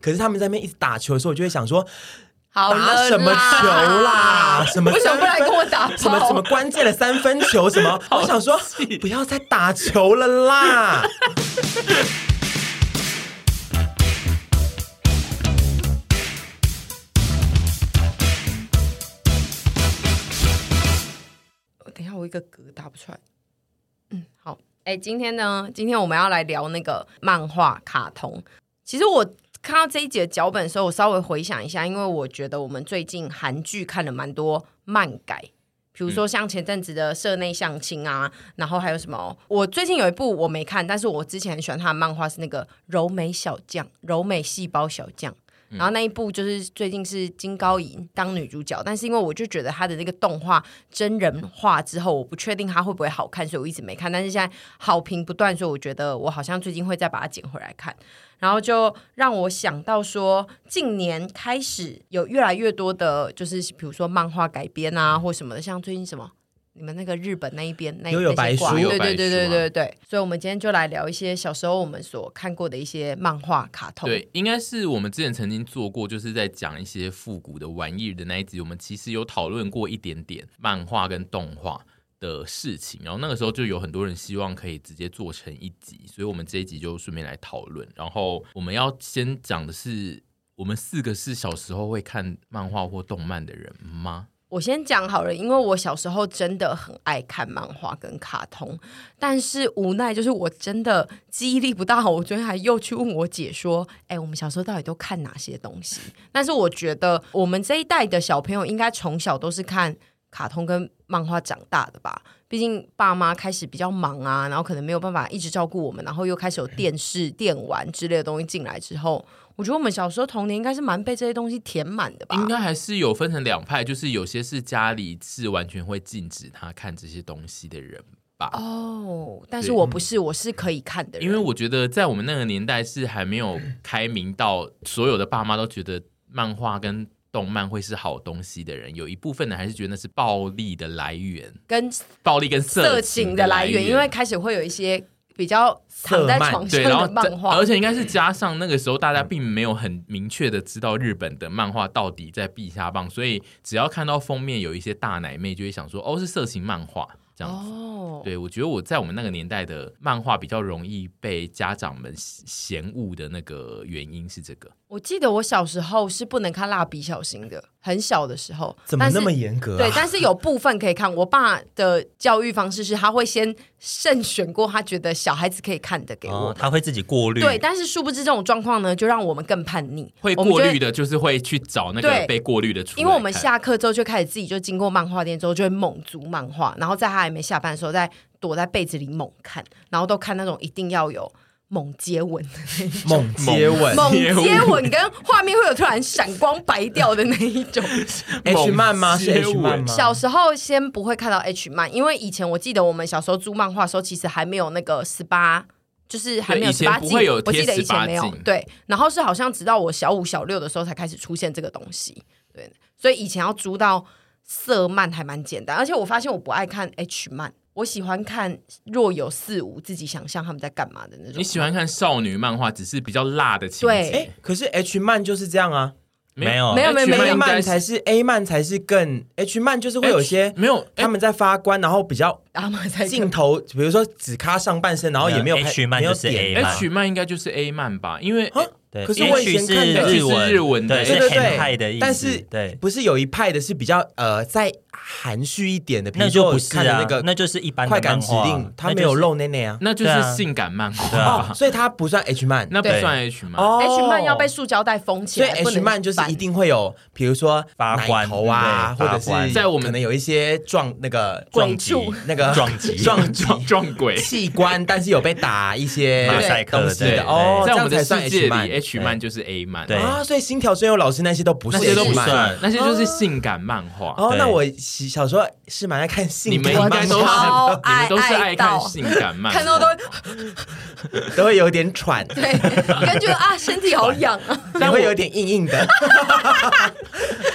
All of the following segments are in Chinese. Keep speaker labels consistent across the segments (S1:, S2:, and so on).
S1: 可是他们在那边一直打球的时候，我就会想说，
S2: 好
S1: 打
S2: 了
S1: 什么球啦？ 什么
S2: 为什么不来跟我打炮
S1: 什么什么关键的三分球什 么？我想说，不要再打球了啦！
S2: 等一下，我一个嗝打不出来。嗯，好。哎、今天呢，今天我们要来聊那个漫画卡通。其实我看到这一集的脚本的时候，我稍微回想一下，因为我觉得我们最近韩剧看了蛮多漫改，比如说像前阵子的《社内相亲》啊，然后还有什么？我最近有一部我没看，但是我之前很喜欢他的漫画是那个《柔美小将》《柔美细胞小将》。然后那一部就是最近是金高银当女主角，但是因为我就觉得她的那个动画真人化之后，我不确定它会不会好看，所以我一直没看。但是现在好评不断，所以我觉得我好像最近会再把它捡回来看。然后就让我想到说，近年开始有越来越多的，就是比如说漫画改编啊，或什么的，像最近什么。你们那个日本那一边那
S1: 悠悠
S2: 那些
S1: 白
S2: 挂
S1: 书
S2: 对对对
S3: 悠
S2: 对
S3: 悠白书啊
S2: 对对，所以我们今天就来聊一些小时候我们所看过的一些漫画卡通。
S3: 对，应该是我们之前曾经做过，就是在讲一些复古的玩意儿的那一集，我们其实有讨论过一点点漫画跟动画的事情，然后那个时候就有很多人希望可以直接做成一集，所以我们这一集就顺便来讨论。然后我们要先讲的是，我们四个是小时候会看漫画或动漫的人吗？
S2: 我先讲好了，因为我小时候真的很爱看漫画跟卡通，但是无奈就是我真的记忆力不大好。我昨天还又去问我姐说：“哎、我们小时候到底都看哪些东西？”但是我觉得我们这一代的小朋友应该从小都是看卡通跟漫画长大的吧。毕竟爸妈开始比较忙啊，然后可能没有办法一直照顾我们，然后又开始有电视、电玩之类的东西进来之后，我觉得我们小时候童年应该是蛮被这些东西填满的吧。
S3: 应该还是有分成两派，就是有些是家里是完全会禁止他看这些东西的人吧。
S2: 哦，但是
S3: 对嗯
S2: 我不是，我是可以看的人，
S3: 因为我觉得在我们那个年代是还 没有开明到所有的爸妈都觉得漫画跟动漫会是好东西的人，有一部分人还是觉得那是暴力的来源，
S2: 跟
S3: 暴力跟
S2: 色情
S3: 情
S2: 的来
S3: 来
S2: 源，因为开始会有一些比较躺
S1: 色
S2: 在
S1: 漫
S2: 床上
S3: 对，然后
S2: 的漫画，嗯
S3: 而且应该是加上那个时候大家并没有很明确的知道日本的漫画到底在避下棒，所以只要看到封面有一些大奶妹，就会想说哦是色情漫画这样子。
S2: 哦，
S3: 对，我觉得我在我们那个年代的漫画比较容易被家长们嫌恶的那个原因是这个。
S2: 我记得我小时候是不能看蜡笔小新的，很小的时候，
S1: 怎么
S2: 但是
S1: 那么严格
S2: 对
S1: 啊？，
S2: 但是有部分可以看。我爸的教育方式是，他会先慎选过他觉得小孩子可以看的给我。
S4: 哦，他会自己过滤。
S2: 对，但是殊不知这种状况呢，就让我们更叛逆。
S3: 会
S2: 我们
S3: 过
S2: 就
S3: 滤的，就是会去找那个
S2: 对
S3: 被过滤的出来看。
S2: 因为我们下课之后就开始自己就经过漫画店之后就会猛租漫画，然后在他还没下班的时候再躲在被子里猛看，然后都看那种一定要有猛接吻、
S1: 猛接吻
S2: 猛
S3: 哎接吻
S2: 接吻跟画面会有突然闪光白掉的那一 种。
S1: ，H 漫吗？是
S3: 猛接
S1: H
S3: 吻
S1: 漫吗？
S2: 小时候先不会看到 H 漫，因为以前我记得我们小时候租漫画的时候，其实还没有那个十八，就是还没有
S3: 对以
S2: 十
S3: 前
S2: 八
S3: 不
S2: 禁
S3: 会有，
S2: 我
S3: 贴
S2: 记得以前没有
S3: 18。禁
S2: 对，然后是好像直到我小五、小六的时候才开始出现这个东西。对，所以以前要租到色漫还蛮简单，而且我发现我不爱看 H 漫，我喜欢看若有似无，自己想象他们在干嘛的那种。
S3: 你喜欢看少女漫画，只是比较辣的情
S2: 对
S3: 节
S1: 哎。，可是 H 漫就是这样啊
S4: 没有
S3: 有
S2: 没有没有
S3: H 漫
S1: ，A
S3: 应该
S1: 漫才是 A 漫才是更 H 漫就是会有一些
S3: H- 没有
S1: 他们在发光，然后比较
S2: 他们在
S1: 镜
S2: 干
S1: 头，比如说只卡上半身，然后也没有
S4: 没有
S1: 拍
S4: H 漫
S1: 没有
S4: 就是
S1: 点
S4: A 漫
S3: H 漫应该就是 A 漫吧，因为
S1: 啊
S4: 对，
S1: 可是
S4: 也
S1: 我以
S4: 许
S1: 前
S4: 是
S1: 看的
S3: 也许
S4: 日
S3: 是
S4: 文，
S3: 日文的
S4: 对，
S1: 对
S4: 是
S1: 对
S4: hentai 的意
S1: 对，
S4: 思。
S1: 但是
S4: 对，
S1: 不是有一派的是比较呃再含蓄一点的，比
S4: 那
S1: 如
S4: 就
S1: 说我
S4: 不是
S1: 看的
S4: 啊
S1: 那，个
S4: 那就是一般的
S1: 快感
S4: 漫
S1: 指
S4: 画啊
S1: 令，他
S4: 那
S1: 没
S4: 就
S1: 有
S4: 是
S1: 露内内啊，
S3: 那就
S4: 对
S3: 是
S4: 啊
S3: 性感漫
S4: 对啊
S3: 画，
S1: 哦，所以他不算 H 漫，
S3: 那不
S4: 对
S3: 算 H 漫。
S1: 哦
S2: H 漫要被。塑胶袋封起
S1: 所以
S2: 来，不
S1: H
S2: 能
S1: 漫就是
S2: 翻
S1: 一 定会有，比如说
S4: 发
S1: 奶
S4: 欢
S1: 头啊，
S4: 对
S1: 或者
S4: 发欢
S1: 是
S3: 在我们
S1: 可能有一些撞那个
S2: 鬼
S1: 撞击
S2: 畜
S1: 那个
S4: 撞 击
S1: 撞击
S3: 撞撞鬼，
S1: 器 官，但是有被打一些
S4: 马赛克
S1: 东西
S4: 对
S1: 的哦，这
S3: 在
S1: 样
S3: 我们
S1: 才
S3: 的
S1: 算
S3: 世界
S1: H 漫
S3: 里，H 漫就是 A 漫，
S4: 对
S1: 啊，所以星条真有老师那些都不是
S3: 那些都
S1: H
S3: 不
S1: 漫
S3: 算
S4: 算，
S3: 那些
S2: 哦
S3: 就是性感漫画。
S1: 哦，
S4: 对
S1: 那我小小时候是蛮爱看
S3: 你
S1: 性
S3: 们
S1: 感
S3: 应
S1: 漫
S3: 该
S1: 画，
S2: 超
S3: 都是，你们都是
S2: 爱
S3: 爱
S2: 到
S3: 看性感漫画，
S2: 看到都
S1: 都会有点 喘，
S2: 对，感觉得啊身体好痒啊。
S1: 你会有点硬硬 的。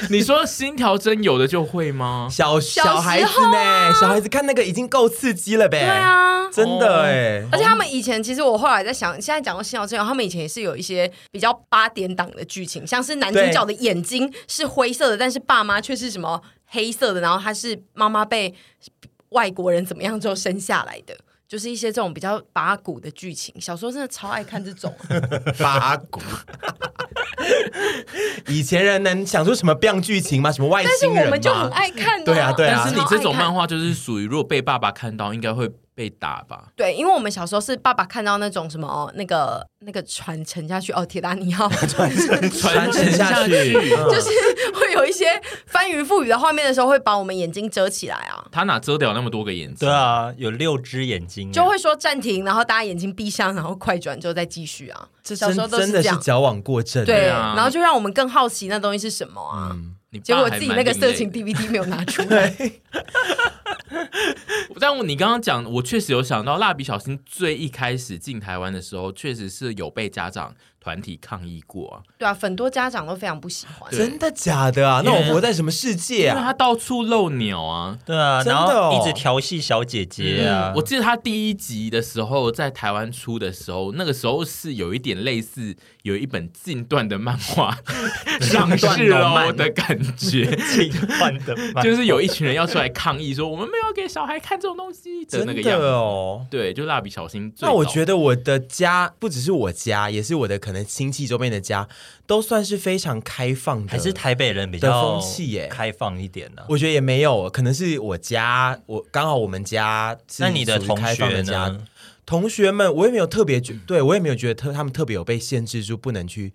S3: 你说心跳真有的就会吗？
S1: 小
S2: 小时候啊啊
S1: 小孩子呢，小孩子看那个已经经够刺激了呗。
S2: 对，啊，
S1: 真的哎、
S2: 而且他们以前，其实我后来在想，现在讲到新奥之后，他们以前也是有一些比较八点档的剧情，像是男主角的眼睛是灰色的，但是爸妈却是什么黑色的，然后他是妈妈被外国人怎么样之后生下来的。就是一些这种比较八股的剧情，小时候真的超爱看这种。
S1: 八股。 以前人能想出什么 biang 剧情吗？什么外
S2: 但是
S1: 星
S2: 我
S1: 人
S2: 们就很
S1: 吗？
S2: 爱看、
S1: 对啊对啊
S3: 但是你这种漫
S2: 画，
S3: 画就是属于，如果被爸爸看到，应该会被打吧？
S2: 对，因为我们小时候是爸爸看到那种什么哦那个那个船沉下去哦，铁达 尼号
S1: 传承下去，嗯
S2: 就是会有一些翻云覆雨的画面的时候，会把我们眼睛遮起来啊，
S3: 他哪遮掉那么多个眼睛？
S4: 对啊，有六只眼睛，啊
S2: 就会说暂停，然后大家眼睛闭上，然后快转之后再继续啊。
S1: 这
S2: 小时候
S1: 真
S2: 都是
S1: 真
S2: 这
S1: 的是
S2: 样，
S1: 矫枉过正。
S2: 对，
S3: 啊
S2: 然后就让我们更好奇那东西是什么啊。
S3: 你爸
S2: 结果
S3: 还
S2: 自己
S3: 蛮
S2: 那个
S3: 另类
S2: 色情
S3: 的
S2: DVD 没有 拿出来，
S3: 但我你刚刚讲，我确实有想到，蜡笔小新最一开始进台湾的时候，确实是有被家长团体抗议过啊，
S2: 对啊，很多家长都非常不喜欢。
S3: 对
S1: 真的假的啊？那我活在什么世界
S3: 因为他
S1: 啊？
S3: 到处漏鸟啊。
S4: 对啊，
S1: 真的
S4: 然
S1: 哦嗯
S4: 后一直调戏小姐姐
S3: 嗯
S4: 啊，
S3: 我记得他第一集的时候，在台湾出的时候，那个时候是有一点类似有一本禁断的漫 画上市喽的感觉，
S4: 禁断 的
S1: 哦
S4: 嘛，
S3: 就是有一群人要出来抗议说我们没有给小孩看这种东西的
S1: 真
S3: 那个
S1: 的
S3: 样子。
S1: 哦。
S3: 对，就蜡笔小新最
S1: 那
S3: 早。
S1: 我觉得我的家不只是我家，也是我的可能亲戚周边的家，都算是非常开放的。
S4: 还是台北人比
S1: 的
S4: 较
S1: 风气耶
S4: 开放一点啊呢、
S1: 我觉得也没有，可能是我家，我刚好我们家是
S4: 那你的
S1: 属于
S4: 同
S1: 开放
S4: 学
S1: 的家
S4: 呢？
S1: 同学们，我也没有特别觉，对我也没有觉得特他们特别有被限制住，不能去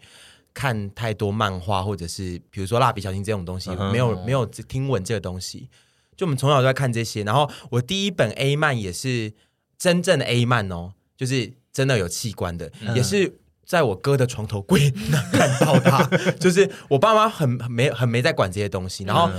S1: 看太多漫画，或者是比如说蜡笔小新这种东西，
S4: 嗯哼
S1: 没有没有听闻这个东西。就我们从小就在看这些，然后我第一本 A 漫也是真正的 A 漫哦，就是真的有器官的，
S4: 嗯
S1: 也是。在我哥的床头柜 那看到的，就是我爸妈很很没很没在管这些东西。然
S4: 嗯
S1: 后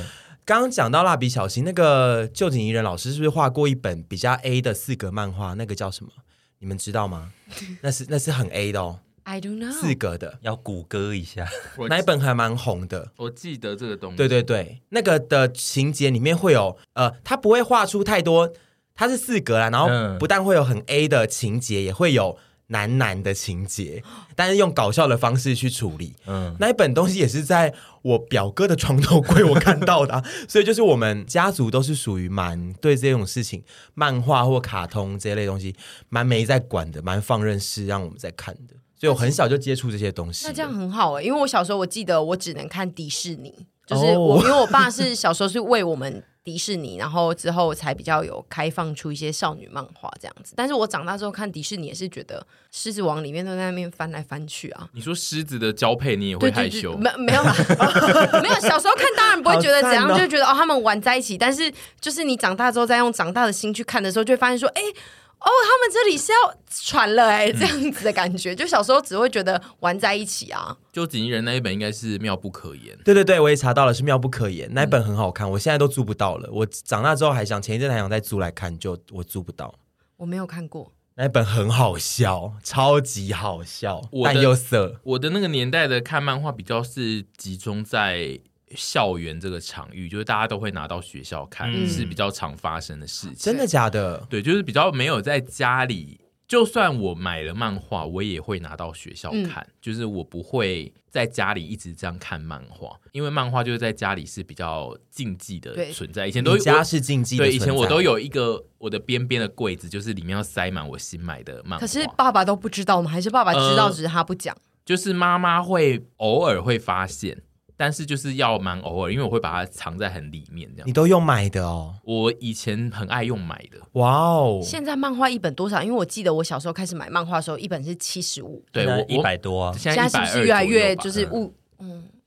S1: 刚刚讲到蜡笔小新，那个旧井宜人老师是不是画过一本比较 A 的四格漫画？那个叫什么？你们知道吗？那是那是很 A 的哦，
S2: I don't
S1: 四
S2: know，
S1: 格的
S4: 要谷歌 一下，
S3: 我嗯
S1: 那一本还蛮红的。
S3: 我记得这个东西，
S1: 对对对，那个的情节里面会有呃，它不会画出太多，它是四格啦，然后
S4: 嗯
S1: 不但会有很 A 的情节，也会有男男的情节，但是用搞笑的方式去处理。
S4: 嗯，
S1: 那一本东西也是在我表哥的床头柜我看到 的啊、所以就是我们家族都是属于蛮对这种事情，漫画或卡通这一类东西，蛮没在管的，蛮放任式让我们在看的，所以我很小就接触这些东西。
S2: 那这样很好哎、因为我小时候我记得我只能看迪士尼，就是
S1: 哦
S2: 我、因为我爸是小时候是为我们迪士尼，然后之后才比较有开放出一些少女漫画这样子。但是我长大之后看迪士尼也是觉得《狮子王》里面都在那边翻来翻去啊，
S3: 你说狮子的交配，你也会
S2: 对
S3: 害
S2: 对
S3: 羞
S2: 对，？没没有啦， 没有。小时候看当然不会觉得怎样，
S1: 好赞哦
S2: 就觉得哦他们玩在一起。但是就是你长大之后再用长大的心去看的时候，就会发现说，哎、哦，他们这里是要传了哎、这样子的感觉。就小时候只会觉得玩在一起啊，
S3: 就锦衣人那一本应该是妙不可言。
S1: 对对对，我也查到了，是妙不可
S3: 嗯
S1: 言，那一本很好看，我现在都租不到了。我长大之后还想，前一阵还想再租来看，就我租不到。
S2: 我没有看过。
S1: 那一本很好笑，超级好笑，
S3: 我的
S1: 但又色。
S3: 我的那个年代的看漫画比较是集中在校园这个场域，就是大家都会拿到学校看，
S4: 嗯
S3: 是比较常发生的事情。
S1: 真的假的？
S3: 对，就是比较没有在家里。就算我买了漫画，我也会拿到学
S2: 嗯
S3: 校看，就是我不会在家里一直这样看漫画，因为漫画就是在家里是比较禁忌的
S2: 对
S3: 存在。以前都
S1: 你家
S3: 我
S1: 是禁忌的
S3: 对，以
S1: 存在
S3: 前我都有一个我的边边的柜子，就是里面要塞满我新买的漫画。
S2: 可是爸爸都不知道吗？还是爸爸知道，
S3: 呃
S2: 只是他不讲？
S3: 就是妈妈会偶尔会发现，但是就是要蛮偶尔，因为我会把它藏在很里面这样
S1: 你。都用买的哦。
S3: 我以前很爱用买的，
S1: 哇哦，
S2: 现在漫画一本多少？因为我记得我小时候开始买漫画的时候，一本是七十五。
S3: 对
S4: 那
S3: 我
S4: 一百，多啊
S3: 我，现
S2: 现
S3: 在
S2: 在
S3: 一
S2: 是不
S3: 百
S2: 是
S3: 二
S2: 越来越
S3: 嗯
S2: 就是物？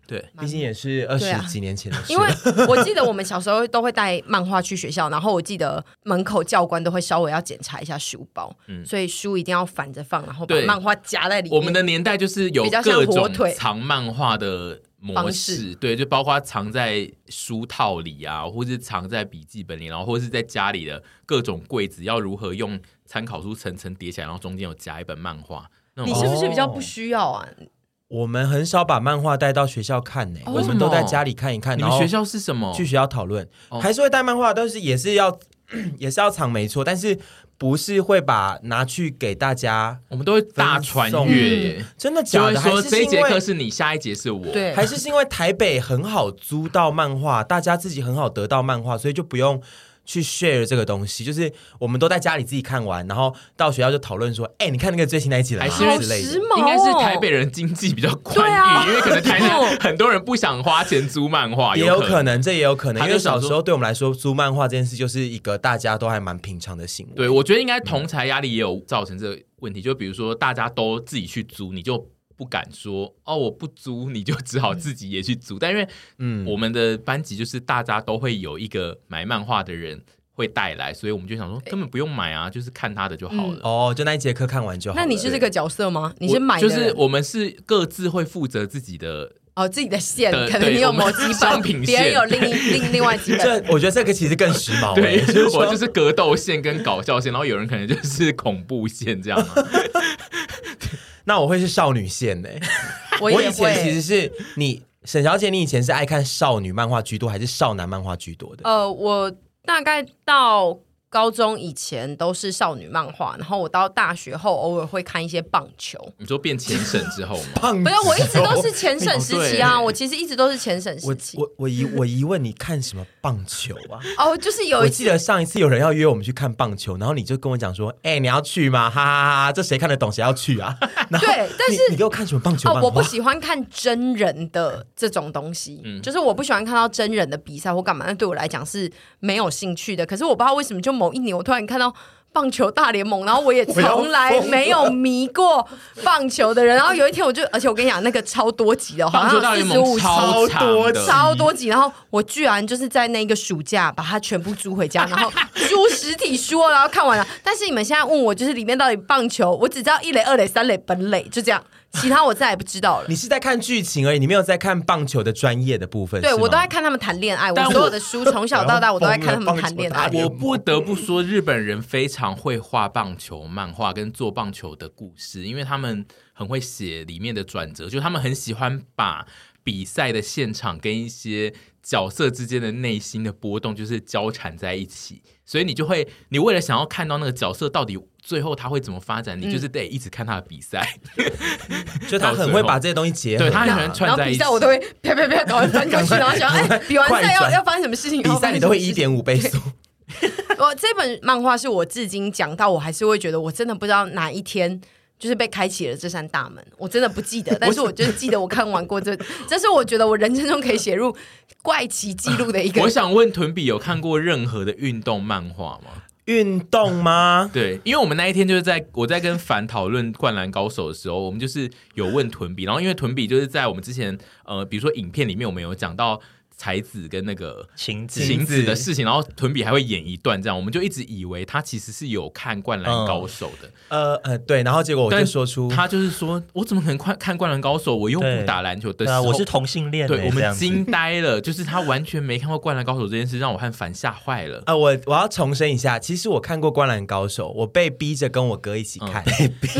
S3: 对
S1: 毕竟也是二
S2: 对
S1: 十
S2: 啊
S1: 几年前的事。
S2: 因为我记得我们小时候都会带漫画去学校，然后我记得门口教官都会稍微要检查一下书包，
S3: 嗯
S2: 所以书一定要反着放，然后把
S3: 对
S2: 漫画夹在里面。
S3: 我们的年代就是有
S2: 比较像
S3: 各
S2: 火
S3: 种
S2: 腿
S3: 藏漫画的模
S2: 方
S3: 式，
S2: 式
S3: 对，就包括藏在书套里啊，或是藏在笔记本里，然后或是在家里的各种柜子，要如何用参考书层层叠起来，然后中间有夹一本漫画。那
S2: 你
S3: 种
S2: 是不是比较不需要啊？
S1: 我们很少把漫画带到学校看呢、
S3: 哦
S1: 我们都在家里看一看。
S3: 你
S1: 然
S3: 们
S1: 后
S3: 学校是什么？
S1: 去学校讨论，
S3: 哦
S1: 还是会带漫画，但是也是要 也是要藏没错，但是不是会把拿去给大家？
S3: 我们都会大穿越耶，
S1: 真的
S3: 就
S1: 假
S3: 会
S1: 的？还
S3: 说
S1: 是
S3: 这
S1: 是
S3: 一节
S1: 因
S3: 课
S1: 为
S3: 是你，下一节是我。
S2: 对
S1: 还是是因为台北很好租到漫画，大家自己很好得到漫画，所以就不用。去 share 这个东西，就是我们都在家里自己看完，然后到学校就讨论说：“哎、你看那个最新那一集了吗？”
S3: 还是因为
S1: 之类的
S2: 时髦哦
S3: 应该是台北人经济比较宽裕，
S2: 对啊
S3: 因为可能台
S2: 哦
S3: 南 很多人不想花钱租漫画，
S1: 也有可。能，这也有可能，
S3: 他
S1: 因
S3: 就
S1: 为
S3: 想
S1: 小
S3: 说
S1: 时候对我们来说，租漫画这件事就是一个大家都还蛮平常的行为。
S3: 对，我觉得应该同才压力也有造成这个问题，就比如说大家都自己去租，你就不敢说哦我不租，你就只好自己也去租。但因为
S1: 嗯，
S3: 我们的班级就是大家都会有一个买漫画的人会带来，所以我们就想说根本不用买啊，就是看他的就好了。
S1: 哦，就那一节课看完就好了。
S2: 嗯那你是这个角色吗？你是
S3: 我
S2: 买的
S3: 就
S2: 人
S3: 是我们是各自会负责自己的，
S2: 哦自己的线
S3: 对，
S2: 可能你有
S3: 对我
S2: 某
S3: 们
S2: 几
S3: 商
S2: 本，
S3: 品
S2: 别人
S3: 线
S2: 有另一另另外几
S1: 这
S2: 本。，
S1: 我觉得这个其实更时髦、欸。
S3: 对，
S1: 就是说
S3: 我就是格斗线跟搞笑线，然后有人可能就是恐怖线这样嘛。
S1: 那我会是少女线呢、欸
S2: 我
S1: 以前
S2: 也
S1: 其实
S2: 会。
S1: 是你沈小姐，你以前是爱看少女漫画居多，还是少男漫画居多的？
S2: 呃，我大概到高中以前都是少女漫画，然后我到大学后偶尔会看一些棒球。
S3: 你说变前省之后吗？
S1: 胖子
S2: 没有，我一直都是前省时期啊，
S3: 对
S2: 我其实一直都是前省 时
S1: 我
S2: 期。
S1: 我我疑我疑问你看什么棒球啊？
S2: 哦，就是有
S1: 我
S2: 一
S1: 记
S2: 次
S1: 得上一次有人要约我们去看棒球，然后你就跟我讲说：“哎、你要去吗？哈哈哈哈，这谁看得懂，谁要去啊？”然后
S2: 对但是
S1: 你你给我看什么棒球漫
S2: 哦
S1: 画？，
S2: 我不喜欢看真人的这种东西，
S3: 嗯
S2: 就是我不喜欢看到真人的比赛或干嘛，那对我来讲是没有兴趣的。可是我不知道为什么，就某一年我突然看到。棒球大联盟，然后我 也
S1: 我要疯
S2: 从来没有迷过棒球的人。然后有一天，我就，而且我跟你讲，那个超多集的，好
S3: 棒球
S2: 像
S3: 大
S2: 四
S3: 联
S2: 十
S3: 盟
S2: 五集，
S3: 超长
S1: 多
S3: 的，
S2: 超多集，然后我居然就是在那一个暑假把它全部租 回家，然后租实体书，然后看完了。但是你们现在问我，就是里面到底棒球，我只知道一垒、二垒、三垒、本垒，就这样，其他我再也不 知道了
S1: 你。是在看剧情而已，你没有在看棒球的专业的部分。
S2: 对
S1: 是吗
S2: 我都在看他们谈恋爱，我
S3: 但我
S2: 所有 的书从小到大我都在看他们谈恋爱。
S1: 我
S3: 我不得不说，日本人非常会画棒球漫画跟做棒球的故事，因为他们很会写里面的转折，就他们很喜欢把比赛的现场跟一些角色之间的内心的波动，就是交缠在一起。所以你就会，你为了想要看到那个角色到底最后他会怎么发展，你就是得一直看他的比赛。
S1: 就他很会把这些东西结合。
S3: 对他很
S1: 然后
S3: 喜欢
S2: 然
S3: 串
S2: 后
S3: 在
S2: 比
S3: 一起
S2: 赛。我都会啪啪 啪搞完翻过去，然后想哎，比完赛
S1: 快
S2: 要
S1: 转
S2: 要发生什么事情？
S1: 比赛，你都会一
S2: 五。
S1: 点五倍速。
S2: 我这本漫画是我至今讲到，我还是会觉得我真的不知道哪一天。就是被开启了这扇大门，我真的不记得，但是我就是记得我看完过这，这是我觉得我人生中可以写入怪奇记录的一个
S3: 我。想问屯比有看过任何的运动漫画吗？
S1: 运动吗？
S3: 对，因为我们那一天就是在我在跟凡讨论《灌篮高手》的时候，我们就是有问屯比，然后因为屯比就是在我们之前呃，比如说影片里面我们有讲到才子跟那个
S4: 晴子嗯
S3: 晴子的事情，然后屯比还会演一段这样，我们就一直以为他其实是有看《灌篮
S4: 嗯
S3: 高手》的，
S1: 呃呃，对，然后结果我
S3: 但
S1: 就说出
S3: 他就是说我怎么可能看看《灌篮高手》，我又不
S4: 对
S3: 打篮球的
S4: 对
S3: 时
S4: 啊，
S3: 候，
S4: 我是同性恋欸，
S3: 对我
S4: 这
S3: 们
S4: 样子
S3: 惊呆了，就是他完全没看过《灌篮高手》这件事，让我和凡吓坏
S4: 嗯
S3: 了。
S1: 啊，我我要重申一下，其实我看过《灌篮高手》，我被逼着跟我哥一起
S4: 哦
S1: 看，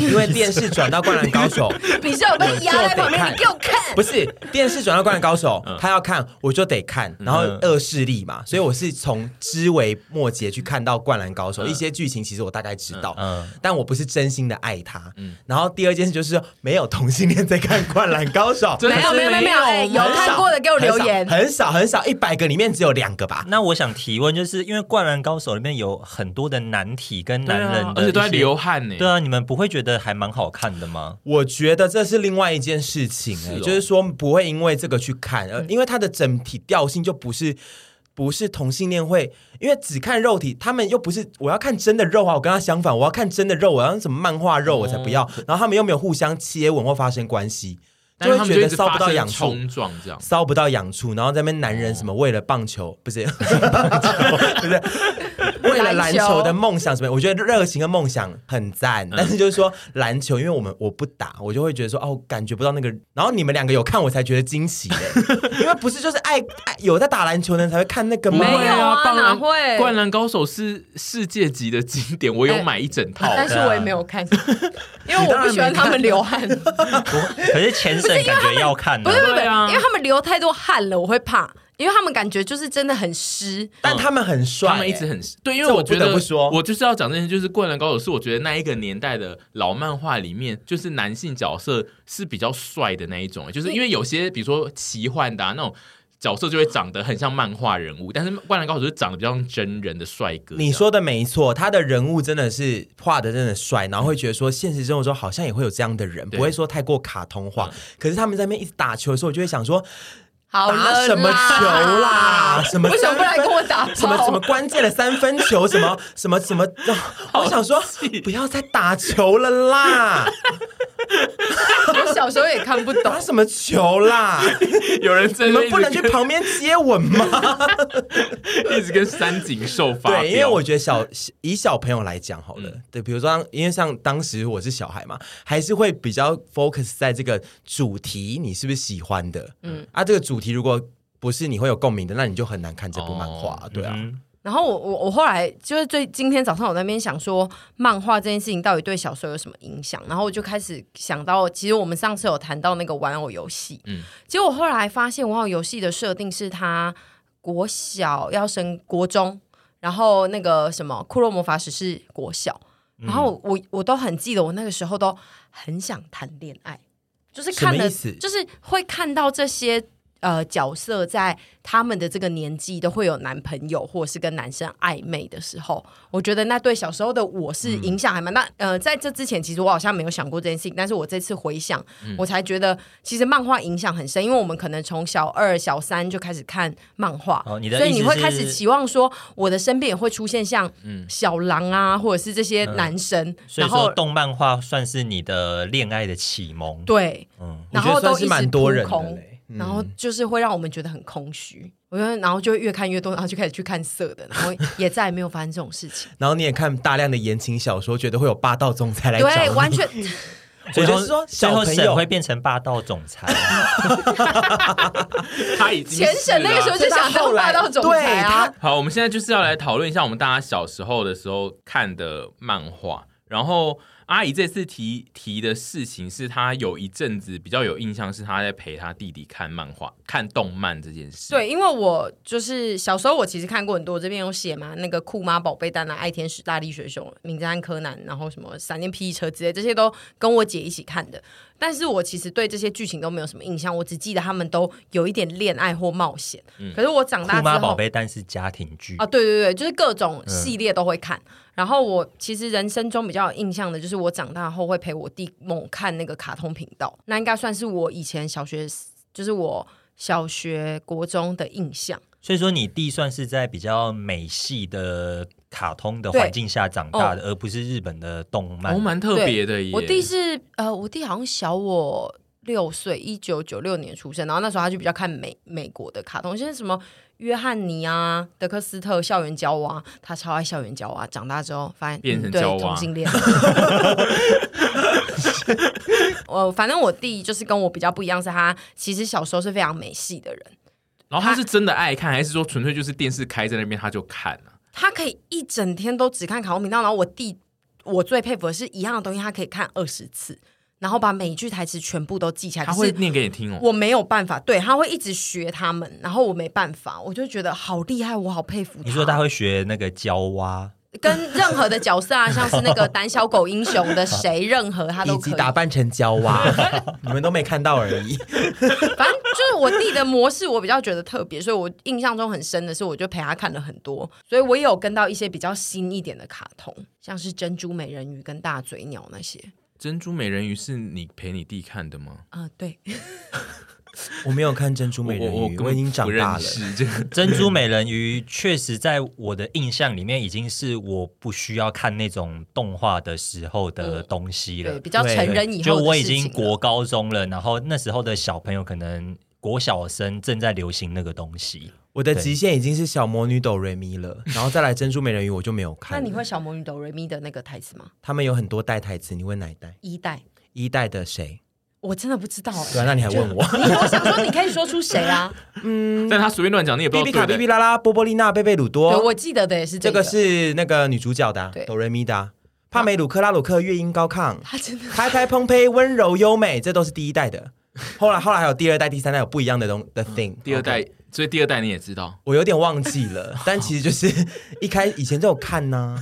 S1: 因为电视转到《灌篮高 手》，
S2: 你是有被压在旁边，你给我看。
S1: 不是电视转到《灌篮高手》，他要看我就得看，然后
S4: 嗯
S1: 恶势力嘛，所以我是从枝微末节去看到《灌篮高手》一些剧情，其实我大概知道，
S4: 嗯
S1: 但我不是真心的爱他。然后第二件事就是没有同性恋在看《灌篮高手》，
S3: 真的
S2: 没有
S3: 是
S2: 没有没有没有，哎，有
S1: 很
S2: 看
S1: 少
S2: 过的给我留言。
S1: 很少很少，一百个里面只有两个吧。
S4: 那我想提问，就是因为《灌篮高手》里面有很多的难题跟
S3: 对
S4: 男
S3: 啊
S4: 人的、
S3: 而且都在流。汗呢。
S4: 对啊，你们不会觉得还蛮好看的吗？
S1: 我觉得这是另外一件事情、
S3: 是
S1: 哎，
S3: 哦嗯
S1: 就是说不会因为这个去看，呃，因为它的整体调性就不是不是同性恋会，因为只看肉体，他们又不是我要看真的肉啊，我跟他相反，我要看真的肉，我要什么漫画肉我才不要，然后他们又没有互相接吻或发生关系，
S3: 嗯但是
S1: 就
S3: 他
S1: 会
S3: 们
S1: 觉
S3: 就一
S1: 得
S3: 直
S1: 搔
S3: 发
S1: 不到
S3: 生
S1: 痒处。
S3: 冲撞这样。
S1: 搔不到痒处，然后在那边男人
S3: 哦
S1: 什么为了棒球、不 是棒球不是为了篮球的梦想什么，我觉得热情跟梦想很赞，
S3: 嗯
S1: 但是就是说篮球，因为我们我不打，我就会觉得说哦，感觉不到那个。然后你们两个有看我才觉得惊喜 的，因为不是就是爱爱有在打篮球的人才会看那个吗？
S2: 没有啊
S3: 棒
S2: 哪
S3: 篮
S2: 会
S3: 灌篮高手是世界级的经典，我
S2: 哎
S3: 有买一整套。欸
S2: 但是我也没有看，因为我不喜欢他们流汗。
S4: 可是前正感觉要看
S2: 不
S4: 的
S2: 是，不是不是，
S3: 对啊
S2: 因为他们流太多汗了，我会怕，因为他们感觉就是真的很湿。
S1: 但他们很帅、
S3: 嗯他们一直
S1: 欸
S3: 很对，因为
S1: 这我
S3: 觉
S1: 不
S3: 得
S1: 得不说
S3: 我就是要讲这件事，就是《灌篮高手》是我觉得那一个年代的老漫画里面，就是男性角色是比较帅的那一种，欸就是因为有些比如说奇幻的、啊、那种角色就会长得很像漫画人物，但是《灌篮高手》就长得比较像真人的帅哥。
S1: 你说的没错，他的人物真的是画的真的帅，然后会觉得说现实生活中好像也会有这样的人，
S3: 嗯对嗯
S1: 不会说太过卡通化。可是他们在那边一直打球的时候，我就会想说
S2: 好
S1: 打
S2: 了，
S1: 什么球啦，？什么
S2: 为什么不来
S1: 三分
S2: 跟我打炮
S1: 什么什么关键的三分球，什么什么 什么，我想说不要再打球了啦，
S2: 我小时候也看不懂
S1: 打。什么球啦？
S3: 有人
S1: 你
S3: 真的
S1: 们不能去旁边接吻吗？
S3: 一直跟三井寿发飙
S1: 对，因为我觉得小以小朋友来讲好了，对，比如说当因为像当时我是小孩嘛，还是会比较 focus 在这个主题，你是不是喜欢的？嗯，啊，这个主题如果不是你会有共鸣的，那你就很难看这部漫画，
S3: 哦
S1: 对啊。
S4: 嗯
S2: 然后我我我后来就是最今天早上我在那边想说，漫画这件事情到底对小时候有什么影响？然后我就开始想到，其实我们上次有谈到那个玩偶游戏，
S3: 嗯
S2: 嗯，结果后来发现玩偶游戏的设定是他国小要升国中，然后那个什么库洛魔法使是国小，
S1: 嗯
S2: 然后我我都很记得，我那个时候都很想谈恋爱，就是看
S1: 什么
S2: 了，
S1: 意思
S2: 就是会看到这些呃角色在他们的这个年纪都会有男朋友或者是跟男生暧昧的时候，我觉得那对小时候的我是
S4: 嗯
S2: 影响还蛮大。呃，在这之前其实我好像没有想过这件事情，但是我这次回想，
S4: 嗯
S2: 我才觉得其实漫画影响很深，因为我们可能从小二、小三就开始看漫画，
S4: 哦你的
S2: 所以
S4: 意思
S2: 你会开始
S4: 是嗯
S2: 期望说我的身边也会出现像小狼啊，或者是这些男生，
S4: 所以
S2: 然
S4: 说
S2: 后
S4: 动漫画算是你的恋爱的启蒙。
S2: 对，
S4: 嗯，
S1: 我
S2: 然
S1: 觉得
S2: 后都
S1: 算
S2: 一
S1: 是
S2: 直
S1: 蛮多人
S2: 扑
S1: 的
S2: 空
S1: 嘞。
S2: 然后就是会让我们觉得很空虚。我觉得，然后就会越看越多，然后就开始去看色的，然后也再也没有发生这种事情
S1: 然后你也看大量的言情小说，觉得会有霸道总裁来找你，
S2: 对，完全
S1: 我
S4: 最
S1: 觉得
S4: 后
S1: 是说
S4: 最
S1: 小
S4: 后
S1: 朋
S4: 沈
S1: 友
S4: 会变成霸道总裁，
S3: 他已经
S2: 前省那个 时候
S3: 是
S2: 就想当霸道总裁啊
S1: 对，
S3: 了好，我们现在就是要来讨论一下我们大家小时候的时候看的漫画。然后阿姨这次提提的事情是，她有一阵子比较有印象，是她在陪她弟弟看漫画、看动漫这件事。
S2: 对，因为我就是小时候我其实看过很多，我这边有写嘛，那个酷妈宝贝蛋啊、爱天使、大力水手、名侦探柯南，然后什么闪电霹雳车之类，这些都跟我姐一起看的。但是我其实对这些剧情都没有什么印象，我只记得他们都有一点恋爱或冒险。
S1: 嗯
S2: 可是我长大
S4: 酷
S2: 之后，
S4: 妈宝贝蛋是家庭剧
S2: 啊，对对对，就是各种系列都会看。然后我其实人生中比较有印象的就是我长大后会陪我弟猛看那个卡通频道，那应该算是我以前小学，就是我小学、国中的印象。
S4: 所以说你弟算是在比较美系的卡通的环境下长大的，而不是日本的动漫。
S3: 哦，蛮特别的耶。
S2: 我弟是呃，我弟好像小我六岁，一九九六年出生，然后那时候他就比较看美美国的卡通，现在什么约翰尼啊、德克斯特、校园娇娃，他超爱校园娇娃。长大之后发现
S3: 变成
S2: 嗯对
S3: 娇娃
S2: 同性恋。 我反正我弟就是跟我比较不一样，是他其实小时候是非常美系的人，
S3: 然后他是真的爱看，还是说纯粹就是电视开在那边他就看啊？
S2: 他可以一整天都只看卡通频道，然后我弟我最佩服的是一样的东西，他可以看二十次，然后把每一句台词全部都记起来。
S3: 他
S2: 可
S3: 会
S2: 是
S3: 念给你听
S4: 嗯
S3: 哦。
S2: 我没有办法，对他会一直学他们，然后我没办法，我就觉得好厉害，我好佩服
S4: 你说他会学那个娇娃，
S2: 跟任何的角色啊，像是那个胆小狗英雄的谁，任何他 都
S1: 以
S2: 可
S1: 及
S2: 以。
S1: 打扮成娇 娃，你们都没看到而已。
S2: 反正就是我弟的模式，我比较觉得特别，所以我印象中很深的是，我就陪他看了很多，所以我也有跟到一些比较新一点的卡通，像是珍珠美人鱼跟大嘴鸟那些。
S3: 珍珠美人鱼是你陪你弟看的吗？
S2: 啊、对，
S1: 我没有看《珍珠美人
S3: 我我
S1: 鱼
S3: 根》，
S1: 我
S3: 本
S1: 已经长
S3: 不认
S1: 大了。
S3: 识这个。
S4: 《珍珠美人鱼》确实在我的印象里面已经是我不需要看那种动画的时候的东西了。
S2: 对，比较成人以
S4: 就
S2: 后的
S4: 我已
S2: 事情啊
S4: 经
S2: 了
S4: 国高中了，然后那时候的小朋友可能国小生正在流行那个东西。
S1: 我的极限已经是小魔女哆瑞咪了，然后再来《珍珠美人鱼》，我就没有
S2: 那
S1: 看。
S2: 你会小魔女哆瑞咪的那个台词吗？
S1: 他们有很多代台词，你问哪一代？
S2: 一代，
S1: 一代的谁？
S2: 我真的不知道、欸。
S1: 对啊，那你还问我？
S2: 你 我想说，你可以说出谁啊？
S3: 但他随便乱讲，你也不
S1: 比
S3: 知
S1: 比
S3: 道
S1: 卡、
S3: 对
S1: 比
S3: 不
S1: 比
S3: 对。
S1: 拉拉、波波丽娜、贝贝鲁
S2: 对，
S1: 多，
S2: 我记得的也是
S1: 这
S2: 个
S1: 个。是那个女主角的啊
S2: 对
S1: 哆瑞咪的啊，帕梅鲁克拉鲁克乐音高亢，
S2: 他真的
S1: 拍拍砰呸，温柔优美，这都是第一代的。后来后来还有第二代、第三代有不一样的东的 thing。
S3: 嗯第二代，所以第二代你也知道，
S1: 我有点忘记 了，但其实就是一开以前就有看呐、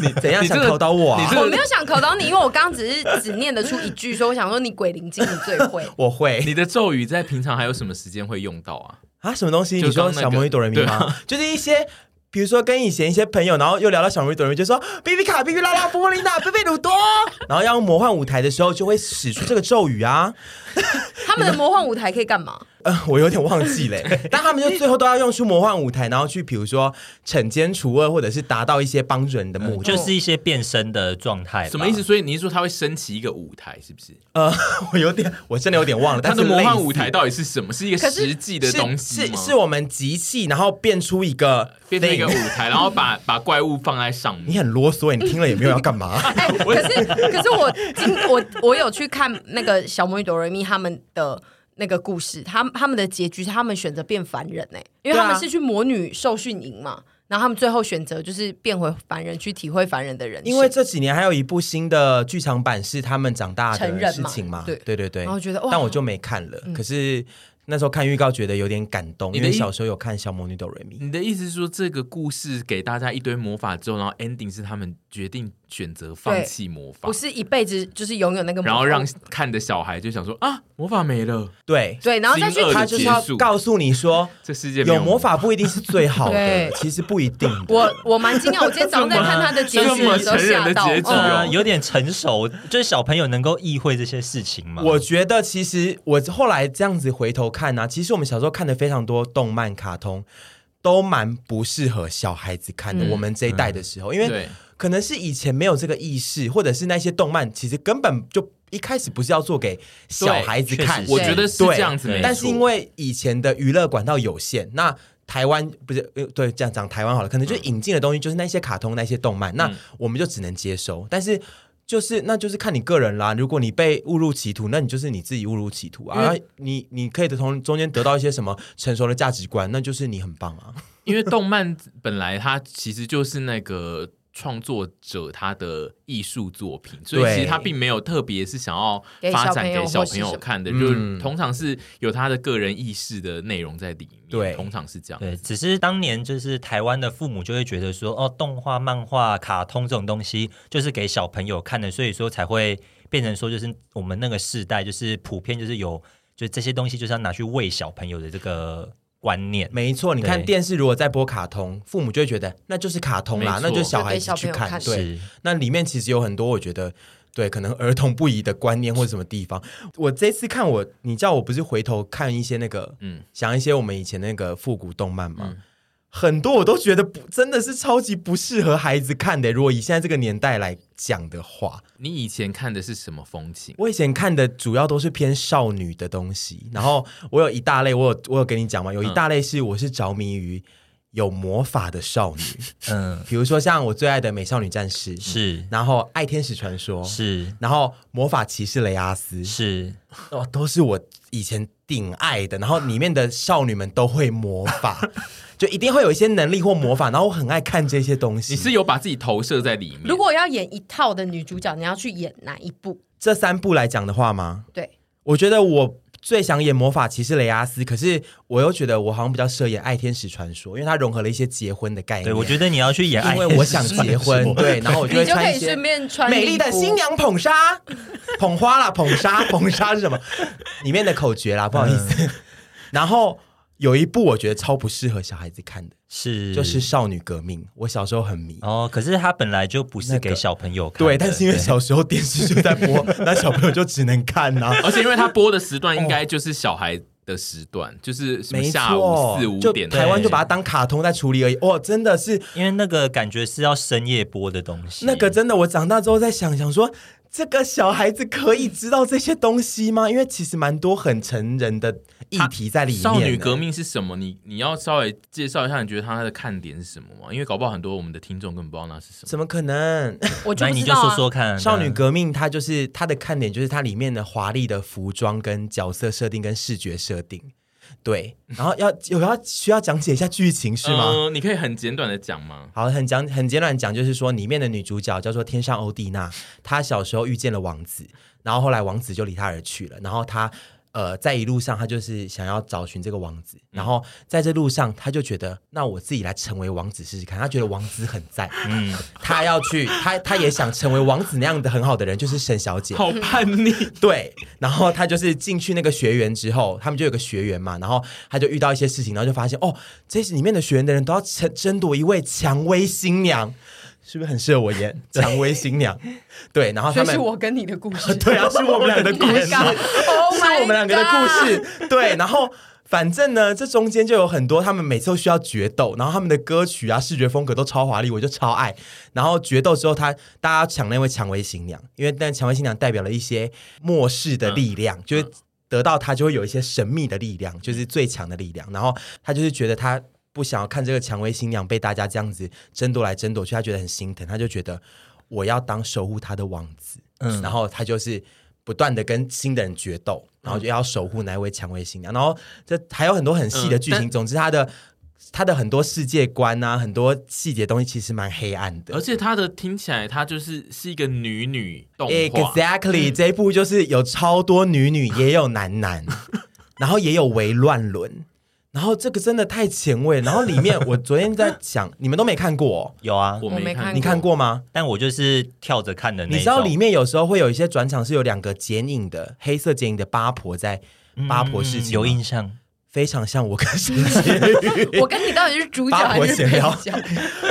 S1: 你怎样
S3: 你这
S1: 想
S3: 个
S1: 考倒我
S3: 你
S1: 啊
S3: 这？个
S2: 我没有想考到你，因为我刚刚只是只念得出一句，说我想说你鬼灵精，你最 会。
S1: 我会
S3: 你的咒语在平常还有什么时间会用到啊？
S1: 啊，什么东西？
S3: 就
S1: 你说
S3: 刚那个啊
S1: 小魔女哆来咪吗？就是一些。比如说跟以前一些朋友，然后又聊到小魔女哆来咪，就说比比卡、比比拉拉、波波琳达、贝贝鲁多， 然后要用魔幻舞台的时候，就会使出这个咒语啊。
S2: 他们的魔幻舞台可以干嘛？
S1: 呃，我有点忘记 嘞，但他们就最后都要用出魔幻舞台，然后去比如说惩奸除恶，或者是达到一些帮助人的目的。
S3: 哦
S4: 就是一些变身的状态吧。
S3: 什么意思？所以你是说它会升起一个舞台，是不是？
S1: 哎啊呃， 我有点，我真的有点忘了。
S3: 它
S1: 但
S3: 的
S1: 是
S3: 魔幻舞
S1: 类似
S3: 台到底是什么？是一个
S2: 可是
S3: 实际的
S1: 是
S3: 东西
S1: 是
S3: 吗？
S1: 是我们集气，然后变出一个
S3: 变成一个
S1: thing
S3: 舞台，然 后把把怪物放在上面。
S1: 你很啰嗦，你听了也没有要干嘛。
S2: 哎、可是可是我今我我有去看那个小魔女哆瑞咪他们的那个故事，他他们的结局是他们选择变凡人哎、因为
S1: 对啊
S2: 他们是去魔女受训营嘛，然后他们最后选择就是变回凡人，去体会凡人的人生，
S1: 因为这几年还有一部新的剧场版是他们长大
S2: 成
S1: 的
S2: 人
S1: 事
S2: 嘛
S1: 情嘛，
S2: 对
S1: 对对对
S2: 然后觉得哇
S1: 但我就没看了。可是那时候看预告觉得有点感动，
S3: 你
S1: 因
S3: 的
S1: 为
S3: 意
S1: 小时候有看《小魔女哆瑞咪》，
S3: 你的意思是说，这个故事给大家一堆魔法之后，然后 ending 是他们决定选择放弃魔法
S2: 不，是一辈子就是拥有那个魔
S3: 然后
S2: 法
S3: 让看的小孩就想说啊，魔法没了，
S1: 对，
S2: 对，然后再去
S3: 惊愕的
S1: 他就是要
S3: 结束
S1: 告诉你说。
S3: 这世界
S1: 有
S3: 没有
S1: 魔。法不一定是最 好的
S2: 对，
S1: 其实不一定的。
S2: 我我蛮惊讶，我今天早上在看他的结局的时候吓到，
S3: 这么成人的结局
S4: 对
S1: 哦
S4: 啊，
S2: 嗯
S4: 有点成熟，就是小朋友能够意会这些事情嘛。
S1: 我觉得其实我后来这样子回头看呢、啊其实我们小时候看的非常多动漫、卡通，都蛮不适合小孩子看的。
S2: 嗯
S1: 我们这一代的时候，因为
S3: 嗯对，
S1: 可能是以前没有这个意识，或者是那些动漫其实根本就一开始不是要做给小孩子看
S4: 对确实，是
S3: 我觉得是
S1: 对
S3: 这样子，没错
S1: 但是因为以前的娱乐管道有限，那。台湾不是呃对，这样讲台湾好了，可能就引进的东西就是那些卡通、那些动漫，那
S3: 嗯
S1: 我们就只能接收。但是就是那就是看你个人啦，如果你被误入歧途，那你就是你自己误入歧途啊。
S3: 因
S1: 然
S3: 为
S1: 后你你可以从中间得到一些什么成熟的价值观，那就是你很棒啊。
S3: 因为动漫本来它其实就是那个创作者他的艺术作品，所以
S1: 对
S3: 其实他并没有特别是想要发展给小朋友看的，
S1: 给小朋
S3: 就
S1: 友或是什么嗯
S3: 是通常是有他的个人意识的内容在里面，
S1: 对
S3: 通常是这样。
S4: 对，只是当年就是台湾的父母就会觉得说，哦，动画、漫画、卡通这种东西就是给小朋友看的，所以说才会变成说，就是我们那个世代就是普遍就是有，就这些东西就是要拿去喂小朋友的这个观念。
S1: 没错，你看
S4: 对
S1: 电视如果在播卡通，父母就会觉得那就是卡通啦，
S3: 没错
S1: 那就是小孩子
S2: 就给
S1: 去
S2: 小朋友
S1: 看。
S2: 看
S1: 对，
S4: 是
S1: 那里面其实有很多我觉得对可能儿童不宜的观念或者什么地方。我这次看我，你叫我不是回头看一些那个，
S3: 嗯
S1: 嗯，想一些我们以前那个复古动漫嘛。
S4: 嗯
S1: 很多我都觉得不真的是超级不适合孩子看的。如果以现在这个年代来讲的话，
S3: 你以前看的是什么风情？
S1: 我以前看的主要都是偏少女的东西，然后我有一大类，我有我有跟你讲嘛，有
S4: 嗯
S1: 一大类是我是着迷于有魔法的少女，
S4: 嗯，
S1: 比如说像我最爱的美少女战士，
S4: 是
S1: 然后《爱天使传说》，
S4: 是
S1: 然后魔法骑士雷阿斯，
S4: 是，
S1: 哦，都是我以前顶爱的。然后里面的少女们都会魔法，就一定会有一些能力或魔法。然后我很爱看这些东西。
S3: 你是有把自己投射在里面？
S2: 如果要演一套的女主角，你要去演哪一部？
S1: 这三部来讲的话吗？
S2: 对，
S1: 我觉得我最想演魔法骑士雷阿斯，可是我又觉得我好像比较适合演爱天使传说，因为它融合了一些结婚的概念。
S4: 对我觉得你要去演爱，
S1: 哎因为我想结 婚，对，然后我就
S2: 你
S1: 会
S2: 就可
S1: 穿
S2: 以
S1: 一些
S2: 顺便穿
S1: 美丽的
S2: 礼服
S1: 新娘捧纱， 捧花啦，捧纱， 捧纱是什么？里面的口诀
S3: 嗯
S1: 啦，不好意思。 然后有一部我觉得超不适合小孩子看的，
S3: 嗯
S4: 是
S1: 就是《少女革命》，我小时候很迷。
S4: 哦，可是它本来就不是
S1: 那
S4: 给
S1: 个
S4: 小朋友看的，
S1: 对，但是因为
S4: 对
S1: 小时候电视就在 播，那小朋友就只能看呐、
S3: 而且因为他播 的时段应该就是小孩的时段，就是什么
S1: 哦没
S3: 下午
S1: 错
S3: 四五，
S1: 就
S3: 点
S1: 台湾就把它
S3: 它
S1: 当卡通在处理而已。哇，真的是
S4: 因为那个感觉是要深夜播的东西，
S1: 那个真的，我长大之后在想想说，这个小孩子可以知道这些东西吗？因为其实蛮多很成人的议题在里面。
S3: 少女革命是什么？你你要稍微介绍一下，你觉得它的看点是什么吗？因为搞不好很多我们的听众根本不知道那是什么。
S1: 怎么可能？
S2: 我就
S4: 那
S2: 不
S4: 你
S2: 知
S4: 就
S2: 道、啊、
S4: 说说看，嗯
S1: 少女革命它就是它的看点，就是它里面的华丽的服装、跟角色设定、跟视觉设定。对，然后要有要需要讲解一下剧情是吗？
S3: 呃你可以很简短的讲吗？
S1: 好，很讲很简短讲，就是说里面的女主角叫做天上欧蒂娜，她小时候遇见了王子，然后后来王子就离她而去了，然后她呃，在一路上他就是想要找寻这个王子，然后在这路上他就觉得，那我自己来成为王子试试看。他觉得王子很赞， 嗯，他要去，他他也想成为王子那样的很好的人，就是沈小姐。
S3: 好叛 逆，
S1: 对，然后他就是进去那个学员之后，他们就有个学员嘛，然后他就遇到一些事情，然后就发现哦，这里面的学员的人都要争争夺一位蔷薇新娘，是不是很适合我演蔷薇新娘？对，然后
S2: 所
S1: 他们，
S2: 以是我跟你的故事
S1: 对啊，是我们两个的故事，
S2: Oh
S1: 是
S2: my
S1: 我们两个的
S2: God
S1: 故事。对，然后反正呢，这中间就有很多他们每次都需要决斗，然后他们的歌曲啊、视觉风格都超华丽，我就超爱。然后决斗之后他，大家抢那位蔷薇新娘，因为但蔷薇新娘代表了一些末世的力量，就是得到她就会有一些神秘的力量，就是最强的力量。然后他就是觉得他。不想要看这个蔷薇新娘被大家这样子争夺来争夺去，他觉得很心疼，他就觉得我要当守护他的王子。
S4: 嗯
S1: 然后他就是不断的跟新的人决斗，然后就要守护那位蔷薇新娘。然后这还有很多很细的剧
S3: 嗯
S1: 情，
S3: 但
S1: 总之他的他的很多世界观啊，很多细节东西其实蛮黑暗
S3: 而
S1: 的。
S3: 且他的听起来他就是是一个女女动画。嗯
S1: Exactly，、这一部就是有超多女女，也有男 男，然后也有微乱伦，然后这个真的太前卫。然后里面我昨天在想，你们都没看过、哦，
S4: 有啊，
S3: 我
S2: 我没
S3: 没
S2: 看
S1: 你看过吗？
S4: 但我就是跳着看的那
S1: 你
S4: 一种。
S1: 知道里面有时候会有一些转场是有两个剪影的黑色剪影的八婆在
S3: 嗯
S1: 八婆事情、
S4: 有印象，
S1: 非常像我跟沈 婕妤，
S2: 我跟你到底是主角还是配
S1: 八婆
S2: 角？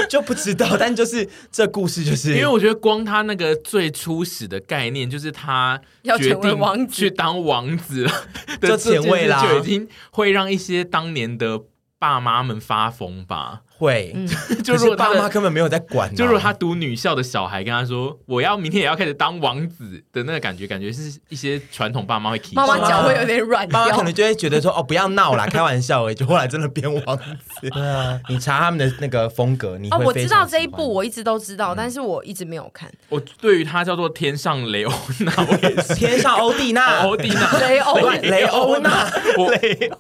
S1: 就不知道，但就是这故事就是
S3: 因为我觉得光他那个最初始的概念，就是他
S2: 要
S3: 决
S2: 成为
S3: 定
S2: 王子
S3: 去当王子了的
S1: 就
S3: 这件
S1: 前卫
S3: 事
S1: 啦
S3: 就已经会让一些当年的爸妈们发疯 吧。
S1: 会，
S3: 嗯
S1: 可
S3: 就如
S1: 是
S3: 果他
S1: 爸妈
S3: 的，
S1: 根本没有在管啊、
S3: 就如果他读女校的小孩跟他说我要明天也要开始当王子的那个感觉，感觉是一些传统爸妈会提
S2: 妈妈
S1: 讲
S2: 脚会有点软
S1: 爸妈
S2: 掉
S1: 可。能就会觉得说哦不要闹啦，开玩笑而已，就后来真的变王子。
S4: 对啊，
S1: 你查他们的那个风格，你
S2: 哦，
S1: 会
S2: 我
S1: 非
S2: 知
S1: 常
S2: 道这一
S1: 喜欢嗯
S2: 部，我一直都知道，但是我一直没有 看。
S3: 我对于他叫做天上 雷欧娜，我也是
S1: 天上欧蒂娜，
S3: 欧蒂娜。
S2: 雷欧，
S1: 对雷欧娜，
S3: 我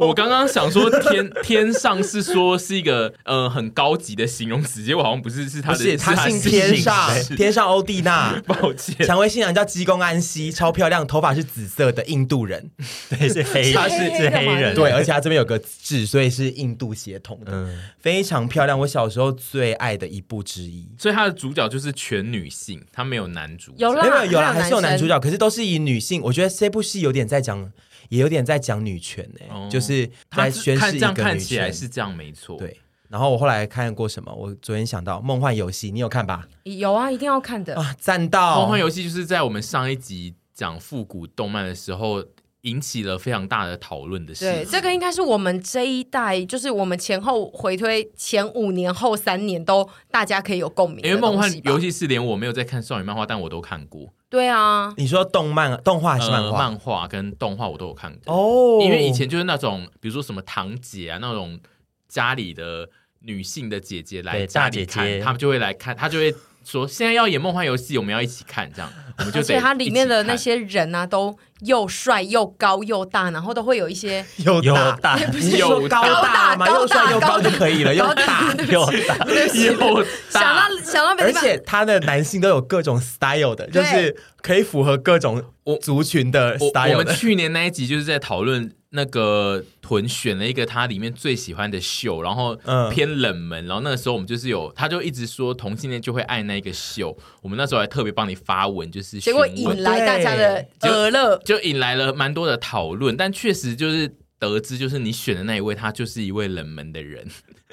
S3: 我刚刚想说天 天上是说是一个呃很高级的形容词，结果好像不是，是他
S1: 不
S3: 的
S1: 是他
S3: 他
S1: 姓天上，
S3: 天
S1: 天上欧蒂娜。
S3: 抱歉，
S1: 蔷薇新娘叫鸡公安息，超漂亮，头发是紫色的印度人，
S4: 对，是黑，
S2: 他
S4: 是
S2: 是
S4: 是黑人，
S1: 对，而且他这边有个痣，所以是印度血统的。
S4: 嗯，
S1: 非常漂亮，我小时候最爱的一部之一。
S3: 所以他的主角就是全女性，他没有男主角，
S2: 有啦
S1: 没有有啦，
S2: 还
S1: 还
S2: 有
S1: 是有男
S2: 男
S1: 主角，可是都是以女性。我觉得这部戏有点在讲，也有点在讲女权呢、
S3: 哦
S1: 就是
S3: 他
S1: 在
S3: 只
S1: 宣
S3: 看
S1: 示
S3: 这
S1: 一
S3: 样
S1: 个
S3: 看
S1: 女
S3: 起来
S1: 权。
S3: 是这样没错，，
S1: 对。然后我后来看过什么？我昨天想到《梦幻游戏》，你有看吧？
S2: 有啊，一定要看的。
S1: 啊，赞
S2: 哦
S1: 到！
S3: 梦幻游戏就是在我们上一集讲复古动漫的时候引起了非常大的讨论的事
S2: 对，
S3: 情。
S2: 这个应该是我们这一代，就是我们前后回推前五年、后三年都大家可以有共鸣
S3: 因为
S2: 的
S3: 梦
S2: 东
S3: 幻
S2: 西吧。
S3: 游戏是连我没有在看少女漫画，但我都看过，
S2: 对啊，
S1: 你说动漫、动画还是漫
S3: 呃、
S1: 画？
S3: 漫画跟动画我都有看过。
S1: 哦
S3: 呃因为以前就是那种，比如说什么堂姐啊，那种家里的女性的姐姐来
S4: 对
S3: 家里
S4: 大姐
S3: 看，
S4: 姐
S3: 她们就会来看，她就会说现在要演梦幻游戏，我们要一起看，这样我们就
S2: 而
S3: 得
S2: 且它里面的那
S3: 一起
S2: 些人啊，都又帅又高又大，然后都会有一 些
S1: 有
S4: 有
S1: 大，
S4: 大
S2: 不
S1: 你
S2: 是
S1: 是说
S3: 有
S1: 高
S2: 大
S1: 大吗？
S2: 高大
S1: 又帅又高
S2: 高大
S1: 就可以了，又
S2: 高
S1: 大
S2: 大，对不
S4: 有
S2: 起，
S4: 大
S2: 对不 起
S3: 看又
S2: 想
S3: 大。
S2: 到想到没
S1: 而
S2: 地方
S1: 且他的男性都有各种 style 的，就
S2: 对
S1: 是可以符合各种族群的
S3: 我我
S1: style
S3: 们
S1: 的。
S3: 去年那一集就是在讨论那个屯选了一个他里面最喜欢的秀，然后
S1: 嗯
S3: 偏冷门，然后那个时候我们就是有，他就一直说同性恋就会爱那一个秀，我们那时候还特别帮你发文，就是
S2: 结果
S3: 询问
S2: 引来大家的
S3: 对
S2: 鹅乐，
S3: 就引来了蛮多的讨论，但确实就是得知，就是你选的那一位，他就是一位冷门的人。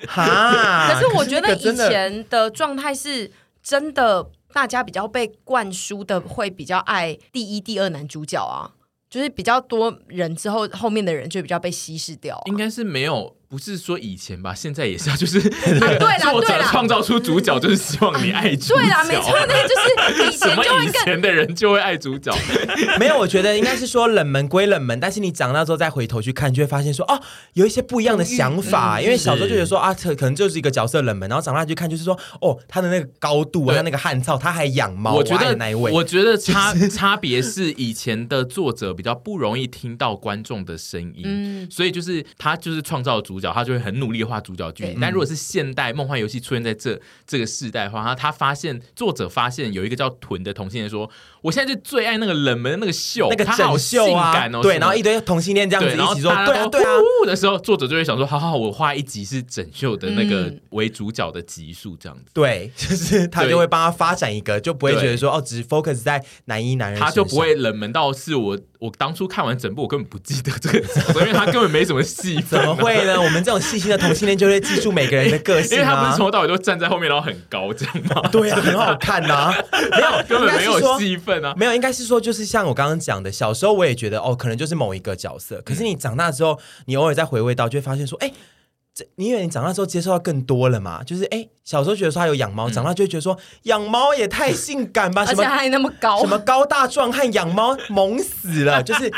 S1: 哈，
S2: 可是我觉得
S1: 啊那个
S2: 以
S1: 真的
S2: 前的状态是真的，大家比较被灌输的会比较爱第一、第二男主角啊，就是比较多人之后，后面的人就比较被稀释掉啊、
S3: 应该是没有，不是说以前吧，现在也是啊，就是
S2: 对啦
S3: 作
S2: 对
S3: 者
S2: 啦
S3: 创造出主角，就是希望你爱主角。
S2: 对啦，
S1: 啊
S2: 没错，那个就是以前
S3: 什么
S2: 就会
S3: 以
S2: 更
S3: 前的人就会爱主角？
S1: 没有，我觉得应该是说冷门归冷门，但是你长大之后再回头去看，就会发现说哦，有一些不一样的
S3: 嗯
S1: 想法。因为小时候就觉得说啊，可可能就是一个角色冷门，然后长大去看，就是说哦，他的那个高度啊，
S3: 对
S1: 他那个汗臭，他还养猫，
S3: 我
S1: 我
S3: 觉
S1: 爱
S3: 得
S1: 的那一位，
S3: 我觉得差 差别是以前
S2: 嗯
S3: 的作者比较不容易听到观众的声音，所以就是他就是创造主角，他就会很努力的画主角距离。但
S1: 嗯
S3: 如果是现代梦幻游戏出现在这这个世代的话，他他发现作者发现有一个叫屯的同性恋说，我现在就最爱那个冷门的那个秀，
S1: 那个
S3: 他好
S1: 整
S3: 性
S1: 秀啊
S3: 感哦，，
S1: 对，
S3: 什么
S1: 然后一堆同性恋这样子
S3: 对，然
S1: 一
S3: 后
S1: 起说，
S3: 大家
S1: 对啊，
S3: 都
S1: 对啊，
S3: 呼的时候，作者就会想说，好好，我画一集是整秀的那个
S2: 嗯
S3: 为主角的集数这样子。
S1: 对， 就是他
S3: 对
S1: 就会帮他发展一个，就不会
S3: 对
S1: 觉得说哦，只 focus 在男一男人身上，
S3: 他就不会冷门到是我，我当初看完整部，我根本不记得这个角色，因为他根本没什么戏份啊
S1: 怎么会 呢？我们这种细心的同性恋就会记住每个人的个
S3: 因
S1: 性
S3: 为他不
S1: 啊
S3: 是从，头到尾都站在后面，然后很高这样吗？
S1: 对啊，很好看呐、 没有，
S3: 根
S1: 应
S3: 本
S1: 该
S3: 没
S1: 是
S3: 有
S1: 说嗯
S3: 戏份啊。
S1: 没有，应该是说，就是像我刚刚讲的，小时候我也觉得哦，可能就是某一个角色。可是你长大之后，你偶尔再回味到，就会发现说，
S3: 嗯
S1: 哎，这你以为你长大之后接受到更多了嘛？就是哎，小时候觉得说他有养猫，长大就会觉得说养猫也太性感 吧？
S2: 而
S1: 什
S2: 且
S1: 么
S2: 还那么高
S1: 什，么高大壮汉养猫萌死 了，就是。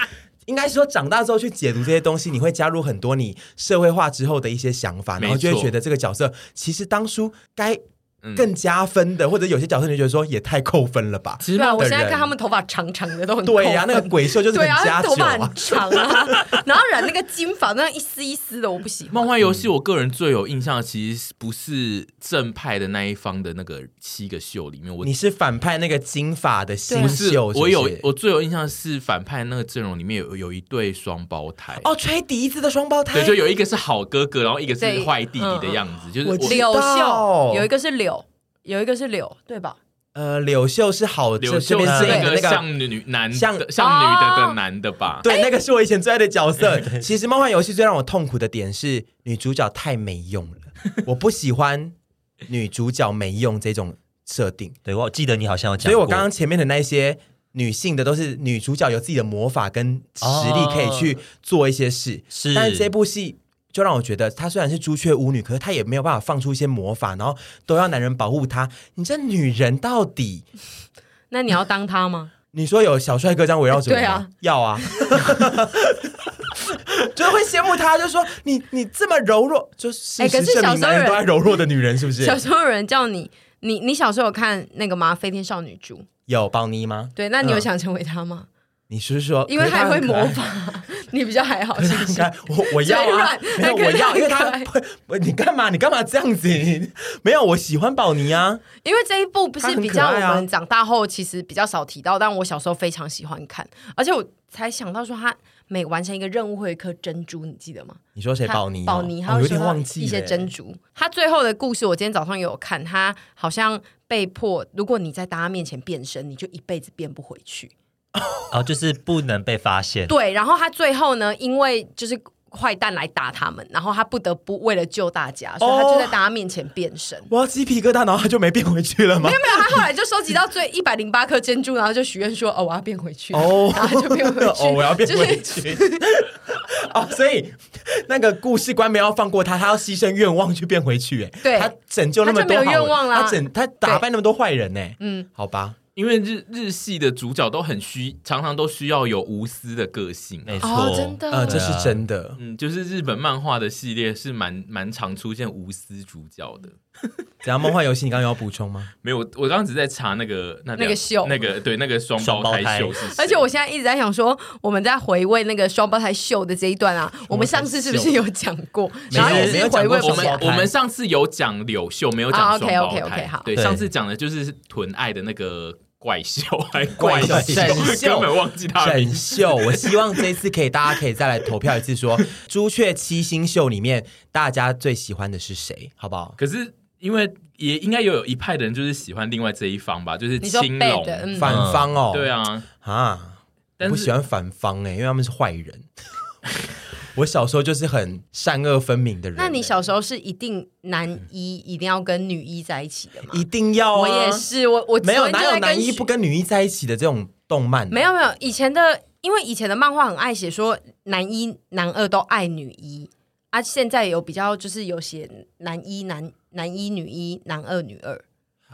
S1: 应该说，长大之后去解读这些东西，你会加入很多你社会化之后的一些想法，然后就
S3: 没
S1: 会
S3: 错
S1: 觉得这个角色其实当初该
S3: 嗯
S1: 更加分的，或者有些角色你就觉得说也太扣分了吧？
S3: 其
S2: 对啊，我现在
S1: 人
S2: 看他们头发长长的都很
S1: 对呀、
S2: 扣分
S1: 那个鬼秀就是很
S2: 对啊，
S1: 加
S2: 他
S1: 酒
S2: 头发
S1: 啊
S2: 很。长啊，然后染那个金发，那一丝一丝的，我不喜欢。
S3: 梦幻游戏，我个人最有印象，其实不是正派的那一方的那个七个秀里面，我
S1: 你是反派那个金发的新
S3: 不
S1: 秀
S3: 是，我有
S1: 是不
S3: 我
S1: 是
S3: 最有印象是反派那个阵容里面有有一对双胞胎
S1: 哦，吹笛子的双胞胎，
S3: 对，就有一个是好哥哥，然后一个是
S2: 对
S3: 坏弟弟的样子，就是
S1: 我
S3: 我
S1: 知
S2: 柳
S1: 道
S2: 秀有一个是柳，有一个是柳，对吧？
S1: 呃，柳秀是好
S3: 刘
S1: 这这
S3: 秀
S1: 边
S3: 是
S1: 是
S3: 那
S1: 个
S3: 个
S1: 那个
S3: 像女男的
S1: 像
S3: 像女的
S2: 哦
S3: 的男的吧？
S1: 对，那个是我以前最爱的角 色。其实梦幻游戏最让我痛苦的点是女主角太没用 了，我不喜欢女主角没用这种设定。
S4: 对我记得你好像有
S1: 所
S4: 讲过，
S1: 以我刚刚前面的那些女性的都是女主角有自己的魔法跟实力可以
S3: 哦
S1: 去做一些事，
S4: 是
S1: 但是这部戏。就让我觉得，她虽然是朱雀巫女，可是她也没有办法放出一些魔法，然后都要男人保护她。你这女人到底，
S2: 那你要当他吗？
S1: 你说有小帅哥这样围绕着我吗？
S2: 对啊
S1: 要啊， 就是会羡慕她，就说你你这么柔弱，就是
S2: 哎
S1: 事
S2: 可
S1: 实
S2: 是
S1: 证
S2: 小
S1: 明
S2: 时候
S1: 男人都
S2: 人
S1: 爱柔弱的女人，是不
S2: 小
S1: 是？
S2: 时候有人叫你，你你小时候有看那个吗？飞天少女猪，
S1: 有邦妮吗？
S2: 对，那你有
S1: 嗯
S2: 想成为他吗？
S1: 你是不是说，
S2: 因为
S1: 可是她
S2: 还会
S1: 很可爱
S2: 魔法， 你比较还好，是不
S1: 你
S2: 是？
S1: 看我我要
S2: 嘴
S1: 啊
S2: 软，
S1: 没有
S2: 还可以
S1: 我要，因为他
S2: 很
S1: 不不你干嘛你干嘛这样子？ 你没有，我喜欢宝妮啊，
S2: 因为这一部不
S1: 它
S2: 是
S1: 很
S2: 比
S1: 可
S2: 较
S1: 爱啊
S2: 我们长大后其实比较少提到，但我小时候非常喜欢看，而且我才想到说他每完成一个任务会有一颗珍珠，你记得吗？
S1: 你说谁
S2: 他
S1: 宝妮哦？
S2: 宝妮，
S1: 哦
S2: 他
S1: 我
S2: 会
S1: 有
S2: 收
S1: 点
S2: 到
S1: 忘记
S2: 一些
S1: 了
S2: 珍珠。他最后的故事，我今天早上也有看，他好像被迫，如果你在大家面前变身，你就一辈子变不回去。
S4: 哦，就是不能被发现，
S2: 对，然后他最后呢，因为就是。坏蛋来打他们，然后他不得不为了救大家，所以他
S1: 哦
S2: 就在大家面前变身。
S1: 我要鸡皮疙瘩，然后他就没变回去了吗？
S2: 没有，他后来就收集到最一百零八颗珍珠，然后就许愿说：“哦，我要变回去。”
S1: 哦
S2: 然后就变回去。
S1: 哦，我要变回
S2: 就是
S1: 去。哦，所以那个故事官没有要放过他，他要牺牲愿望去变回去。哎，
S2: 对
S1: 他拯救那么
S2: 他就没
S1: 多好
S2: 有
S1: 人，
S2: 愿望啦
S1: 他拯他打败那么多坏人呢。嗯，好吧，
S3: 因为日日系的主角都很需，常常都需要有无私的个性。啊
S4: 没错，
S2: 哦，真的，
S1: 呃，这是
S4: 对啊
S1: 真的。
S3: 嗯，就是日本漫画的系列是蛮蛮常出现无私主角的。
S1: 怎样？梦幻游戏，你刚刚有要补充 吗？
S3: 没有，我我刚刚只是在查那个那两
S2: 那个秀
S3: 那个对那个双
S4: 双
S3: 胞
S4: 胞
S3: 胎
S4: 胎
S3: 秀是谁，
S2: 而且我现在一直在想说，我们在回味那个双胞胎秀的这一段啊，我们上次是不是有讲过？
S1: 没有
S2: 然后也
S1: 没
S2: 是
S1: 有讲
S2: 回
S1: 过
S2: 味
S1: 什
S2: 不
S3: 我
S1: 么
S3: 们
S2: 下。
S3: 我们上次有讲柳秀，没有
S2: 啊
S3: 讲双
S2: ，OK，OK，
S3: 胞胎。
S2: OK，好
S3: 对，
S4: 对
S3: 上次讲的就是屯爱的那个怪秀，还
S1: 怪秀
S3: 秀，
S1: 神秀
S3: 根本忘记他的名
S1: 整
S3: 字。
S1: 秀，我希望这次可以，大家可以再来投票一次说，朱雀七星秀里面大家最喜欢的是谁，好不好？
S3: 可是因为也应该有有一派的人就是喜欢另外这一方吧，就是
S2: 你说
S3: 青
S2: 背
S3: 龙，
S2: 的，嗯，
S1: 反方哦，
S3: 对啊，
S1: 啊，我
S3: 但
S1: 不
S3: 是
S1: 喜欢反方哎、因为他们是坏 人。我小时候就是很善恶分明的人、
S2: 那你小时候是一定男一一定要跟女一在一起的吗？
S1: 一定要、啊，
S2: 我也是，我我
S1: 没有
S2: 昨天就
S1: 哪
S2: 在
S1: 有男一
S2: 许
S1: 不跟女一在一起的这种动漫，啊
S2: 没有没有，以前的因为以前的漫画很爱写说男一男二都爱女一啊，现在有比较就是有写男一男男一女一男二女二，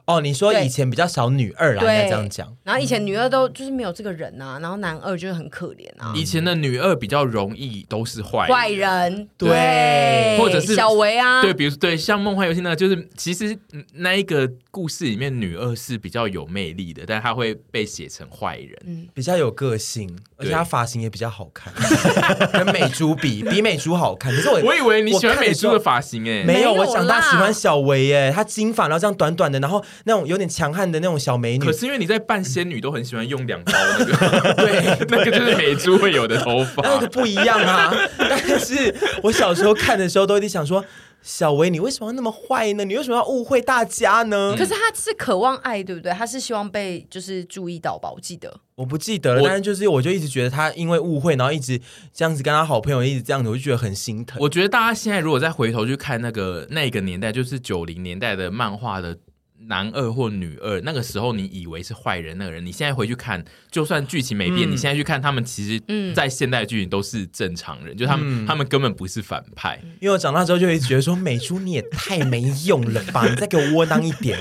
S1: 哦，你说
S2: 对
S1: 以前比较少女二啦，啊应
S2: 对
S1: 该这样讲。
S2: 然后以前女二都就是没有这个人啊，然后男二就是很可怜
S1: 嗯
S2: 啊，
S3: 以前的女二比较容易都是坏人
S2: 坏人
S1: 对
S3: 或者是
S2: 小维啊，
S3: 对，比如说对像梦幻游戏那个，就是其实嗯那一个故事里面，女二是比较有魅力的，但她会被写成坏人。
S1: 比较有个性，而且
S3: 对
S1: 她发型也比较好看， 跟美珠比，比美珠好看。可是我
S3: 我以为你喜欢美珠
S1: 我看
S3: 的
S1: 时候
S3: 发型欸诶、
S1: 没有，
S2: 没有
S1: 我长大
S2: 啦
S1: 喜欢小维耶，她金发，然后这样短短的，然后那种有点强悍的那种小美女
S3: 可。是因为你在扮仙女都很喜欢用两包那个， 对，那个就是美珠会有的头
S1: 那个
S3: 发。
S1: 不一样 啊！但是我小时候看的时候，都一定想说：小维，你为什么要那么坏呢？你为什么要误会大家呢？
S3: 嗯
S2: 可是他是渴望爱，对不对？他是希望被就是注意到吧？我记得，
S1: 我不记得了，
S3: 我
S1: 但是就是我就一直觉得他因为误会，然后一直这样子跟他好朋友一直这样子，我就觉得很心疼。
S3: 我觉得大家现在如果再回头去看那个那个年代，就是九零年代的漫画的男二或女二，那个时候你以为是坏人那个人，你现在回去看，就算剧情没变，
S1: 嗯
S3: 你现在去看他们，其实，
S2: 嗯
S3: 在现代剧里都是正常人，就他们、他们根本不是反派。
S1: 因为我长大之后就会觉得说，美珠你也太没用了吧！你再给我窝囊一 点，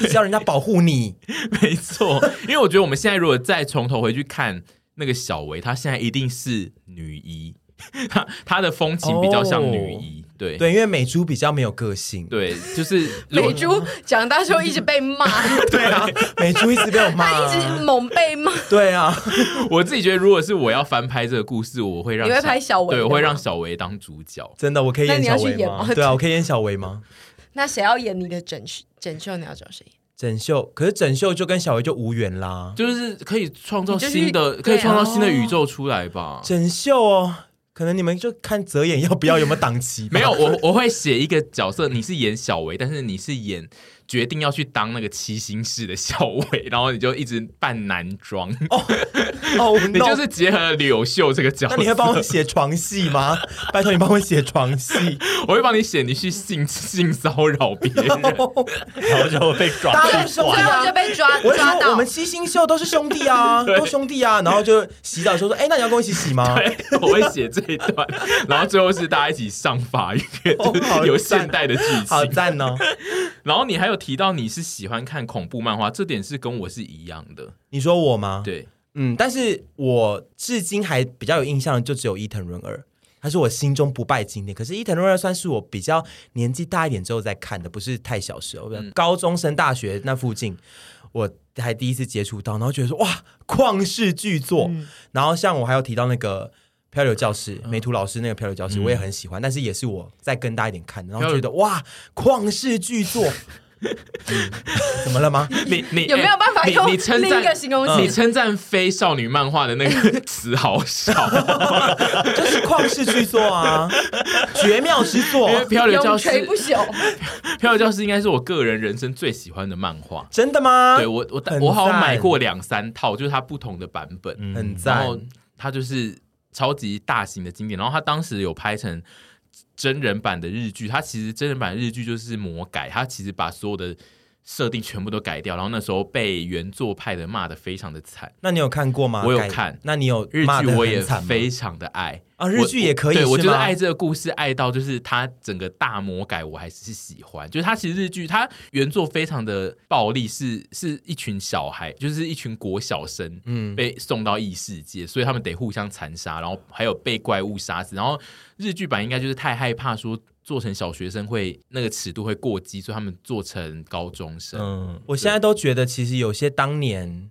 S1: 一直要人家保护你。
S3: 没错，因为我觉得我们现在如果再从头回去看那个小维，她现在一定是女一， 她她的风情比较像女一，对
S1: 对，因为美珠比较没有个性，
S3: 对，就是如果
S2: 美珠长大之后一直被骂，
S1: 对 啊，美珠一直被我骂
S2: 他一直
S1: 啊，
S2: 猛被骂，
S1: 对啊，
S3: 我自己觉得，如果是我要翻拍这个故事，我会让
S2: 你会拍小维
S3: 对，
S2: 的
S3: 我会
S2: 吗
S3: 让小维当主角。
S1: 真的，我可以演小维
S2: 那你要去演
S1: 吗？
S2: 吗
S1: 对 啊，我可以演小维吗？
S2: 那谁要演你的整整秀？你要找谁？
S1: 整秀，可是整秀就跟小维就无缘啦。
S3: 就是可以创造
S2: 你就
S3: 新的，
S2: 去
S3: 可以创造
S2: 对啊
S3: 新的宇宙出来吧。
S1: 整秀哦，可能你们就看泽演要不要有没有档期吧。
S3: 没 有，我我会写一个角色，你是演小维，但是你是演决定要去当那个七星式的小维，然后你就一直扮男装，
S1: 哦，
S3: 你
S1: no
S3: 就是结合了柳秀这个角色。
S1: 那你会帮我写床戏 吗？拜托你帮我写床戏，
S3: 我会帮你写你去性性骚扰别 人，
S1: 哦
S4: 然后就被抓
S1: 大家都
S4: 去
S1: 说
S2: 最
S1: 对
S4: 关。
S1: 啊
S2: 后就被抓
S1: 我就
S2: 抓
S1: 说我
S2: 到
S1: 们。七星秀都是兄弟 啊，都兄弟啊，然后就洗澡的时候说，哎、那你要跟我一起洗吗？
S3: 对，我会写这一段，然后最后是大家一起上法院，
S1: 哦
S3: 就是有现代的剧
S1: 好
S3: 情。
S1: 赞哦！
S3: 然后你还有提到你是喜欢看恐怖漫画，这点是跟我是一样的。
S1: 你说我吗？，
S3: 对，
S1: 嗯，但是我至今还比较有印象的就只有伊藤润二，他是我心中不败经典。可是伊藤润二算是我比较年纪大一点之后再看的，不是太小时候，
S3: 嗯
S1: 高中升大学那附近。我还第一次接触到，然后觉得说哇，旷世巨作。然后像我还有提到那个漂流教室，美图老师那个漂流教室，我也很喜欢，但是也是我再更大一点看的，然后
S3: 嗯漂流
S1: 觉得哇，旷世巨作。 嗯，怎么了吗？
S3: 你你
S2: 有没有办法
S3: 哎
S2: 用
S3: 你你称
S2: 另一个
S3: 赞嗯
S2: 形容
S3: 你
S2: 词？
S3: 称赞非少女漫画的那个 词好 少，
S1: 就是旷世巨作啊，绝妙之作
S3: 因。为漂流教
S2: 永
S3: 室，
S2: 垂不朽，
S3: 漂流教室应该是我个人人生最喜欢的漫画。
S1: 真的吗？
S3: 对我我
S1: 啊很
S3: 我好像
S1: 赞
S3: 买过两三套，就是它不同的版本。
S4: 嗯
S1: 很赞
S3: 然后它就是超级大型的经典。然后它当时有拍成真人版的日剧，它其实真人版的日剧就是魔改，它其实把所有的设定全部都改掉。然后那时候被原作派的骂的非常的惨，
S1: 那你有看过吗？
S3: 我有
S1: 改
S3: 看
S1: 那你有
S3: 日
S1: 骂
S3: 剧
S1: 得
S3: 我
S1: 很
S3: 也
S1: 惨吗
S3: 非常的爱。
S1: 啊，日剧也可以，
S3: 对我
S1: 是
S3: 就是
S1: 吗
S3: 爱这个故事，爱到就是它整个大魔改，我还是喜欢。就是它其实日剧，它原作非常的暴力，是是一群小孩，就是一群国小生，嗯，被送到异世界，所以他们得互相残杀，然后还有被怪物杀死。然后日剧版应该就是太害怕说做成小学生会那个尺度会过激，所以他们做成高中生。
S4: 嗯，
S1: 我现在都觉得，其实有些当年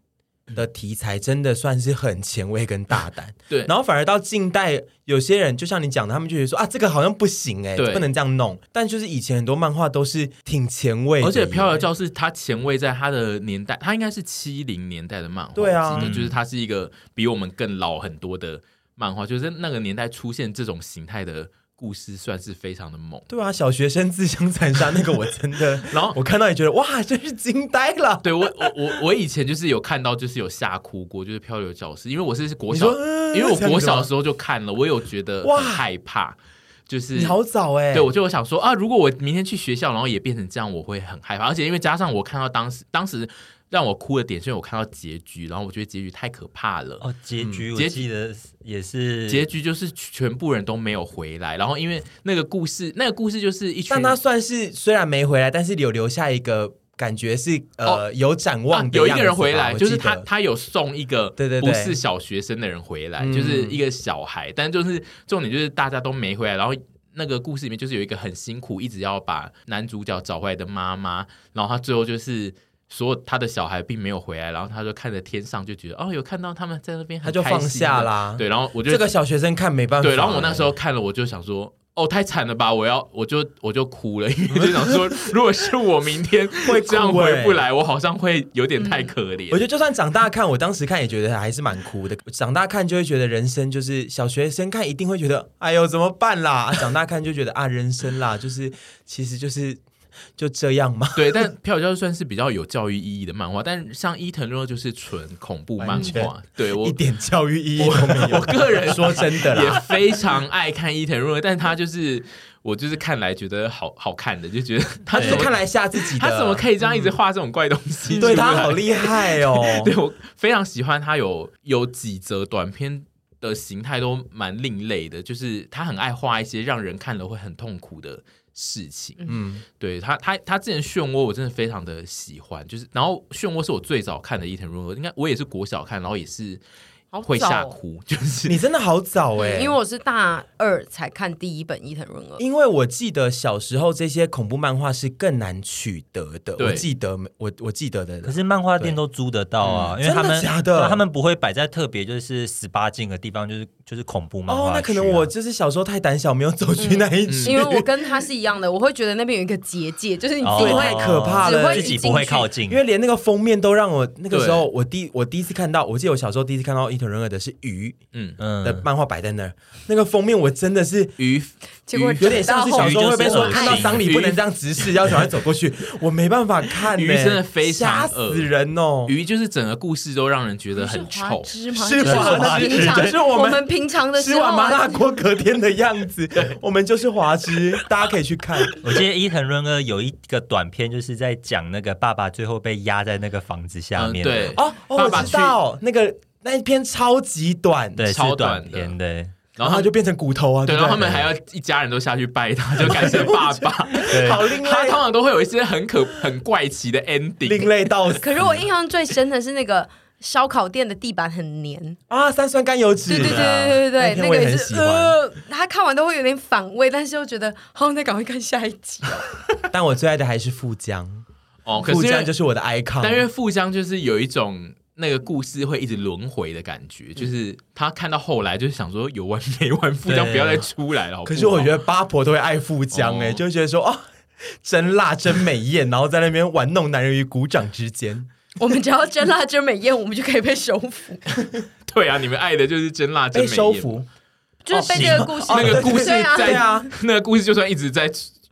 S1: 的题材真的算是很前卫跟大胆，
S3: 对
S1: 然后反而到近代，有些人就像你讲的，他们就觉得说啊，这个好像不行哎、
S3: 对
S1: 不能这样弄。但就是以前很多漫画都是挺前卫的耶，
S3: 而且《漂流教室》它前卫在它的年代，它应该是七零年代的漫画，
S1: 对啊
S3: 我记得就是它是一个比我们更老很多的漫画，就是那个年代出现这种形态的故事，算是非常的猛。
S1: 对啊，小学生自相残杀那个，我真的
S3: ，然后
S1: 我看到也觉得哇，真是惊呆了。
S3: 对我，我我我以前就是有看到，就是有吓哭过，就是《漂流教室》，因为我是国小
S1: 你，说呃
S3: 因为我国
S1: 这样
S3: 小
S1: 子吗
S3: 的时候就看了，我有觉得
S1: 哇
S3: 很害怕，就是
S1: 你好早哎、
S3: 对，我就有想说啊，如果我明天去学校，然后也变成这样，我会很害怕。而且因为加上我看到当时当时让我哭的点，是因为我看到结局，然后我觉得结局太可怕了。
S4: 哦，结
S1: 嗯
S4: 局我
S3: 结
S4: 记得也是
S3: 结局就是全部人都没有回来，然后因为那个故事，那个故事就是一群
S1: 但他算是虽然没回来，但是有留下一个感觉是
S3: 哦
S1: 呃有展望
S3: 啊
S1: 的
S3: 有一
S1: 样
S3: 个
S1: 子
S3: 人回
S1: 吧
S3: 来，
S1: 我
S3: 就是
S1: 记
S3: 他，
S1: 得
S3: 他有送一个
S1: 对对
S3: 不
S1: 对
S3: 是小学生的人回来，
S1: 嗯
S3: 就是一个小孩，但就是重点就是大家都没回来，然后。那个故事里面就是有一个很辛苦，一直要把男主角找回来的妈妈，然后他最后就是所有他的小孩并没有回来，然后他就看着天上就觉得哦，有看到他们在那边很
S1: 他就
S3: 开心
S1: 放下
S3: 的
S1: 啦
S3: 对，然后我就
S1: 这个小学生看没办法欸、
S3: 对，然后我那时候看了，我就想说，哦，太惨了吧！我要，我就我就哭了，因为就想说，如果是我明天
S1: 会哭
S3: 这样回
S1: 欸
S3: 不来，我好像会有点太可怜。
S1: 我觉得就算长大看，我当时看也觉得还是蛮哭的。长大看就会觉得人生就是小学生看一定会觉得，哎呦怎么办啦？ 啊长大看就觉得啊人生啦，就是其实就是就这样嘛。
S3: 对，但《飘飘》算是比较有教育意义的漫画，但像伊藤润二就是纯恐怖漫
S1: 完全
S3: 画。对我
S1: 一点教育意义都没有。
S3: 我个人
S1: 说真的
S3: 也
S1: 啦，
S3: 非常爱看伊藤润二，但他就是我就是看来觉得好好看的，就觉得
S1: 他
S3: 他怎
S1: 就是
S3: 么
S1: 看来吓自己的，
S3: 他怎么可以这样一直画这种怪东西
S1: 以
S3: 出来？。
S1: 对他好厉害哦
S3: 对我非常喜欢他有有几则短片的形态都蛮另类的，就是他很爱画一些让人看了会很痛苦的事情。
S1: 嗯，
S3: 对他，他他之前漩涡我真的非常的喜欢，就是然后漩涡是我最早看的伊藤润二，应该我也是国小看，然后也是
S2: 好
S3: 会吓
S2: 早哦、
S3: 哭，就是
S1: 你真的好早哎、
S2: 嗯因为我是大二才看第一本伊藤润二，
S1: 因为我记得小时候这些恐怖漫画是更难取得的，
S3: 对
S1: 我记得我我记得的，
S4: 可是漫画店都租得到啊，因
S1: 嗯
S4: 为
S1: 真的
S4: 他们
S1: 假的
S4: 对他们不会摆在特别就是十八禁的地方，就是就是恐怖漫画、啊
S1: 哦，那可能我。就是小时候太胆小，没有走去那一区，
S2: 因为我跟他是一样的，我会觉得那边有一个结界，就是你
S4: 哦
S2: 自己会
S1: 太可怕了
S2: 只会
S4: 自己不会靠 近，
S1: 因为连那个封面都让我那个时候，我第我第一次看到，我记得我小时候第一次看到伊藤润二的是鱼
S3: 嗯，
S4: 嗯
S1: 的漫画摆在那儿，那个封面我真的是
S3: 鱼
S2: 结果
S1: 有点像是小时候会被说看到丧礼不能这样直视，要赶快走过去，我没办法看、欸，
S3: 鱼真的非常
S1: 吓
S3: 恶
S1: 死人哦！
S3: 鱼就是整个故事都让人觉得
S2: 是
S3: 很
S2: 花
S3: 臭。
S2: 枝吗？
S1: 是
S2: 就是我
S4: 花
S2: 们
S4: 枝
S2: 平常
S1: 对是我们
S2: 我们平常的时
S1: 吃
S2: 候
S1: 完麻
S2: 啊
S1: 辣锅隔天的样子，我们就是华 之，大家可以去看。
S4: 我记得伊藤润二有一个短片，就是在讲那个爸爸最后被压在那个房子下面，
S3: 嗯对
S1: 哦，哦
S3: 爸
S1: 我
S3: 爸
S1: 知道那个那一篇超级短，
S4: 对，
S3: 超
S4: 是短
S3: 短的
S4: 片对，
S1: 然后
S3: 然后
S1: 它
S3: 他就
S1: 就变成骨头啊，
S3: 哦对，
S1: 不
S3: 然后他们还要一家人都下去拜他，就感谢爸 爸。
S4: 对
S1: 好另
S3: 他
S1: 类
S3: 通，常都会有一些很可很怪奇的 ending，
S1: 另类到死
S2: 可是我印象最深的是那个烧烤店的地板很黏，
S1: 啊，三酸甘油脂，
S2: 对对对
S4: 啊
S2: 对对
S1: 那
S2: 对，那
S1: 天我
S2: 个
S1: 也
S2: 也
S1: 很
S2: 是
S1: 喜欢
S2: 呃，他看完都会有点反胃，但是又觉得好，那赶快看下一集。
S1: 但我最爱的还是富江，
S3: 哦。可
S1: 富
S3: 是因
S1: 江就
S3: 为，
S1: 是嗯我的 icon。
S3: 但因为富江就是有一种那个故事会一直轮回的感
S2: 嗯
S3: 觉，就是他看到后来就是想说有完没完，富江
S4: 对
S3: 不要再出来了。好不好
S1: 可是我觉得八婆都会爱富江哎、
S3: 哦
S1: 就会觉得说哦，真辣真美艳，然后在那边玩弄男人于股掌之间。
S2: 我们只要真辣真美艳，我们就可以被收
S1: 哦
S2: 服，
S3: 对啊，你们爱的就是真
S2: 哎
S3: 辣真
S1: 被
S3: 美艳
S1: 收服，
S2: 就是被这个故事
S1: 哦
S3: 那个故事
S2: 对啊
S3: 在
S1: 对啊，
S3: 那个故事就算一直在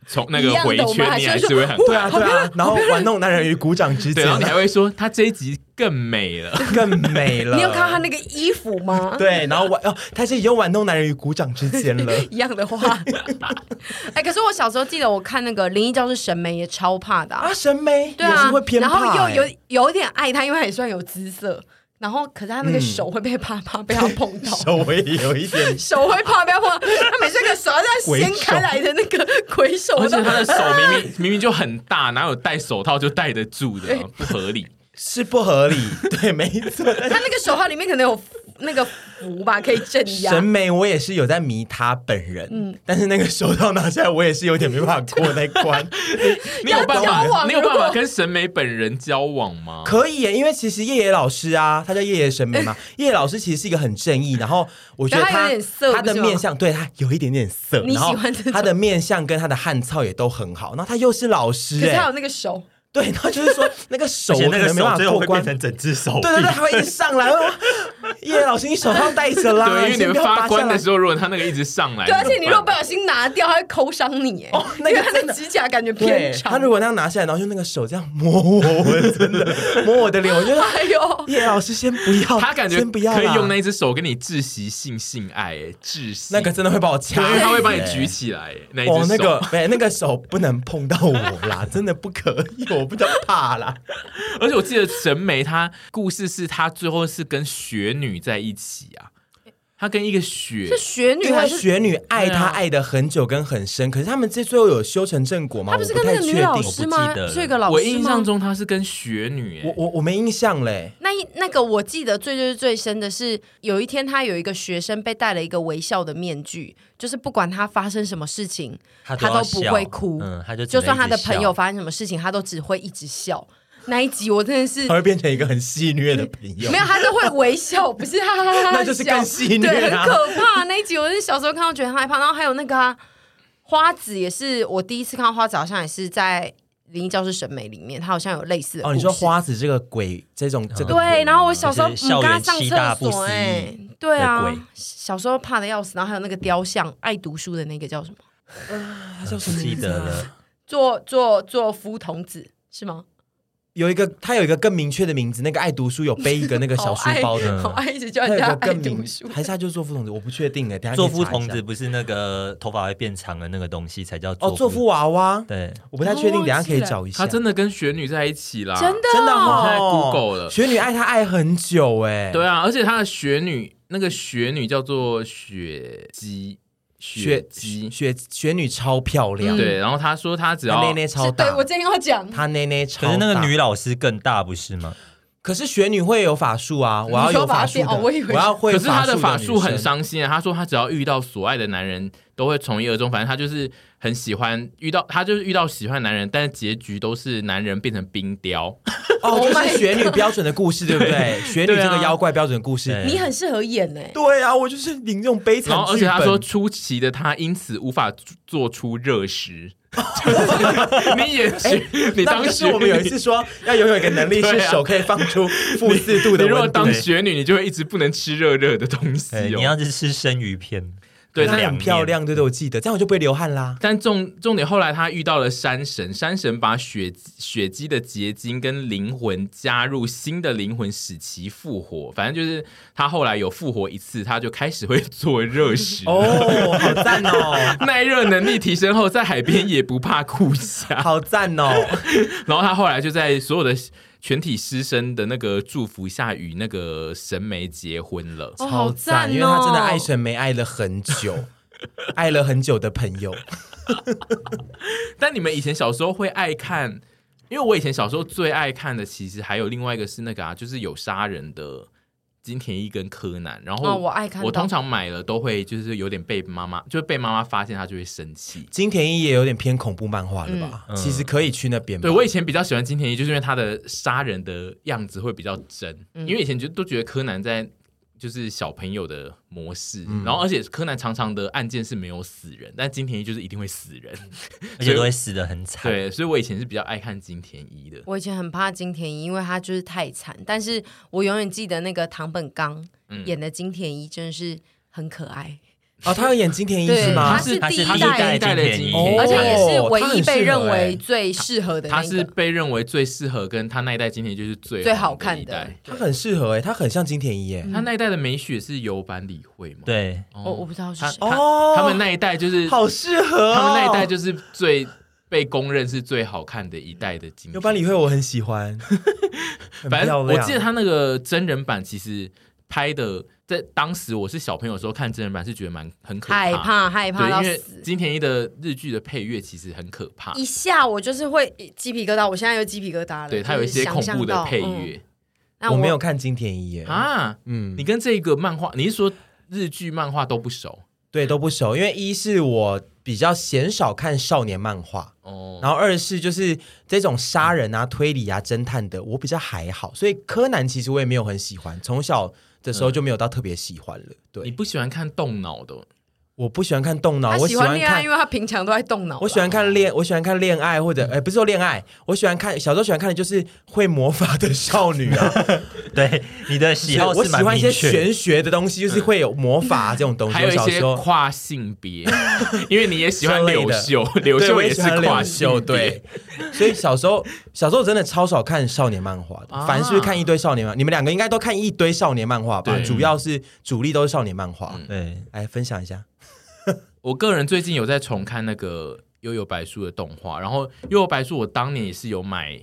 S3: 从那个
S2: 一样的
S3: 回
S2: 我们
S3: 圈，
S2: 还
S3: 你
S2: 是
S3: 还
S2: 会
S3: 是会 很
S1: 对啊对啊，然后玩弄男人于股掌之
S3: 对，
S1: 间
S3: 然后，你
S2: 啊
S3: 还会说他这一集更 美了。
S1: 更美了。
S2: 你有看到他那个衣服 吗？
S1: 对，然后玩哦，他是已经玩弄男人于股掌之间了。
S2: 一样的话， 哎，可是我小时候记得我看那个《灵异教室》，审美也超怕 的啊
S1: 啊，审美
S2: 对
S1: 也
S2: 啊
S1: 是会，偏
S2: 然
S1: 怕、欸，
S2: 后又有有一点爱他，因为他也算有姿色。然后，可是他
S1: 嗯
S2: 那个手会被怕怕被他碰 到，
S1: 稍微有一点
S2: 手会怕被他碰到。他每次那个手要
S1: 鬼
S2: 这样
S1: 手
S2: 掀开来的那个鬼手，
S3: 而
S2: 我都
S3: 且他的手明明明明就很大，哪有戴手套就戴得住 的啊，不合理。
S1: 是不合理，对，没错。
S2: 他那个手套里面可能有那个符吧，可以镇压
S1: 审。美我也是有在迷他本人，
S2: 嗯
S1: 但是那个手套拿下来，我也是有点没办法过那关。
S3: 你有办
S2: 要交
S3: 法？
S2: 往
S3: 你有办
S2: 如
S3: 法
S2: 果
S3: 跟审美本人交往吗？
S1: 可以耶，因为其实叶野老师啊，他叫叶野审美 嘛，叶野老师其实是一个很正义，然后我觉得
S2: 但他有
S1: 他
S2: 点色
S1: 他的
S2: 不是吗
S1: 面相对他有一点点色，
S2: 你
S1: 然后
S2: 喜欢这种
S1: 他的面相跟他的汗操也都很好，然后他又是老师
S2: 可是他有
S1: 哎，
S2: 那个手，
S1: 对，然后就是说那个手
S4: 而且
S1: 我
S4: 那
S1: 可
S4: 个
S1: 能没
S4: 手
S1: 办
S4: 最
S1: 法过
S4: 后会变
S1: 关。
S4: 成整只手臂，
S1: 对对对，还会一直上来。我 叶野老师，你手套戴着啦，
S3: 对，因为你
S1: 先
S3: 们
S1: 不要
S3: 发
S1: 拔下
S3: 关的
S1: 来
S3: 时候，如果他那个一直上来，
S2: 对，而且你
S3: 怎
S2: 如果
S3: 么
S2: 不
S3: 办
S2: 小心拿掉，他会抠伤你。哎
S1: 哦，那个
S2: 因为他
S1: 真
S2: 的
S1: 的
S2: 指甲感觉
S1: 对
S2: 偏
S1: 他
S2: 长
S1: 如。果那样拿下来，然后用那个手这样摸我，我真的摸我的脸，我觉得
S2: 哎呦，
S1: 叶老师先不要，
S3: 他感觉
S1: 先不要啦
S3: 可以用那一只手跟你窒息性性爱，哎窒息
S1: 那个真的会把我掐
S3: 对，
S1: 死，
S3: 因为他会把你举起来，哎那一
S1: 哦，
S3: 只
S1: 那
S3: 手
S1: 个。没那个手不能碰到我啦， 真的不可以，我不知道怕啦。
S3: 而且我记得神媒他故事是他最后是跟雪女在一起啊。她跟一个雪
S2: 是雪
S1: 因
S2: 女
S1: 为
S2: 还
S1: 他
S2: 是？
S1: 雪女爱
S3: 对啊
S1: 他爱的很久跟很深，可是他们这最后有修成正果吗？
S2: 她不是跟那个女老
S1: 我不太确定
S2: 师吗
S4: 我不记得？了
S2: 是一个老师吗？
S3: 我印象中她是跟雪女、欸，
S1: 我我我没印象嘞。
S2: 那一那个我记得最最最深的是，有一天他有一个学生被戴了一个微笑的面具，就是不管他发生什么事情，
S4: 他
S2: 他都
S4: 要
S2: 不
S4: 笑
S2: 会哭
S4: 嗯，他就只
S2: 就
S4: 能
S2: 算他的
S4: 一直
S2: 朋友
S4: 笑
S2: 发生什么事情，他都只会一直笑。那一集我真的 是
S1: 他会变成一个很戏虐的朋友，
S2: 没有，他是会微笑，不是哈哈 哈哈笑，
S1: 那就是更戏虐
S2: 对，
S1: 啊
S2: 很可怕。那一集我是小时候看到觉得很害怕，然后还有那个、啊、花子也是，我第一次看到花子好像也是在《灵异教室审美》里面，他好像有类似的
S1: 哦，你说
S2: 故事哦
S1: 花子这个鬼这种这个
S2: 对，然后我小时候
S4: 就是
S2: 母
S4: 校
S2: 刚
S4: 园
S2: 上
S4: 七
S2: 厕
S4: 大不
S2: 所
S4: 思
S2: 哎、
S4: 议
S2: 对啊
S4: 的鬼，
S2: 小时候怕的要死，然后还有那个雕像，爱读书的那个叫什么？
S1: 他叫什
S4: 不
S1: 么
S4: 记
S1: 名字
S4: 得
S1: 啊
S4: 了，
S2: 做做做夫童子是吗？
S1: 有一个他有一个更明确的名字，那个爱读书有背一个那个小书包的，
S2: 好哦爱一直
S1: 他
S2: 叫
S1: 有一
S2: 人
S1: 个
S2: 家爱
S1: 更
S2: 读
S1: 明
S2: 书，，
S1: 还是他就是作夫童子，我不确定哎，等一下可以
S4: 作夫
S1: 查一
S4: 童
S1: 下
S4: 子不是那个头发会变长的那个东西才叫
S1: 哦，作夫娃娃，
S4: 对，
S1: 我不太确定，
S2: 哦
S1: 等一下可以
S2: 忘记了
S1: 找一下。
S3: 她真的跟雪女在一起啦，
S2: 真的
S1: 真的
S2: 哦
S1: 哦，
S3: 我现在 Google 了
S1: 雪女爱他爱很久哎，
S3: 对啊，而且她的雪女那个雪女叫做雪姬，雪
S1: 雪
S3: 姬，嗯
S1: 雪雪女超漂亮，
S3: 对，然后她说她只
S1: 她
S3: 要
S1: 内内超
S2: 是对
S1: 大
S2: 我，正要讲，
S1: 她内内超
S4: 可
S1: 大。
S4: 是那个女，老师更大不是吗？
S1: 可是雪女会有法术啊，我要
S2: 你说
S1: 有
S2: 把她
S1: 法术
S2: 变
S1: 的，
S2: 哦我以为
S1: 要会
S3: 可是她的法
S1: 法
S3: 术很
S1: 女生。
S3: 伤心啊！她说她只要遇到所爱的男人，都会从一而终。反正她就是很喜欢遇到，她就是遇到喜欢的男人，但是结局都是男人变成冰雕。
S1: 哦，
S2: Oh
S1: 就
S2: my
S1: 是雪女标准的故事，对不对？雪女
S3: 对啊啊
S1: 这个妖怪标准的故事
S4: 对，
S2: 你很适合演哎、
S1: 对啊，我就是领这种悲惨
S3: 然后而
S1: 剧
S3: 且
S1: 本
S3: 她说，初期的她因此无法做出 热食。就是你演学，你
S1: 哎那
S3: 当
S1: 就是
S3: 学
S1: 我们有一
S3: 女
S1: 次说要拥有一个能 力，
S3: 对
S1: 是
S3: 啊
S1: 手可以放出负四度
S3: 你
S1: 的
S3: 如果
S1: 温度
S3: 当。雪女，你就会一直不能吃热热的东西
S1: 哎
S4: 对，你
S3: 哦。
S4: 要是吃生鱼片，
S3: 对
S1: 她
S3: 但
S1: 很漂亮，对对，我记得，这样我就不会流汗 啦。
S3: 但重重点后来她遇到了山神，山神把血血姬的结晶跟灵魂加入新的灵魂，使其复活。反正就是她后来有复活一次，她就开始会做热食。
S1: 哦，好赞哦，
S3: 耐热能力提升后，在海边也不怕酷 夏。
S1: 好赞 哦！
S3: 然后她后来就在所有的全体师生的那个祝福下，与那个神媒结婚了。
S2: 哦，
S1: 超
S2: 好
S1: 赞，
S2: 赞哦！
S1: 因为他真的爱沈眉爱了很久， 爱了很久的朋友。
S3: 但你们以前小时候会爱看，因为我以前小时候最爱看的，其实还有另外一个是那个啊，就是有杀人的金田一跟柯南。然后
S2: 哦我爱看到
S3: 我通常买了都会就是有点被妈妈，就是被妈妈发现，她就会生气。
S1: 金田一也有点偏恐怖漫画了吧？
S4: 嗯
S1: 其实可以去那边吧。
S3: 对我以前比较喜欢金田一，就是因为他的杀人的样子会比较真，
S2: 嗯
S3: 因为以前就都觉得柯南在。就是小朋友的模式，然后而且柯南常常的案件是没有死人，但金田一就是一定会死人。
S4: 而且都会死的很惨。
S3: 对，所以我以前是比较爱看金田一的。
S2: 我以前很怕金田一，因为他就是太惨。但是我永远记得那个唐本刚
S1: 嗯
S2: 演的金田一，真的是很可爱，
S1: 哦，他有演金田一
S2: 对
S1: 是吗
S2: 他？是
S4: 他
S2: 第
S4: 是
S2: 一
S4: 他是
S2: 代
S4: 一代的金
S3: 哦
S4: 田一，
S2: 而且也是唯
S1: 他
S2: 一
S1: 很适合
S2: 被认为
S1: 欸
S2: 最适合的
S3: 他
S2: 那
S3: 是
S2: 个。
S3: 被认为最适合跟他那一代今天就是最
S2: 最
S3: 好
S2: 好看
S3: 一
S2: 的
S3: 代。
S1: 他很适合哎，他很像金田一耶。
S3: 他那一代的美雪是有版理惠嘛？，
S4: 对，
S1: 嗯
S2: 我我不知道是
S3: 他
S2: 谁
S3: 他
S1: 哦
S3: 他们那一代就是
S1: 好适合哦，
S3: 他们那一代就是最被公认是最好看的一代的金田。
S1: 有班理惠，我很喜 欢，很漂
S3: 反正我
S1: 亮
S3: 记得他那个真人版其实拍的，在当时我是小朋友的时候看真人版是觉得蛮很可怕
S2: 害
S3: 的，
S2: 怕害怕到
S3: 对，因为
S2: 死。
S3: 金田一的日剧的配乐其实很可怕，
S2: 一下我就是会鸡皮疙瘩，我现在有鸡皮疙瘩了。
S3: 对，它有一些
S2: 就是
S3: 恐
S2: 想象
S3: 怖的
S2: 到
S3: 配
S2: 嗯
S3: 乐
S2: 那
S1: 我没有看金田一耶。
S3: 啊。
S1: 嗯
S3: 你，跟这个漫画，你是说日剧漫画都不熟
S1: 对，都不熟，因为一是我比较鲜少看少年漫画，
S3: 哦？
S1: 然后二是就是这种杀人啊、推理啊、侦探的，我比较还好，所以柯南其实我也没有很喜欢，从小的时候就没有到特别喜欢了。
S3: 你
S1: 对，
S3: 不喜欢看动脑的，
S1: 我不喜欢看动脑，
S2: 他
S1: 我
S2: 喜欢
S1: 欢
S2: 恋爱，
S1: 看
S2: 因。为他平常都在动脑吧。
S1: 我喜欢看恋，我喜欢看恋爱或者，哎、不是说恋爱，我喜欢看小时候喜欢看的就是会魔法的少女啊，
S4: 对，你的喜好
S1: 我
S4: 是
S1: 喜
S4: 蛮
S1: 欢一
S4: 明
S1: 些
S4: 确的。
S1: 玄学的东西，就是会有魔法这种东西。
S3: 还有
S1: 我
S3: 一
S1: 小
S3: 些
S1: 时候
S3: 跨性别， 因为你也喜欢
S1: 这类
S3: 刘
S1: 的
S3: 秀，刘
S1: 对，
S3: 秀
S1: 我
S3: 也
S1: 喜
S3: 是
S1: 欢
S3: 跨
S1: 两
S3: 性
S1: 袖
S3: 别，
S1: 对， 所以小时候小时候真的超少看少年漫画的，
S3: 啊
S1: 凡是看一堆少年漫，你们两个应该都看一堆少年漫画吧？
S3: 对
S1: 主要是主力都是少年漫画
S3: 嗯。
S4: 对，
S1: 来分享一下，
S4: 哦
S3: 我个人最近有在重看那个《悠悠白书》的动画，然后《悠悠白书》我当年也是有买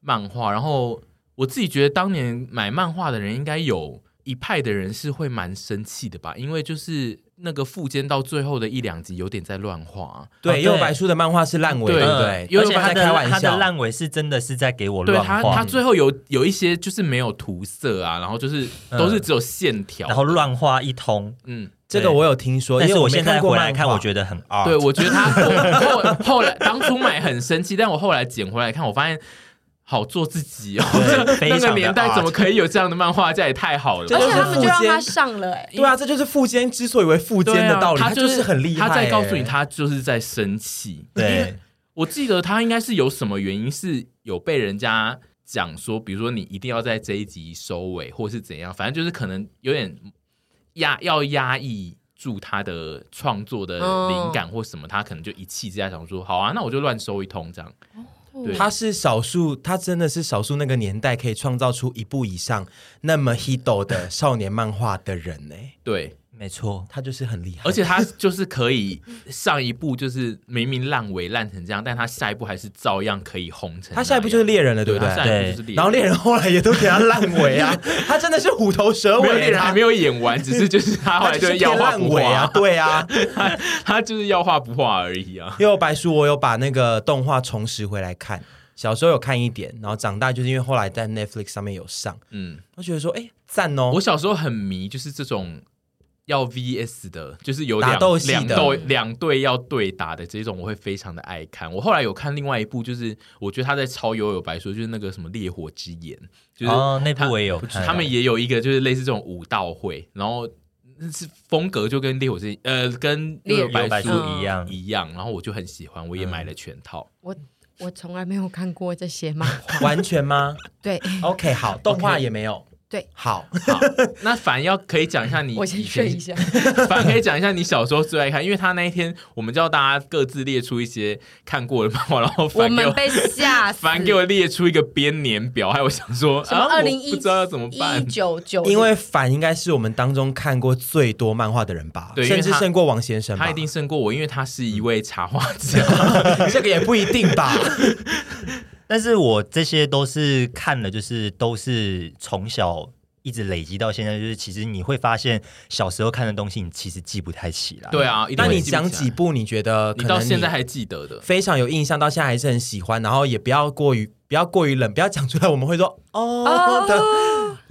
S3: 漫画，然后我自己觉得当年买漫画的人应该有。一派的人是会蛮生气的吧，因为就是那个富坚到最后的一两集有点在乱画，啊
S1: 对，
S4: 对
S1: 幽游白书的漫画是烂尾，
S3: 对
S1: 对不
S4: 嗯
S1: 对？
S3: 因为
S4: 而且
S1: 我
S4: 他
S1: 在
S4: 的
S1: 开玩
S4: 他的
S1: 笑，
S4: 烂尾是真的是在给我
S3: 对
S4: 乱
S3: 他
S4: 画
S3: 他，最后有有一些就是没有涂色啊，然后就是
S1: 嗯
S3: 都是只有线条，
S4: 然后乱画一通。
S3: 嗯，
S1: 这个我有听说，
S4: 但
S1: 因
S4: 是
S1: 为
S4: 我
S1: 没
S4: 现在
S1: 看过
S4: 回来
S1: 漫
S4: 看，
S1: 画
S4: 我觉得很二。
S3: 对，我觉 得他后后后来当初买很生气，但我后来捡回来看，我发现好做自 己哦，
S4: 对非
S3: 那
S4: 常
S3: 个
S4: 的
S3: 年代
S4: art
S3: 怎么可以有这样的漫画家，也太好了吧。
S1: 这
S2: 而
S1: 就
S2: 且
S1: 是
S2: 他们
S1: 富
S2: 就让
S1: 坚
S2: 他上了、欸，
S1: 对啊，这就是富坚之所以为富坚
S3: 对啊
S1: 的道理，
S3: 他
S1: 就是
S3: 是
S1: 很厉害欸。
S3: 他在告诉你，他就是在生气。
S4: 对，
S3: 我记得他应该是有什么原因，是有被人家讲说，比如说你一定要在这一集收尾，或是怎样，反正就是可能有点压要压抑住他的创作的灵感或什么，他可能就一气之下想说，好啊，那我就乱收一通这样。对
S1: 他是少数，他真的是少数那个年代可以创造出一部以上那么 hit 的少年漫画的人呢、欸
S3: 对，
S4: 没错。
S1: 他就是很厉害，
S3: 而且他就是可以上一部就是明明烂尾烂成这样，但他下一部还是照样可以红成那样。
S1: 他下一部就是猎人了，对
S3: 对
S1: 不对
S3: 他？下一部就是猎人
S1: 然后猎人后来也都给他烂尾啊，他真的是虎头蛇
S3: 没有
S1: 尾，
S3: 猎人还没
S1: 有，
S3: 有演完，只是就是他后
S1: 他
S3: 来
S1: 就
S3: 就是是要
S1: 偏
S3: 画
S1: 烂
S3: 不
S1: 尾
S3: 画
S1: 啊，，对啊。
S3: 他他就是要画不画而已啊。
S1: 因为白书我有把那个动画重拾回来看，小时候有看一点，然后长大就是因为后来在 Netflix 上面有上，
S3: 嗯，
S1: 我觉得说，哎，赞哦，
S3: 我小时候很迷，就是这种要 VS 的，就是有
S1: 打
S3: 两
S1: 斗戏的
S3: 两斗两队要对打的这种，我会非常的爱看。我后来有看另外一部，就是我觉得他在抄《悠悠白说》，就是那个什么《烈火之眼》，就是
S4: 哦，那
S3: 他
S4: 部我也有看，
S3: 他们也有一个就是类似这种武道会，然后是风格就跟烈火之眼呃跟
S2: 烈
S3: 热白
S4: 白
S3: 书
S4: 书
S2: 嗯
S4: 一样，
S3: 一样，然后我就很喜欢，我也买了全 套。
S2: 我我从来没有看过这些 漫 画，
S1: 完全吗
S2: 对，
S1: ？OK，好，动画也没有。
S2: 对，
S1: 好，
S3: 好，那反要可以讲一下你
S2: 我先
S3: 以
S2: 睡
S3: 前
S2: 一下。
S3: 反正可以讲一下你小时候最爱看，因为他那一天我们叫大家各自列出一些看过的漫画，然后
S2: 我
S3: 反给
S2: 们
S3: 我
S2: 被吓死，
S3: 反给我列出一个编年表， 还有我想说
S2: 什么
S3: 啊，我
S2: 二零一
S3: 不知道要怎么
S2: 一
S3: 办。
S2: 九九，
S1: 因为反应该是我们当中看过最多漫画的人吧，
S3: 对因为
S1: 甚
S3: 他
S1: 至胜过王先生吧。
S3: 他一定胜过我，因为他是一位插画家。
S1: 这个也不一定吧。
S4: 但是我这些都是看了，就是都是从小一直累积到现在，就是其实你会发现小时候看的东西，你其实记不太起来。
S3: 对，啊，一定
S1: 那
S3: 会
S1: 你
S3: 记不
S1: 讲
S3: 起来
S1: 几，部你觉得可能
S3: 你到现在还记得的？
S1: 非常有印象，到现在还是很喜欢，然后也不要过于不要过于冷，不要讲出来，我们会说哦 的。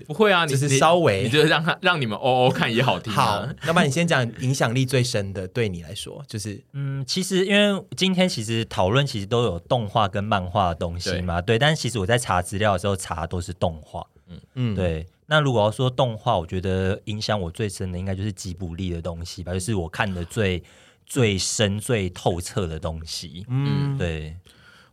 S3: 不会啊，你
S1: 就是
S3: 你
S1: 稍微
S3: 你就让他让你们哦哦看也好听、
S1: 好
S3: 啊。，
S1: 要不然你先讲影响力最深的，对你来说就是
S4: 嗯，其实因为今天其实讨论其实都有动画跟漫画的东西嘛，对。但是其实我在查资料的时候查都是动画，
S1: 嗯，
S4: 对。那如果要说动画，我觉得影响我最深的应该就是吉卜力的东西吧，就是我看的最最深、最透彻的东西。
S1: 嗯，
S4: 对，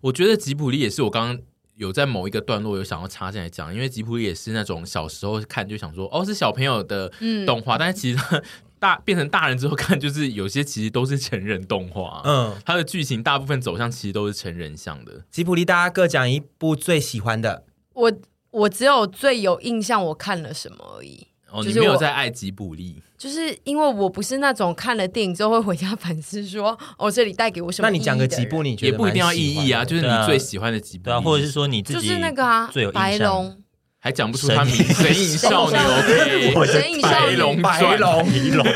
S3: 我觉得吉卜力也是我刚刚有在某一个段落有想要插进来讲，因为吉卜力也是那种小时候看就想说哦是小朋友的
S2: 嗯
S3: 动画，但是其实它大变成大人之后看，就是有些其实都是成人动画，嗯，
S1: 嗯，
S3: 它的剧情大部分走向其实都是成人向的。
S1: 吉卜力，大家各讲一部最喜欢的。
S2: 我我只有最有印象我看了什么而已，
S3: 哦，
S2: 就是
S3: 你没有
S2: 我
S3: 在爱吉卜力，
S2: 就是因为我不是那种看了电影之后会回家反思说 哦这里带给我什么
S1: 那
S2: 意义的人，
S1: 你讲个几部，你觉
S3: 也
S1: 得
S3: 不一定要
S1: 蛮
S3: 意
S1: 喜欢的
S3: 义啊，就是
S4: 对
S3: 你
S4: 啊
S3: 最喜欢的吉卜
S4: 对
S1: 嗯
S3: 力，
S4: 啊，或者是说你自己
S2: 就是那个啊
S4: 最有，印象
S2: 白龙，
S3: 还讲不出他名字，
S4: 神
S3: 神隐少女
S4: 我
S3: OK，
S4: 的
S2: 神隐少
S3: 白
S2: 女
S3: 龙
S1: 白
S3: 传
S1: 龙，
S4: 一龙，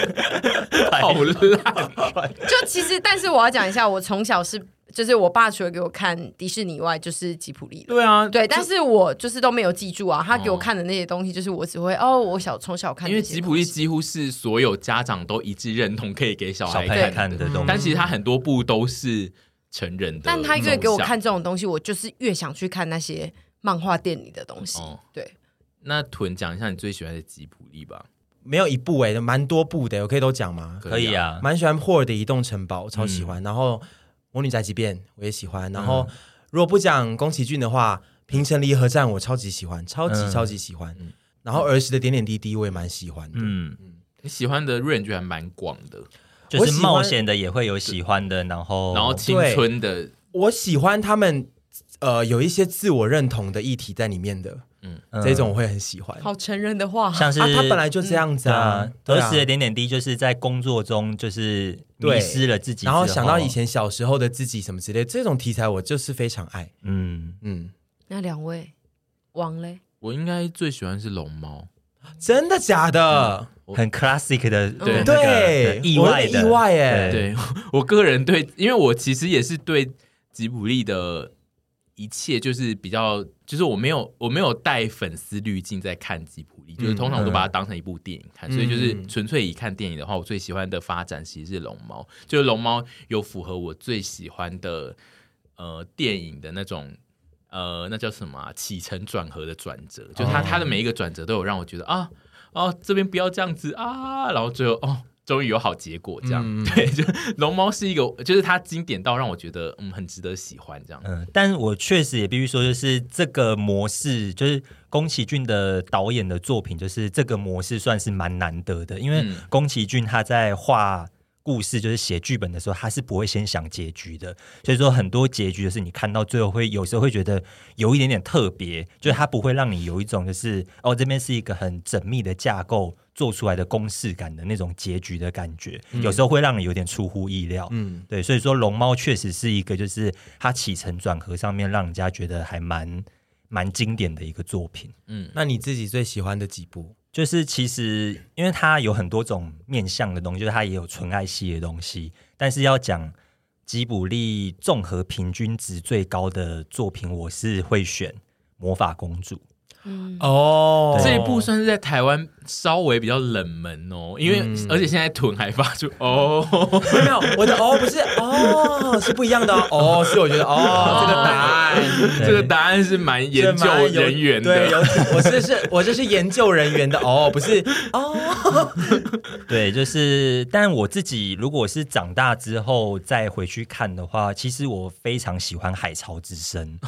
S3: 好烂，
S2: 就其实，但是我要讲一下，我从小是就是我爸除了给我看迪士尼以外，就是吉普力的。
S3: 对啊，
S2: 对，但是我就是都没有记住啊。他给我看的那些东西，就是我只会哦，我小从小看
S3: 因为
S2: 这些
S3: 吉普力几乎是所有家长都一致认同可以给小
S4: 小
S3: 孩
S4: 朋友
S3: 看
S4: 看
S3: 的，
S4: 的东西，
S3: 但其实他很多部都是成人的，
S2: 但他越给我看。这种东西，我就是越想去看那些漫画店里的东西。
S3: 哦
S2: 对，
S3: 那屯讲一下你最喜欢的吉普力吧，
S1: 没有一部哎、蛮多部的，我可以都讲吗？
S4: 可以，啊，嗯
S1: 蛮喜欢霍尔的《移动城堡》，我超喜欢。然后《魔女宅急便》我也喜欢。然后、如果不讲宫崎骏的话，《平城离合战》我超级喜欢，超级
S4: 嗯
S1: 超级喜欢。
S3: 嗯
S1: 然后儿时的点点滴滴我也蛮喜欢的。
S4: 嗯，
S3: 你喜欢的 range 还蛮广的，
S1: 我
S4: 就
S1: 喜欢
S4: 是冒险的也会有喜欢的，然后
S3: 然后青春的，
S1: 我喜欢他们呃有一些自我认同的议题在里面的，
S4: 嗯
S1: 这种我会很喜欢。
S2: 好成人的话，
S4: 像是
S1: 啊，他本来就这样子
S4: 对
S1: 啊
S4: 啊，，
S1: 对
S4: 儿
S1: 啊
S4: 时的点点滴，就是在工作中就是迷
S1: 对
S4: 失了自己，
S1: 然后想到以，前小时候的自己什么之类，这种题材我就是非常爱。
S4: 嗯，
S1: 嗯，
S2: 那两位王嘞，
S3: 我应该最喜欢是龙猫，
S1: 真的假的？
S3: 我
S4: 很 classic 的
S3: 对
S4: 那个
S1: 对
S4: 意外
S1: 我
S4: 的
S1: 意外耶
S4: 对
S3: 对 我个人对，因为我其实也是对吉卜力的一切就是比较，就是我没有我没有带粉丝滤镜在看吉卜力，就是通常我都把它当成一部电影看，所以就是纯粹以看电影的话，我最喜欢的发展其实是龙猫，就是龙猫有符合我最喜欢的呃电影的那种。呃，那叫什么啊、起承转合的转折，就它它的每一个转折都有让我觉得啊，哦，这边不要这样子啊，然后最后哦，终于有好结果，这样、对，就龙猫是一个，就是它经典到让我觉得嗯很值得喜欢这样。
S4: 嗯，但我确实也必须说，就是这个模式，就是宫崎骏的导演的作品，就是这个模式算是蛮难得的，因为
S3: 嗯
S4: 宫崎骏他在画故事，就是写剧本的时候，他是不会先想结局的，所以说很多结局就是你看到最后会有时候会觉得有一点点特别，就是它不会让你有一种就是哦这边是一个很缜密的架构做出来的公式感的那种结局的感觉，
S3: 嗯
S4: 有时候会让你有点出乎意料，
S1: 嗯，
S4: 对，所以说龙猫确实是一个，就是它起承转合上面让人家觉得还蛮蛮经典的一个作品。
S3: 嗯，
S1: 那你自己最喜欢的几部？
S4: 就是其实因为它有很多种面向的东西，就是它也有纯爱系的东西，但是要讲吉卜力综合平均值最高的作品，我是会选《魔法公主》。
S2: 嗯，
S1: 哦
S3: 这一部算是在台湾稍微比较冷门哦，因为、
S1: 嗯
S3: 而且现在屯还发出 哦，
S1: 没有， 我的哦不是哦，是不一样的哦，哦是我觉得哦这个答案。
S3: 这个答案是蛮研究人员
S1: 对，有
S3: 的。
S1: 我这是我这是研究人员的哦，不是哦，
S4: 对，就是，但我自己如果是长大之后再回去看的话，其实我非常喜欢《海潮之声》。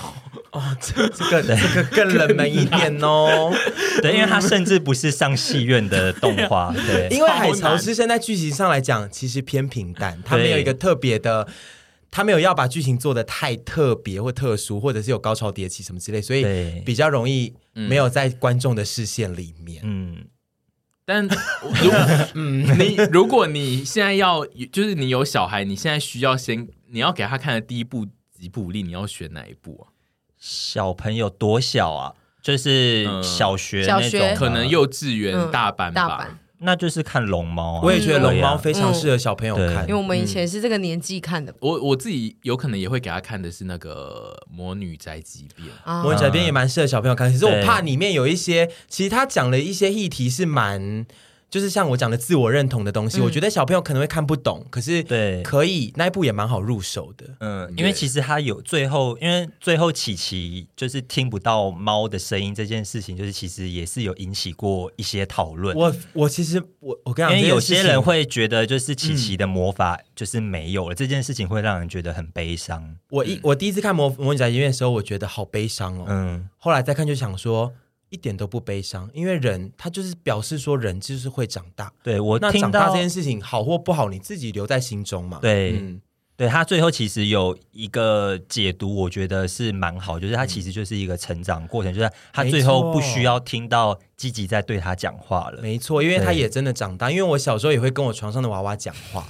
S1: 这个这个更冷门一点哦，
S4: 对，因为它甚至不是上戏院的动 画，对
S1: 因为海潮师生在剧情上来讲其实偏平淡，它没有一个特别的。他没有要把剧情做的太特别或特殊，或者是有高潮迭起什么之类，所以
S4: 对
S1: 比较容易没有在观众的视线里面。
S4: 嗯，
S3: 但如果嗯，你如果你现在要就是你有小孩，你现在需要先你要给他看的第一部吉卜力，你要选哪一部啊？
S4: 小朋友多小啊？就是
S3: 嗯
S4: 小学
S2: 小
S4: 那
S2: 学
S4: 种啊，
S3: 可能幼稚园
S2: 嗯
S3: 大班
S2: 大
S3: 吧
S2: 阪。，
S4: 那就是看龙猫啊。
S1: 我也觉得龙猫
S4: 对啊
S1: 非常适合小朋友
S4: 对
S1: 看，
S2: 因为我们以前是这个年纪看的
S3: 我我自己有可能也会给他看的是那个《魔女宅急便》，
S2: 啊
S1: 魔。女宅边也蛮适合小朋友看，可是我
S4: 对
S1: 怕里面有一些，其实他讲了一些议题是蛮，就是像我讲的自我认同的东西，
S2: 嗯
S1: 我觉得小朋友可能会看不懂，可是
S4: 对
S1: 可以那一部也蛮好入手的。
S4: 嗯，因为其实他有最后，因为最后琪琪就是听不到猫的声音这件事情，就是其实也是有引起过一些讨论。
S1: 我我其实我我跟你讲，
S4: 因为有
S1: 这件事
S4: 些
S1: 情嗯
S4: 人，会觉得，就是琪琪的魔法就是没有了，这件事情会让人觉得很悲伤。
S1: 我一我第一次看魔《魔女宅急便》的时候，我觉得好悲伤哦，
S4: 嗯，
S1: 后来再看就想说一点都不悲伤，因为人他就是表示说人就是会长大，
S4: 对我
S1: 那
S4: 听
S1: 长
S4: 到
S1: 大这件事情好或不好，你自己留在心中嘛。
S4: 对
S1: 嗯
S4: 对他最后其实有一个解读，我觉得是蛮好，就是他其实就是一个成长过程，就是他最后不需要听到积极在对他讲话了。
S1: 没错，因为他
S4: 对
S1: 也真的长大。因为我小时候也会跟我床上的娃娃讲 话，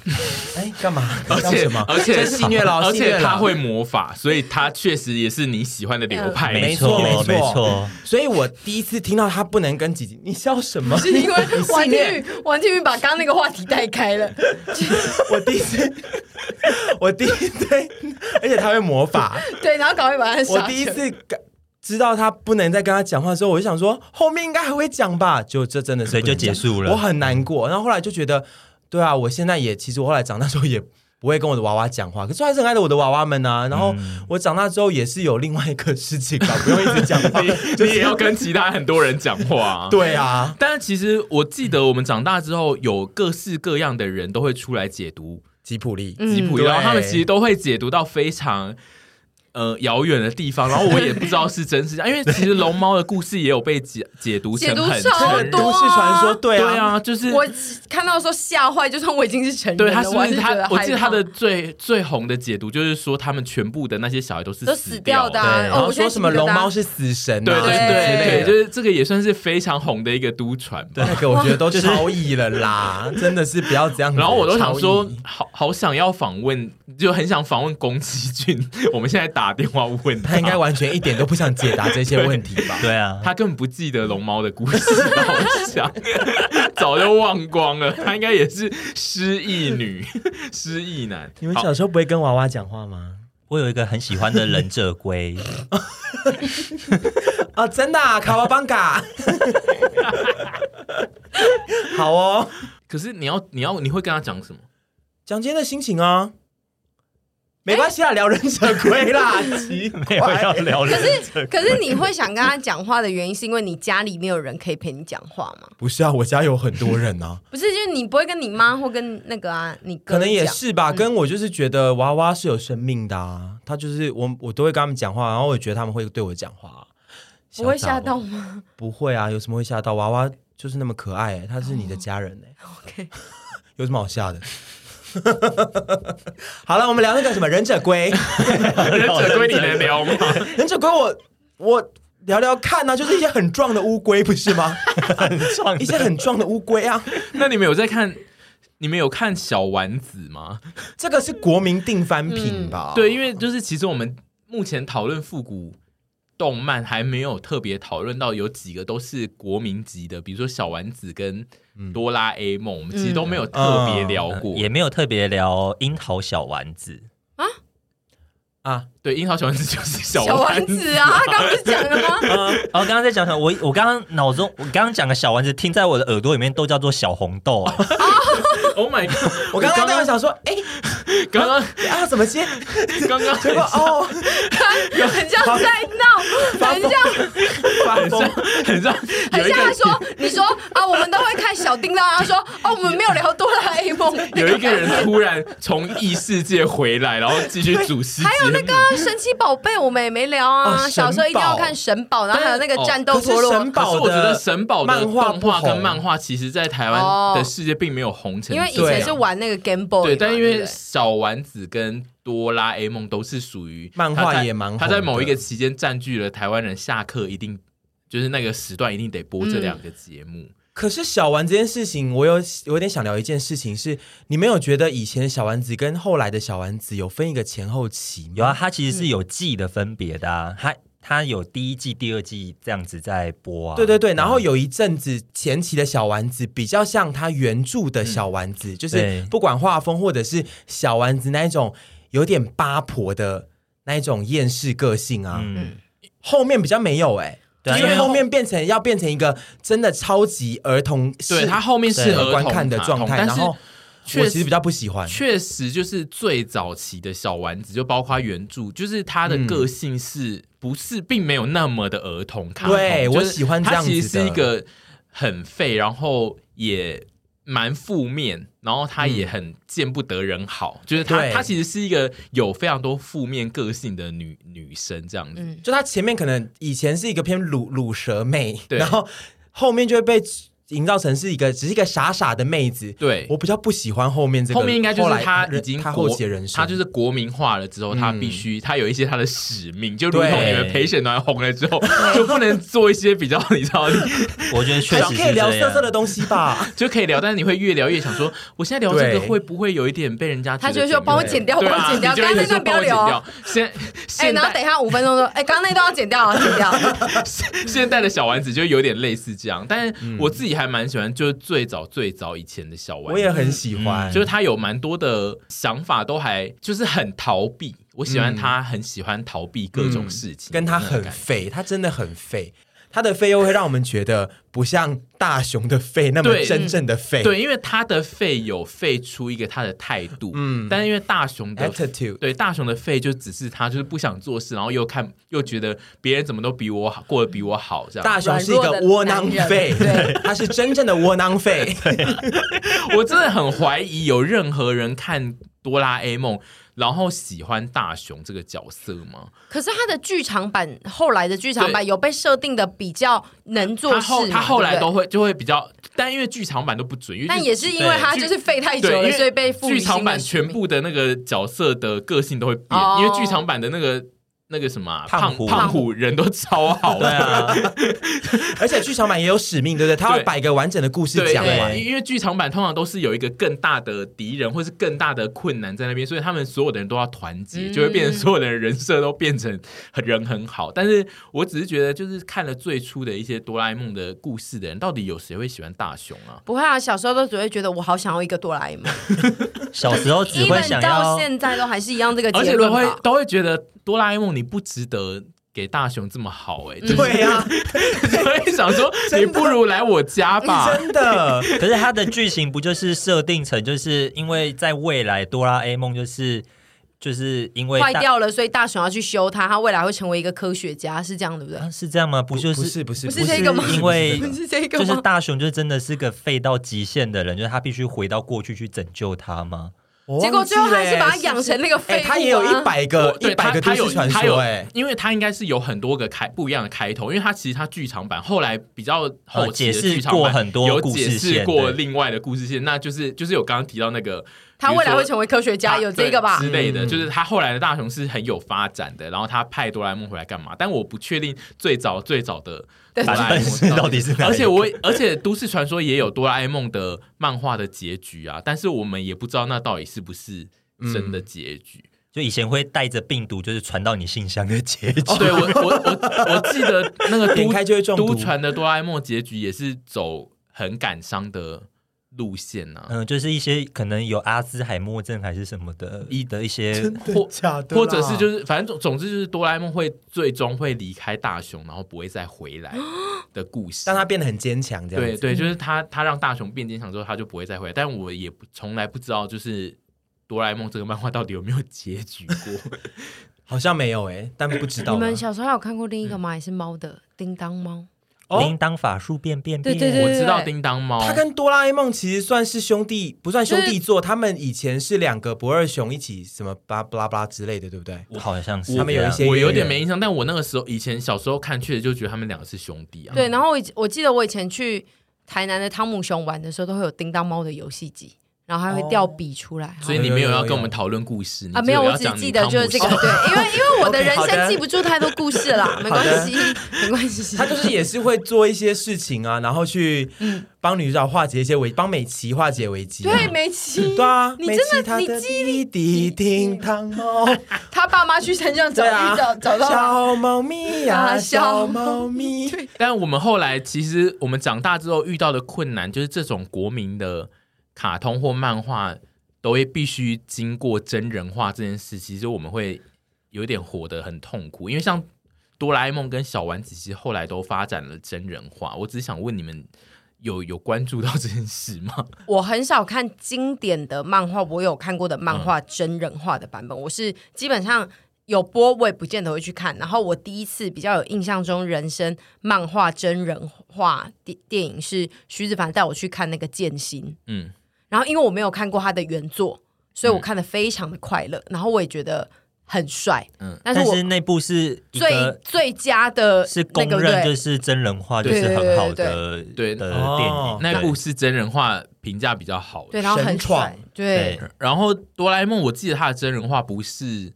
S1: 哎，干嘛？
S3: 而
S1: 笑
S3: 且
S1: 什么？
S3: 而且
S1: 这戏虐了，
S3: 而
S1: 戏虐
S3: 且
S1: 了
S3: 他。会魔法，所以他确实也是你喜欢的
S2: 嗯
S3: 流派。
S1: 没
S4: 错，
S1: 没
S4: 没
S1: 错
S4: 错。
S1: 所以我第一次听到他不能跟姐姐，你笑什么？
S2: 是因为
S1: 你戏
S2: 王天
S1: 虐。
S2: 宇，王天宇把刚刚那个话题带开了，
S1: 我第一次， 我第一次， 而且他会魔法。
S2: 对，然后赶快把 他
S1: 我
S2: 杀
S1: 第一
S2: 掉。
S1: 次感知道他不能再跟他讲话的时候，我就想说后面应该还会讲吧，就这真的是
S4: 所以
S1: 不能
S4: 就
S1: 讲
S4: 结束了
S1: 我很难过，然后后来就觉得，对啊，我现在也其实我后来长大之后也。不会跟我的娃娃讲话，可是我还是很爱着我的娃娃们啊。然后
S3: 嗯
S1: 我长大之后也是有另外一个事情吧，不用一直讲 话。
S3: 你也要跟其他很多人讲话、啊。
S1: 对啊，
S3: 但其实我记得我们长大之后，有各式各样的人都会出来解读
S1: 吉普力，
S2: 嗯
S3: 吉普力，
S1: 对
S3: 然后他们其实都会解读到非常。呃，遥远的地方，然后我也不知道是真是假，因 为其实龙猫的故事也有被解解读成
S2: 解读
S3: 很
S2: 超
S3: 成
S1: 都
S2: 多啊
S1: 市传说，对
S3: 对
S1: 啊，
S3: 啊，就是
S2: 我看到的时候吓坏，就算我已经是成
S3: 对
S2: 人
S3: 他
S2: 了，
S3: 是
S2: 我
S3: 不
S2: 还
S3: 是
S2: 觉得
S3: 他？我记得
S2: 害怕
S3: 他的最最红的解读就是说，他们全部的那些小孩都是
S2: 都
S3: 死
S2: 死掉的啊
S4: 对
S1: 然
S2: 哦
S1: 后
S2: 我现
S1: 说
S2: 在
S1: 什么
S2: 鸡皮疙瘩
S1: 龙猫是死神、啊，
S3: 对对对
S1: 对
S3: 对，就是这个也算是非常红的一个都传吧。
S1: 那个我觉得都超意了 啦，真的是不要这样子。
S3: 然后我都想说
S1: 超意，
S3: 好好想要访问，就很想访问宫崎骏。我们现在打 打电话问他，
S1: 他应该完全一点都不想解答这些问题吧？
S4: 对啊，
S3: 他根本不记得龙猫的故事，我想 早就忘光了。他应该也是失忆女、 失忆男。
S1: 你们
S3: 好
S1: 小时候不会跟娃娃讲话 吗？
S4: 我有一个很喜欢的忍者 龟，
S1: 啊，真的、啊，卡哇邦嘎， 好哦，
S3: 可是你要你要你会跟 他讲什么？
S1: 讲今天的心情啊，没关系啦，聊忍者龟啦，奇
S4: 没有要
S1: 怪，
S4: 聊忍者龟。
S2: 可是你会想跟他讲话的原因，是因为你家里没有人可以陪你讲话吗？
S1: 不是啊，我家有很多人啊，
S2: 不是，就是你不会跟你妈或跟那个啊，你哥
S1: 可能也
S2: 讲
S1: 是吧，跟我就是觉得娃娃是有生命的啊，他就是我，我都会跟他们讲话，然后我也觉得他们会对我讲话啊，
S2: 不会
S1: 小杂
S2: 吓
S1: 毛
S2: 到吗
S1: 不会啊，有什么会吓到？娃娃就是那么可爱、欸，他是你的家人哎、
S2: ？OK，
S1: 有什么好吓的？ 好了，我们聊那个什么忍者 龟，
S3: 忍者龟你能 聊吗？
S1: 忍者龟我我聊聊看啊，就是一些很壮的乌龟不是吗？
S4: 壮
S1: 一些很壮的乌龟啊，
S3: 那你们有在看？你们有看小丸子吗？
S1: 这个是国民定番品吧？
S3: 对，因为就是其实我们目前讨论复古动漫还没有特别讨论到有几个都是国民级的，比如说小丸子跟
S1: 嗯
S3: 哆啦 A 梦，我们其实都没有特别聊过。
S4: 也没有特别聊樱桃小丸子，
S1: 啊，
S3: 对，樱桃小丸子就是小
S2: 小
S3: 丸
S2: 丸
S3: 子。
S2: 子啊，他刚不是讲了吗？
S4: 哦，刚刚在讲什么？我我刚刚脑中，我刚刚讲的小丸子，听在我的耳朵里面都叫做小红豆、哎
S3: Oh my god！
S1: 我刚刚在想说，哎、
S3: 刚刚
S1: 啊，怎么接？
S3: 刚刚
S1: 结果哦，
S2: 很像在闹，很像
S1: 发
S3: 很像
S1: 疯。
S3: 很像有
S2: 很
S3: 一
S2: 像他
S3: 个
S2: 说，你说啊，我们都会看小叮当，他说哦，我们没有聊哎哆啦 A 梦，
S3: 有一个人突然从异世界回来，然后继续主持节目。还有那个
S2: 啊，神奇宝贝我们也没聊啊，
S1: 哦
S2: 小时候一定要看神宝，然后还有那个战斗陀
S1: 可
S2: 螺
S1: 是神，宝
S3: 我觉得哦神宝的
S1: 漫画
S3: 动
S1: 不
S3: 画跟
S1: 红
S3: 漫画，其实在台湾的世界并没有红
S2: 哦
S3: 成这
S2: 因
S3: 样。
S2: 为以前是玩那个 Game Boy，
S3: 对，
S2: 嘛
S3: 但因为
S2: 不
S3: 小丸子跟哆啦 A 梦都是属于
S1: 漫画
S3: 它在
S1: 也蛮红
S3: 它在某一个
S1: 的
S3: 期间占据了台湾人下课一定就是那个时段一定得播
S2: 嗯
S3: 这两个节目。
S1: 可是小丸这件事情，我有我有点想聊一件事情是，你没有觉得以前的小丸子跟后来的小丸子有分一个前后期吗？
S4: 有啊，它其实
S2: 嗯
S4: 是有季的分别的、啊，它它有第一季、第二季这样子在播啊。
S1: 对对对，然后有一阵子前期的小丸子比较像他原著的小丸子，就是
S4: 对
S1: 不管画风或者是小丸子那一种有点八婆的那一种厌世个性啊，
S4: 嗯，
S1: 后面比较没有哎、
S4: 对啊
S1: 因为
S4: 因为
S1: 后面变成要变成一个真的超级儿童，
S3: 对，它后面
S1: 适
S3: 是
S1: 合
S3: 儿
S1: 观
S3: 童
S1: 看的
S3: 卡
S1: 状
S3: 通
S1: 态，
S3: 但
S1: 然
S3: 是
S1: 后
S3: 确
S1: 我
S3: 实
S1: 其实比较不喜欢，
S3: 确实就是最早期的小丸子，就包括原著，就是他的个性是不是并没有那么的儿童卡通？
S1: 对
S3: 就是
S1: 我喜欢这样
S3: 他
S1: 子的
S3: 其实是一个很废，然后也蛮负面，然后他也很见不得人好，就是他
S1: 对
S3: 他其实是一个有非常多负面个性的女女生这样子。
S2: 嗯
S1: 就他前面可能以前是一个偏鲁鲁蛇妹，
S3: 对
S1: 然后后面就会被营造成是一个只是一个傻傻的妹子，
S3: 对，
S1: 我比较不喜欢后面这个，
S3: 后面应该就
S1: 后
S3: 是
S1: 来
S3: 他
S1: 人
S3: 已经
S1: 他
S3: 国
S1: 后期的人生，嗯
S3: 他就是国民化了之后，他必须他有一些他的使命，就如同
S1: 对
S3: 你们陪审团红了 之后，就不能做一些比较你知道。
S4: 我觉得确
S1: 还是
S4: 实
S1: 可以
S4: 是
S1: 聊
S4: 这
S1: 色色
S4: 样。
S1: 的东西吧
S3: 就可以聊，但是你会越聊越想说，我现在聊这
S1: 对
S3: 个会不会有一点被人家觉
S2: 他
S3: 得
S2: 就
S3: 怎
S2: 会
S3: 么
S2: 说
S3: 样？
S2: 帮我剪掉，
S3: 对
S2: 帮
S3: 啊
S2: 我剪掉，
S3: 你就
S2: 刚
S3: 会
S2: 刚那
S3: 说
S2: 段不要
S3: 帮我
S2: 聊
S3: 剪。掉。现
S2: 哎，
S3: 现
S2: 然后等
S3: 代
S2: 一下五分钟说，哎，刚刚那段要剪掉啊，剪掉啊。
S3: 现代的小丸子就有点类似这样，但是
S1: 嗯
S3: 我自己还蛮喜欢，就是最早最早以前的小丸 子，
S1: 我也很喜欢，
S3: 嗯就是他有蛮多的想法，都还就是很逃避。我喜欢他，很喜欢逃避各种事情，
S1: 跟他很废，他真的很废，他的废又会让我们觉得不像大雄的废那么
S3: 对
S1: 真正的废，
S3: 对，因为他的废有废出一个他的态度，嗯，但是因为大雄的
S1: Attitude
S3: 对大雄的废就只是他就是不想做事，然后又看又觉得别人怎么都比我好，过得比我好这样。
S1: 大雄是一个窝囊废
S2: 软弱的男人，
S1: 他是真正的窝囊 废。
S3: 我真的很怀疑有任何人看哆啦 A 梦，然后喜欢大雄这个角色吗？
S2: 可是他的剧场版后来的剧场版
S3: 对
S2: 有被设定的比较能做
S3: 他
S2: 事
S3: 后
S2: 嘛
S3: 他后来
S2: 对不
S3: 都
S2: 对
S3: 会就会比较，但因为剧场版都不准，因为
S2: 但
S3: 剧
S2: 也是因为他
S3: 对
S2: 就是废太久
S3: 对，因
S2: 了，
S3: 为
S2: 所以被赋予
S3: 剧场
S2: 新的
S3: 版
S2: 使
S3: 全
S2: 命
S3: 部的那个角色的个性都会变，
S2: 哦
S3: 因为剧场版的那个那个什么啊
S4: 胖
S3: 胖
S4: 虎
S3: 胖虎人都超好
S4: 对
S3: 的，
S4: 啊，
S1: 而且剧场版也有使命，对不对？他要
S3: 对
S1: 把一个完整的故事
S3: 对，
S1: 讲
S3: 因为
S1: 完。
S3: 因为剧场版通常都是有一个更大的敌人或是更大的困难在那边，所以他们所有的人都要团结，
S2: 嗯
S3: 就会变成所有的人人设都变成很人很好。但是我只是觉得，就是看了最初的一些哆啦 A 梦的故事的人，到底有谁会喜欢大雄啊？
S2: 不会啊，小时候都只会觉得我好想要一个哆啦 A 梦，
S4: 小时候只会
S2: even
S4: 想
S2: 到
S4: 要
S2: 现在都还是一样这个
S3: 而
S2: 结
S3: 且都
S2: 论
S3: 会
S2: 吧。
S3: 都会觉得哆啦 A 梦你不值得。给大雄这么好
S2: 嗯
S3: 哎、欸，就是
S1: 对呀、
S3: 会想说
S1: 真的
S3: 你不如来我家吧。
S1: 真的，
S4: 可是它的剧情不就是设定成，就是因为在未来哆啦 A 梦就是就是 因为
S2: 坏
S4: 大、
S2: 掉了，所以大雄要去修它，他未来会成为一个科学家，是这样对不对？
S4: 啊、是这样吗？不就是
S1: 不是不是
S2: 不是这个吗
S4: 因为
S1: 不是这个
S2: 是这个
S4: 就是
S2: 吗？
S4: 大雄就是真的是个废到极限的人，就是他必须回到过去去拯救他吗？
S1: 我忘记
S2: 结果最后还是
S1: 了
S2: 把他养成那个
S1: 哎、
S2: 废物、啊
S1: 他也有一百个
S3: 我对
S1: 一百个都
S3: 他他有
S1: 市传
S3: 他有
S1: 说、哎，
S3: 因为他应该是有很多个开不一样的开头，因为他其实他剧场版后来比较后期的
S4: 解释
S3: 剧场版
S4: 过很多
S3: 有
S4: 故
S3: 解
S4: 事
S3: 释
S4: 线
S3: 过
S4: 对
S3: 另外的故事线，那就是就是有刚刚提到那个
S2: 他未来会成为科学
S3: 他
S2: 家，有这个吧
S3: 啊对？之类的，
S1: 嗯
S3: 就是他后来的大雄是很有发展的，然后他派哆啦 A 梦回来干嘛？但我不确定最早最早的
S2: 对
S3: 哆啦
S1: 哎
S3: A
S4: 版本是
S3: 梦
S4: 到 底是哪一个
S3: 而且我而且都市传说也有哆啦 A 梦的漫画的结局啊，但是我们也不知道那到底是不是
S1: 嗯
S3: 真的结局。
S4: 就以前会带着病毒就是传到你信箱的结局，
S3: 对我我我我记得那个
S1: 哦点
S3: 都
S1: 开就会中毒
S3: 都传的哆啦 A 梦结局也是走很感伤的路线呐、啊，
S4: 嗯、就是一些可能有阿兹海默症还是什么的，一的一些
S3: 或
S1: 假的
S3: 或者是就是是反正总总之就是哆啦 A 梦会最终会离开大雄，然后不会再回来的故事。
S1: 让他变得很坚强，这样
S3: 对
S1: 子。
S3: 对，就是他他让大雄变坚强之后，他就不会再回来。但我也不从来不知道就是。哆啦 A 梦这个漫画到底有没有结局 过？
S1: 好像没有哎、但不知道
S2: 你
S1: 吗
S2: 们小时候还有看过另一个吗？也是猫的叮当猫，
S3: 哦
S4: 铃铛法术变变
S2: 对
S4: 变，
S2: 对对
S3: 我
S2: 对
S3: 知道叮当猫，
S1: 他跟哆啦 A 梦其实算是兄弟，不算兄弟座，他们以前是两个不二雄一起什么巴拉巴拉巴拉之类的，对不对？
S4: 好像是
S1: 他们有一些
S3: 我
S1: 渊
S3: 有
S1: 源
S3: 点没印象，但我那个时候以前小时候看，确实就觉得他们两个是兄弟啊。
S2: 对。然后我以我记得我以前去台南的汤姆熊玩的时候，都会有叮当猫的游戏机，然后还会掉笔出来。
S3: 所以你没有要跟我们讨论故事
S2: 啊，没有，我只记得就是这个，对，因为因为我 的
S1: OK，
S2: 人
S1: 好
S2: 生
S1: 的
S2: 记不住太多故事 啦，没关
S1: 好的
S2: 系，没关系。
S1: 他就是也是会做一些事情啊，然后去帮女主角化解一些危，帮美琪化解危机、啊。
S2: 嗯对梅 奇，
S1: 对啊，
S2: 你
S1: 美
S2: 真的
S1: 琪她
S2: 你
S1: 的
S2: 记
S1: 弟弟叮当哦猫，
S2: 他爸妈去山上找
S1: 对啊
S2: 一找，找到了
S1: 小猫咪
S2: 啊
S1: 呀，
S2: 小
S1: 小猫咪，
S3: 但我们后来其实我们长大之后遇到的困难，就是这种国民的卡通或漫画都会必须经过真人化这件事，其实我们会有点活得很痛苦，因为像哆啦 A 梦跟小丸子，其实后来都发展了真人化。我只是想问你们。有有关注到这件事吗？
S2: 我很少看经典的漫画，我有看过的漫
S1: 嗯
S2: 画真人化的版本，我是基本上有播我也不见得会去看。然后我第一次比较有印象中人生漫画真人化电电影是徐子凡带我去看那个《剑心》，
S3: 嗯，
S2: 然后因为我没有看过他的原作，所以
S4: 嗯
S2: 我看的非常的快乐，然后我也觉得很帅，
S3: 嗯
S2: 但是
S4: 但
S2: 我
S4: 是那部是一
S2: 最
S4: 个
S2: 最佳的
S4: 是
S2: 那
S4: 公
S2: 个
S4: 认
S2: 对
S4: 就是真人化，就
S2: 对
S4: 是很好的
S3: 对对对
S1: 对
S4: 的电
S1: 哦
S4: 影，
S3: 那部
S4: 对
S3: 是真人化，评价比较好的。
S2: 对，然后很
S1: 神
S2: 帅
S1: 创，
S2: 对
S4: 对
S3: 然后哆啦 A 梦，我记得它的真人化不是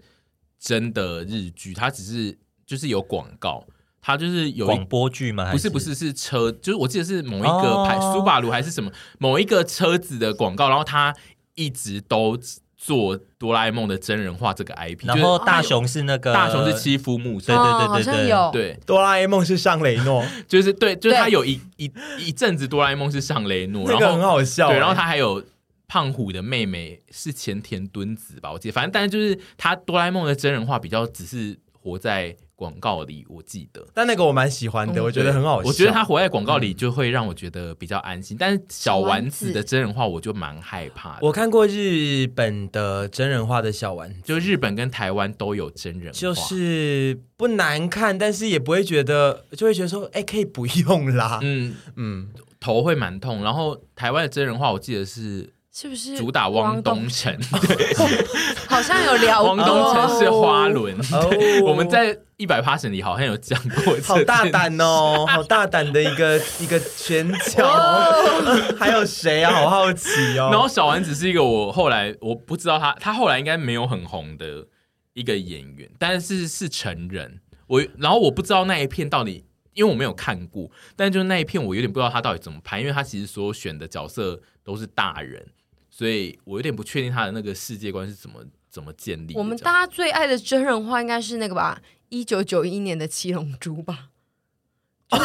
S3: 真的日剧，它只是就是有广告，它就是有一
S4: 广播剧吗？还
S3: 不是不
S4: 是
S3: 是是车，就是我记得是某一个牌
S4: 哦
S3: 苏巴鲁还是什么某一个车子的广告，然后它一直都做哆啦 A 梦的真人化这个 IP，
S4: 然后
S2: 啊
S3: 就是
S4: 大雄是那个
S3: 大雄是欺负木村
S4: 对，
S2: 哦好
S4: 对
S2: 像
S4: 对
S2: 有
S3: 对，
S1: 哆啦 A 梦是上雷 诺，
S3: 就是对，就是他
S2: 对
S3: 有一一一阵子哆啦 A 梦是上雷诺，
S1: 那
S3: 然
S1: 个
S3: 后
S1: 很好笑、
S3: 对，然后
S1: 哎
S3: 他还有胖虎的妹妹是前田敦子吧，我记得，反正但是就是他哆啦 A 梦的真人化比较只是活在广告里，我记得。
S1: 但那个我蛮喜欢的，我觉得很好笑。
S3: 嗯我觉得他活在广告里就会让我觉得比较安心，但是小丸子的真人化我就蛮害怕的。
S1: 我看过日本的真人化的小丸子，
S3: 就日本跟台湾都有真人化，
S1: 就是不难看，但是也不会觉得，就会觉得说，哎、可以不用啦。
S3: 嗯，
S1: 嗯，
S3: 头会蛮痛。然后台湾的真人化我记得是
S2: 是不是
S3: 主打汪东城，
S2: 好像有聊过，哦
S3: 汪东城是花轮。
S1: 哦
S3: 对我们在一百 p a 里好像有讲过，
S1: 好大。胆哦，好大胆的一个一个拳 脚。
S2: 哦
S1: 还有谁啊？好好奇哦。
S3: 然后小丸子是一个我后来我不知道他，他后来应该没有很红的一个演员，但是是成人。我然后我不知道那一片到底，因为我没有看过，但就是那一片我有点不知道他到底怎么拍，因为他其实所选的角色都是大人，所以我有点不确定他的那个世界观是怎么怎么建立的这样。
S2: 我们大家最爱的真人化应该是那个吧，一九九一年的《七龙珠》吧，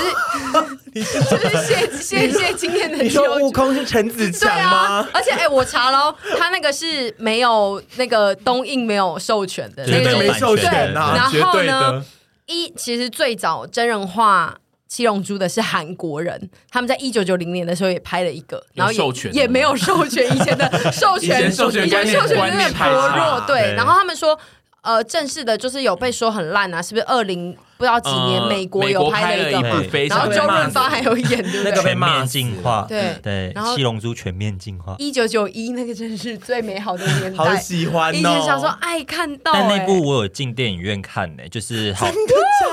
S2: 就是就是谢谢谢今天的
S1: 你
S2: 七
S1: 说
S2: 龙
S1: 悟
S2: 珠。
S1: 空是陈子
S2: 对
S1: 强
S2: 啊
S1: 吗？，
S2: 而且哎、我查了哦，他那个是没有那个东映没有授权的，
S4: 对
S2: 那个
S1: 绝
S2: 是
S1: 对没授权
S2: 对然
S1: 啊，
S2: 后
S1: 绝对
S2: 呢
S1: 的。
S2: 一其实最早真人化《七龙珠》的是韩国人，他们在一九九零年的时候也拍了一个，然后也
S3: 有授权的吗
S2: 也没有授权，以前的授权
S3: 以前授权
S2: 以前
S3: 观
S2: 授
S3: 念
S2: 权有
S3: 观
S2: 点
S3: 念
S2: 薄
S3: 太差啊
S2: 弱，对。
S4: 对
S2: 然后他们说，呃，正式的就是有被说很烂啊，是不是二零不知道几年
S3: 呃
S2: 美国
S3: 美
S2: 有
S3: 国
S2: 拍
S3: 拍
S2: 了
S3: 了
S2: 一个嘛
S4: 部，
S3: 部非
S2: 然
S3: 常
S2: 后周润发还有演，对不
S1: 那个
S2: 对？
S1: 被
S4: 全
S1: 骂
S4: 面
S1: 死
S4: 进化，
S2: 对
S4: 对
S2: 然后，
S4: 七龙珠全面进化。
S2: 一九九一那个真是最美好的年
S1: 好
S2: 代，
S1: 喜欢哦！
S2: 以前小时候爱看到、
S4: 但那
S2: 哎
S4: 部我有进电影院看呢、就是好，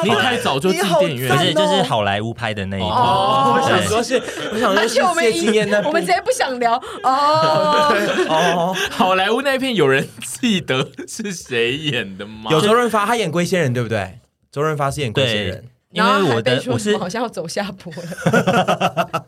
S3: 你太早就进电影院，
S4: 不
S3: 可
S4: 是
S3: 是
S4: 就是好莱坞拍的那一部。
S1: 哦，我想
S4: 对
S1: 说是，我想 说
S2: 而且我
S1: 是
S2: 们
S1: 谢金燕那部
S2: 我们直接不想聊 哦。
S1: 哦，
S3: 好莱坞那一片有人记得是谁演的吗？
S1: 有周润发，他演龟仙人对不对？周润发是演龟仙
S4: 对
S1: 人，，
S4: 因
S2: 然后
S4: 为
S2: 还
S4: 我
S2: 被
S4: 的
S2: 说
S4: 我
S2: 什么
S4: 是
S2: 好像要走下坡了。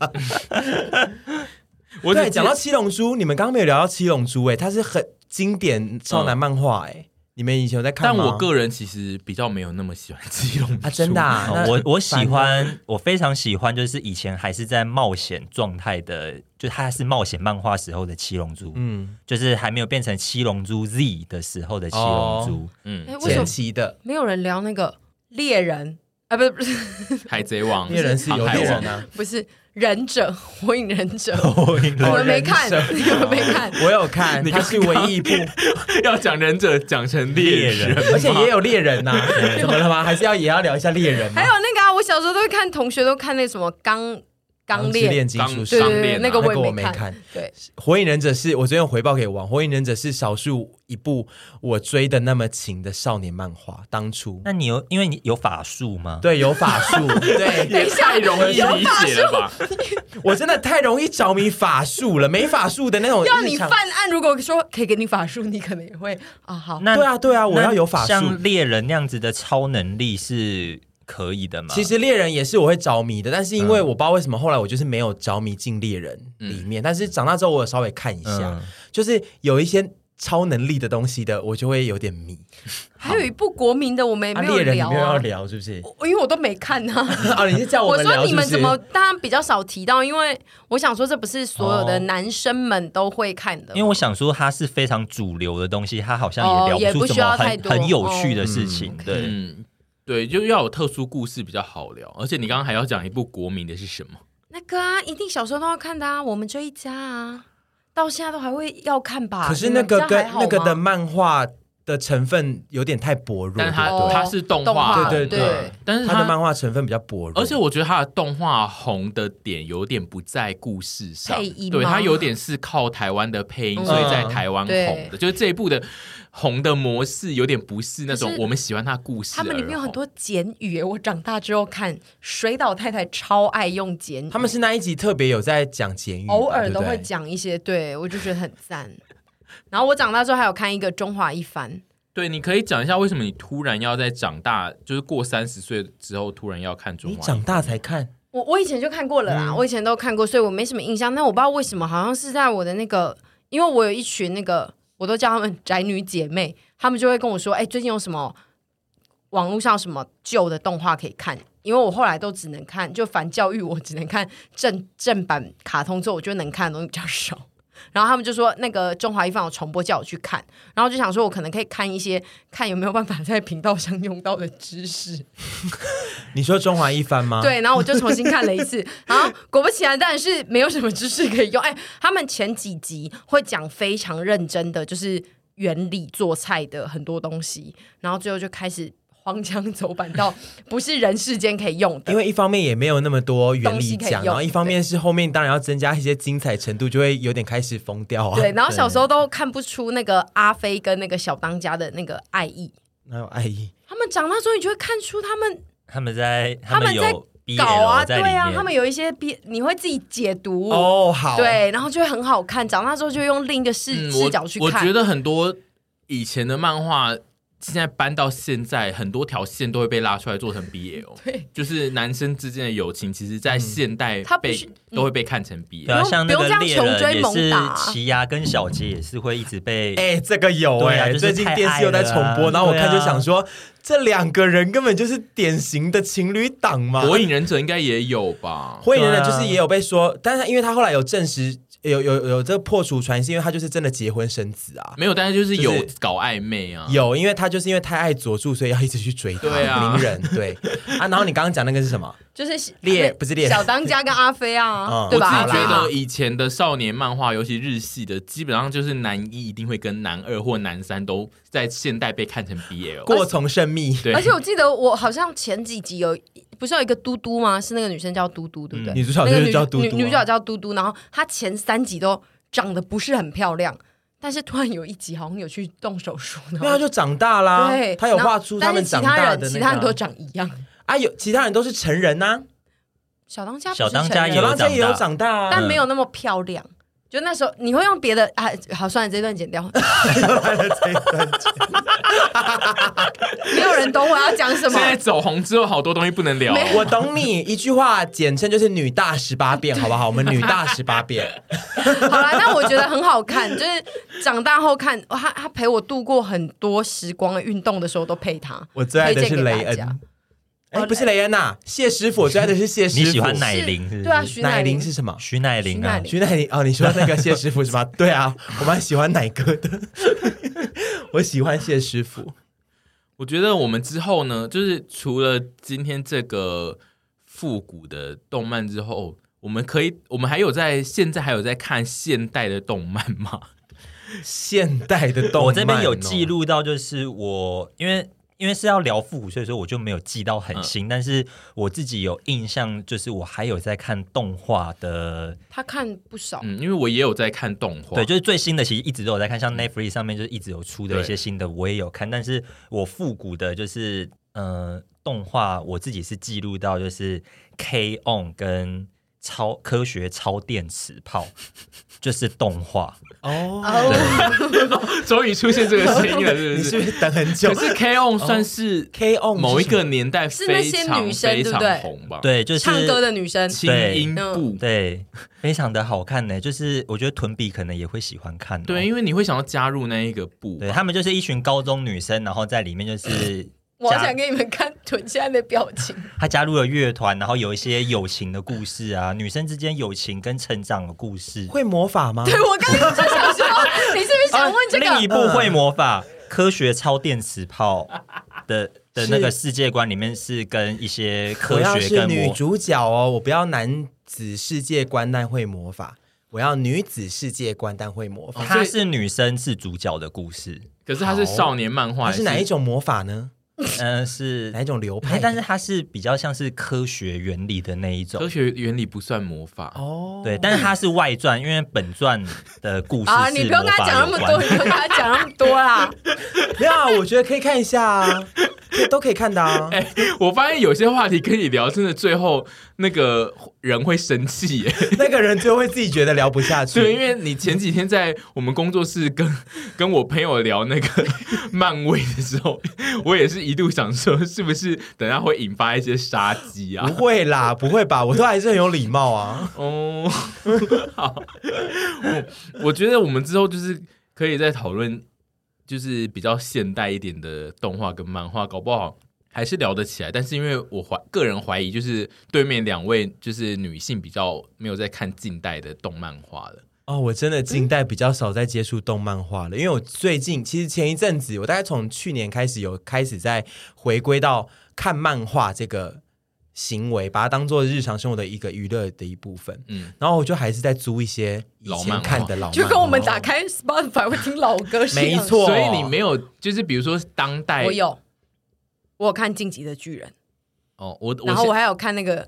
S3: 我只
S1: 对，讲到七龙珠，你们刚刚没有聊到七龙珠哎、它是很经典超男漫画哎、你们以前有在看
S3: 但
S1: 吗？
S3: 我个人其实比较没有那么喜欢七龙珠
S1: 啊，真的、 啊，
S4: 哦
S1: 那
S4: 我我喜
S1: 反正
S4: 欢，我非常喜欢，就是以前还是在冒险状态的，就它是冒险漫画时候的七龙珠，
S1: 嗯，
S4: 就是还没有变成七龙珠 Z 的时候的七
S1: 哦
S4: 龙珠。
S3: 嗯，
S2: 哎，为什
S1: 前
S2: 么
S1: 期的
S2: 没有人聊那个猎人啊？不是 不是
S3: 海贼王，
S1: 猎人是有
S3: 航海
S1: 猎人
S3: 王
S1: 啊，
S2: 不是忍者， 火影忍者，
S1: 哦
S4: 我赢
S2: 你
S4: 了
S2: 们没看，
S1: 忍者
S2: 你们没看。
S1: 我有看，它是唯一一部，
S3: 要讲忍者讲成猎
S4: 猎
S3: 人
S4: 人，
S1: 而且也 有猎人呐、怎么了吗？还是要也要聊一下猎人吗
S2: 还？ 有那个啊，我小时候都会看，同学都看那什么钢钢
S1: 之
S2: 炼，
S1: 炼金术
S2: 对
S1: 师
S3: 钢，
S2: 对
S3: 炼
S2: 对，
S3: 啊
S2: 那个
S1: 那个
S2: 也
S1: 我没
S2: 没
S1: 看。
S2: 对，
S1: 火影忍者是我昨天有回报给王，火影忍者是少数一部我追的那么勤的少年漫画。当初
S4: 那你有因为你有法术吗？
S1: 对有法术，对
S3: 也太容易理解了吧？
S1: 我真的太容易着迷法术了，没法术的那种
S2: 要你
S1: 日常
S2: 犯案，如果说可以给你法术，你可能也会啊好。
S4: 那
S1: 对啊对啊，我要有法术。
S4: 像猎人那样子的超能力是可以的吗？
S1: 其实猎人也是我会着迷的，但是因为我不知道为什么后来我就是没有着迷进猎人里面，但是长大之后我有稍微看一下，
S4: 嗯
S1: 就是有一些超能力的东西的，我就会有点迷。
S2: 还有一部国民的，我们也
S1: 啊，
S2: 没有
S1: 猎人你
S2: 聊
S1: 没有要
S2: 啊，
S1: 聊是不 是？
S2: 我因为我都没看呢。
S1: 啊，你是叫
S2: 我
S1: 们
S2: 说
S1: 聊
S2: 你
S1: 是不
S2: 们
S1: 是
S2: 怎么大家比较少提到？因为我想说，这不是所有的
S1: 哦
S2: 男生们都会看的。
S4: 因为我想说它是非常主流的东西，它好像也
S2: 哦也
S4: 聊不
S2: 不
S4: 出
S2: 需
S4: 什
S2: 要
S4: 么
S2: 太
S4: 很
S2: 多
S4: 很有趣的
S1: 哦
S4: 事情。对，
S3: 嗯，对，就要有特殊故事比较好聊。而且你刚刚还要讲一部国民的是什么？
S2: 那个啊，一定小时候都要看的啊，我们这一家啊，到现在都还会要看吧。
S1: 可是
S2: 你
S1: 那
S2: 们
S1: 个
S2: 家
S1: 跟
S2: 还好
S1: 那个
S2: 吗
S1: 的漫画的成分有点太薄弱，
S3: 但是它
S1: 对不对
S2: 哦
S3: 它是动
S2: 动画
S3: 画，
S1: 对对
S2: 对，
S3: 但是
S1: 它的
S3: 它。
S1: 漫画成分比较薄弱，
S3: 而且我觉得它的动画红的点有点不在故事上，
S2: 配音吗
S3: 对它有点是靠台湾的配音，
S2: 嗯
S3: 所以在台湾红
S2: 对
S3: 的，就是这一部的红的模式有点不是那
S2: 可
S3: 种
S2: 是
S3: 我们喜欢它的故事而
S2: 他
S3: 红。
S2: 们里面有很多简语耶，我长大之后看水岛太太超爱用简语，
S1: 他们是那一集特别有在讲简语吧，
S2: 偶尔都
S1: 对
S2: 会
S1: 不对。
S2: 讲一些，对我就觉得很赞。然后我长大之后还有看一个《中华一番》，
S3: 对，你可以讲一下为什么你突然要在长大，就是过三十岁之后突然要看中
S1: 你
S3: 华？
S1: 长大才看，
S2: 我我以前就看过了啦，我以前都看过，所以我没什么印象。但我不知道为什么，好像是在我的那个，因为我有一群那个，我都叫她们宅女姐妹，她们就会跟我说：“哎、最近有什么网络上有什么旧的动画可以看？”因为我后来都只能看，就反教育我只能看正正版卡通，之后我就能看的东西比较少。然后他们就说那个《中华一番》有重播，叫我去看。然后就想说，我可能可以看一些，看有没有办法在频道上用到的知识。
S1: 你说中华一番吗？，
S2: 对，然后我就重新看了一 次，然后果不其然，当然是没有什么知识可以用。哎，他们前几集会讲非常认真的，就是原理做菜的很多东西，然后最后就开始荒腔走板到不是人世间可以用的。
S1: 因为一方面也没有那么多原
S2: 东西
S1: 理
S2: 可以
S1: 讲，
S2: 用
S1: 然后一方面是后面当然要增加一些精彩程度，就会有点开始疯掉啊。
S2: 对，，然后小时候都看不出那个阿飞跟那个小当家的那个爱意，
S1: 哪有爱意？
S2: 他们长大之后，你就会看出他们
S4: 他们在
S2: 他们
S4: 们
S2: 在
S4: 有 BL
S2: 搞啊，
S4: 在里
S2: 对啊，
S4: 面
S2: 他们有一些别，你会自己解读，
S1: 哦，好，，
S2: 嗯对，然后就会很好看。长大之后就用另一个视、
S3: 嗯，
S2: 视角去
S3: 我。我
S2: 看
S3: 觉。得很多以前的漫画现在搬到现在，很多条线都会被拉出来做成 BL，
S2: 对，
S3: 就是男生之间的友情，其实在
S1: 嗯
S3: 现代
S2: 它不
S3: 被、
S2: 是嗯
S3: 都会被看成
S4: 对
S3: BL。
S4: 啊，
S2: 不用
S4: 像那
S2: 不
S4: 个
S2: 用这
S4: 猎
S2: 样穷
S4: 人
S2: 追
S4: 也
S2: 猛
S4: 是
S2: 打啊
S4: 奇亚跟小杰也是会一直被
S1: 哎、这个有
S4: 对
S1: 哎、
S4: 啊就是
S1: 最近
S4: 太
S1: 电视又在重播，
S4: 爱了啊
S1: 然后我看就
S4: 对啊
S1: 想说，这两个人根本就是典型的情侣档嘛。
S3: 火影忍者应该也有吧？
S1: 火影忍者
S4: 对啊
S1: 就是也有被说，但是因为他后来有证实，有有有这个破除传，是因为他就是真的结婚生子啊。
S3: 没有，但是就是有
S1: 就是
S3: 搞暧昧
S4: 嗯
S3: 啊。
S1: 有，因为他就是因为太爱佐助，所以要一直去追他。
S3: 对啊
S1: 鸣人对啊。然后你刚刚讲那个是什 么？
S2: 就是啊
S1: 猎不是猎
S2: 小当家跟阿飞啊，
S1: 嗯
S2: 对
S3: 我自
S2: 吧？阿
S3: 己觉
S2: 飞嘛
S3: 得以前的少年漫画，尤其日系的，基本上就是男一一定会跟男二或男三都在现代被看成 BL。
S1: 过从甚密。
S3: 对，
S2: 而且我记得我好像前几集有，不是有一个嘟嘟吗？是那个女生叫嘟嘟，对不对？
S1: 女主角
S2: 那个
S1: 就是叫嘟嘟啊
S2: 女女主角叫嘟嘟，然后她前三集都长得不是很漂亮，但是突然有一集好像有去动手术，然
S1: 因为他
S2: 后
S1: 就长大啦，
S2: 对，
S1: 他有
S2: 然后
S1: 画出他们长
S2: 但
S1: 大的
S2: 是其他人其
S1: 那
S2: 他人
S1: 个
S2: 都
S1: 啊
S2: 长一样。
S1: 啊，有其他人都是成人呐、
S2: 小当家不是
S4: 小当家
S2: 成人
S1: 小
S4: 有
S1: 当家也有长
S4: 长
S1: 大啊，
S2: 但没有那么漂亮。就那时候你会用别的啊？好，算了，这段 剪掉，没有人懂我要讲什么
S3: 现。在走红之后，好多东西不能聊。
S2: 没
S1: 我懂你，一句话简称就是“女大十八变”， 好不好？我们女大十八变，
S2: 好啦，但我觉得很好看，就是长大后看哇他，他陪我度过很多时光，运动的时候都陪他。
S1: 我最爱的是雷
S2: 推荐给大家哦
S1: 恩，哎，不是雷恩呐，谢师傅，我最爱的是谢师傅。
S4: 你喜欢奶铃是不是？
S2: 对啊，徐乃
S1: 奶
S2: 麟
S1: 铃是什么？
S4: 徐乃麟
S2: 徐乃
S4: 啊，
S2: 麟
S1: 徐乃麟哦，你说那个谢师傅 是吧？对啊，我蛮喜欢奶哥的， 我喜欢谢师傅。
S3: 我觉得我们之后呢，就是除了今天这个复古的动漫之后，我们可以，我们还有在现在还有在看现代的动漫吗？
S1: 现代的动漫哦，
S4: 我这边有记录到，就是我因为因为是要聊复古，所以说我就没有记到很新，但是我自己有印象，就是我还有在看动画的，
S2: 他看不少，
S3: 嗯，因为我也有在看动画，
S4: 对，就是最新的其实一直都有在看，
S3: 嗯
S4: 像 Netflix 上面就是一直有出的一些新的我也有看，但是我复古的就是呃动画我自己是记录到就是 K On 跟超科学超电磁炮，就是动画。
S1: 哦。
S2: 哦，
S3: 终于出现这个声音了，是
S1: 你
S3: 不
S1: 是哦
S3: 是？
S1: 不是等很久
S3: 可是 K O 算是
S1: ？K O
S3: 某一个年代
S2: 是那
S3: 非
S2: 些
S3: 常
S2: 女生
S3: 非
S2: 对不
S3: 常
S2: 对嗯
S3: 红吧？，
S4: 对，就是
S2: 唱歌的女生，
S3: 轻音部。
S4: 对，非常的好看呢。就是我觉得屯比可能也会喜欢看、哦。
S3: 对，因为你会想要加入那一个部，
S4: 对，他们就是一群高中女生，然后在里面就是
S2: 我好
S4: 加
S2: 想给你们看臀现在的表情。
S4: 她加入了乐团，然后有一些友情的故事啊，女生之间友情跟成长的故事。
S1: 会魔法吗？
S3: 啊
S2: 对，我刚刚就想说，你是不是想问这
S4: 啊另一
S2: 个？
S4: 部会魔法、科学超电磁炮的的
S1: 是
S4: 那个世界观里面是跟一些科
S1: 我要
S4: 学
S1: 是
S4: 跟
S1: 女
S4: 魔
S1: 主角哦，我不要男子世界观但会魔法，我要女子世界观但会魔
S3: 哦
S1: 法。
S4: 她是女生是主角的故
S2: 哦
S4: 事，
S3: 可是它是少年漫画，
S1: 它是哪一？种魔法呢？
S4: 嗯、是
S1: 哪一种流派
S4: 哎，
S1: 的？
S4: 但是它是比较像是科学原理的那一种
S3: 科，学原理不算魔法，
S1: 哦，
S4: 对，但是它是外传，因为本传的故事
S2: 啊，
S4: 是
S2: 你不用跟他讲那么
S4: 魔
S2: 多，你
S4: 法有
S2: 不用跟他讲那么多 啦。
S1: 没有啊，我觉得可以看一下啊， 可以都可以看的啊。
S3: 我发现有些话题跟你聊，真的最后那个人会生气耶。
S1: 那个人最后会自己觉得聊不下
S3: 对，因
S1: 去。
S3: 为你前几天在我们工作室跟 跟我朋友聊那个漫威的时候，我也是一度想说，是不是等下会引发一些杀机
S1: 不
S3: 啊？
S1: 会啦，不会吧？我都还是很有礼貌啊。
S3: 哦， 好，我我觉得我们之后就是可以再讨论，就是比较现代一点的动画跟漫画，搞不好还是聊得起来。但是因为我怀个人怀疑，就是对面两位就是女性比较没有在看近代的动漫画了。
S1: 哦，我
S2: 嗯
S1: 真的近代比较少在接触动漫画了，因为我最近其实前一阵子，我大概从去年开始有开始在回归到看漫画这个行为，把它当做日常生活的一个娱乐的一部分。
S3: 嗯，
S1: 然后我就还是在租一些以
S3: 老
S1: 前
S3: 漫画
S1: 看的老漫画，
S2: 就跟我们打开 Spotify 会听老歌是一样的
S1: 没错
S3: 所以你没有就是比如说当代
S2: 我有，我有看《晋级的巨人
S3: 哦，我》，我
S2: 然后我
S3: 是
S2: 还有看那个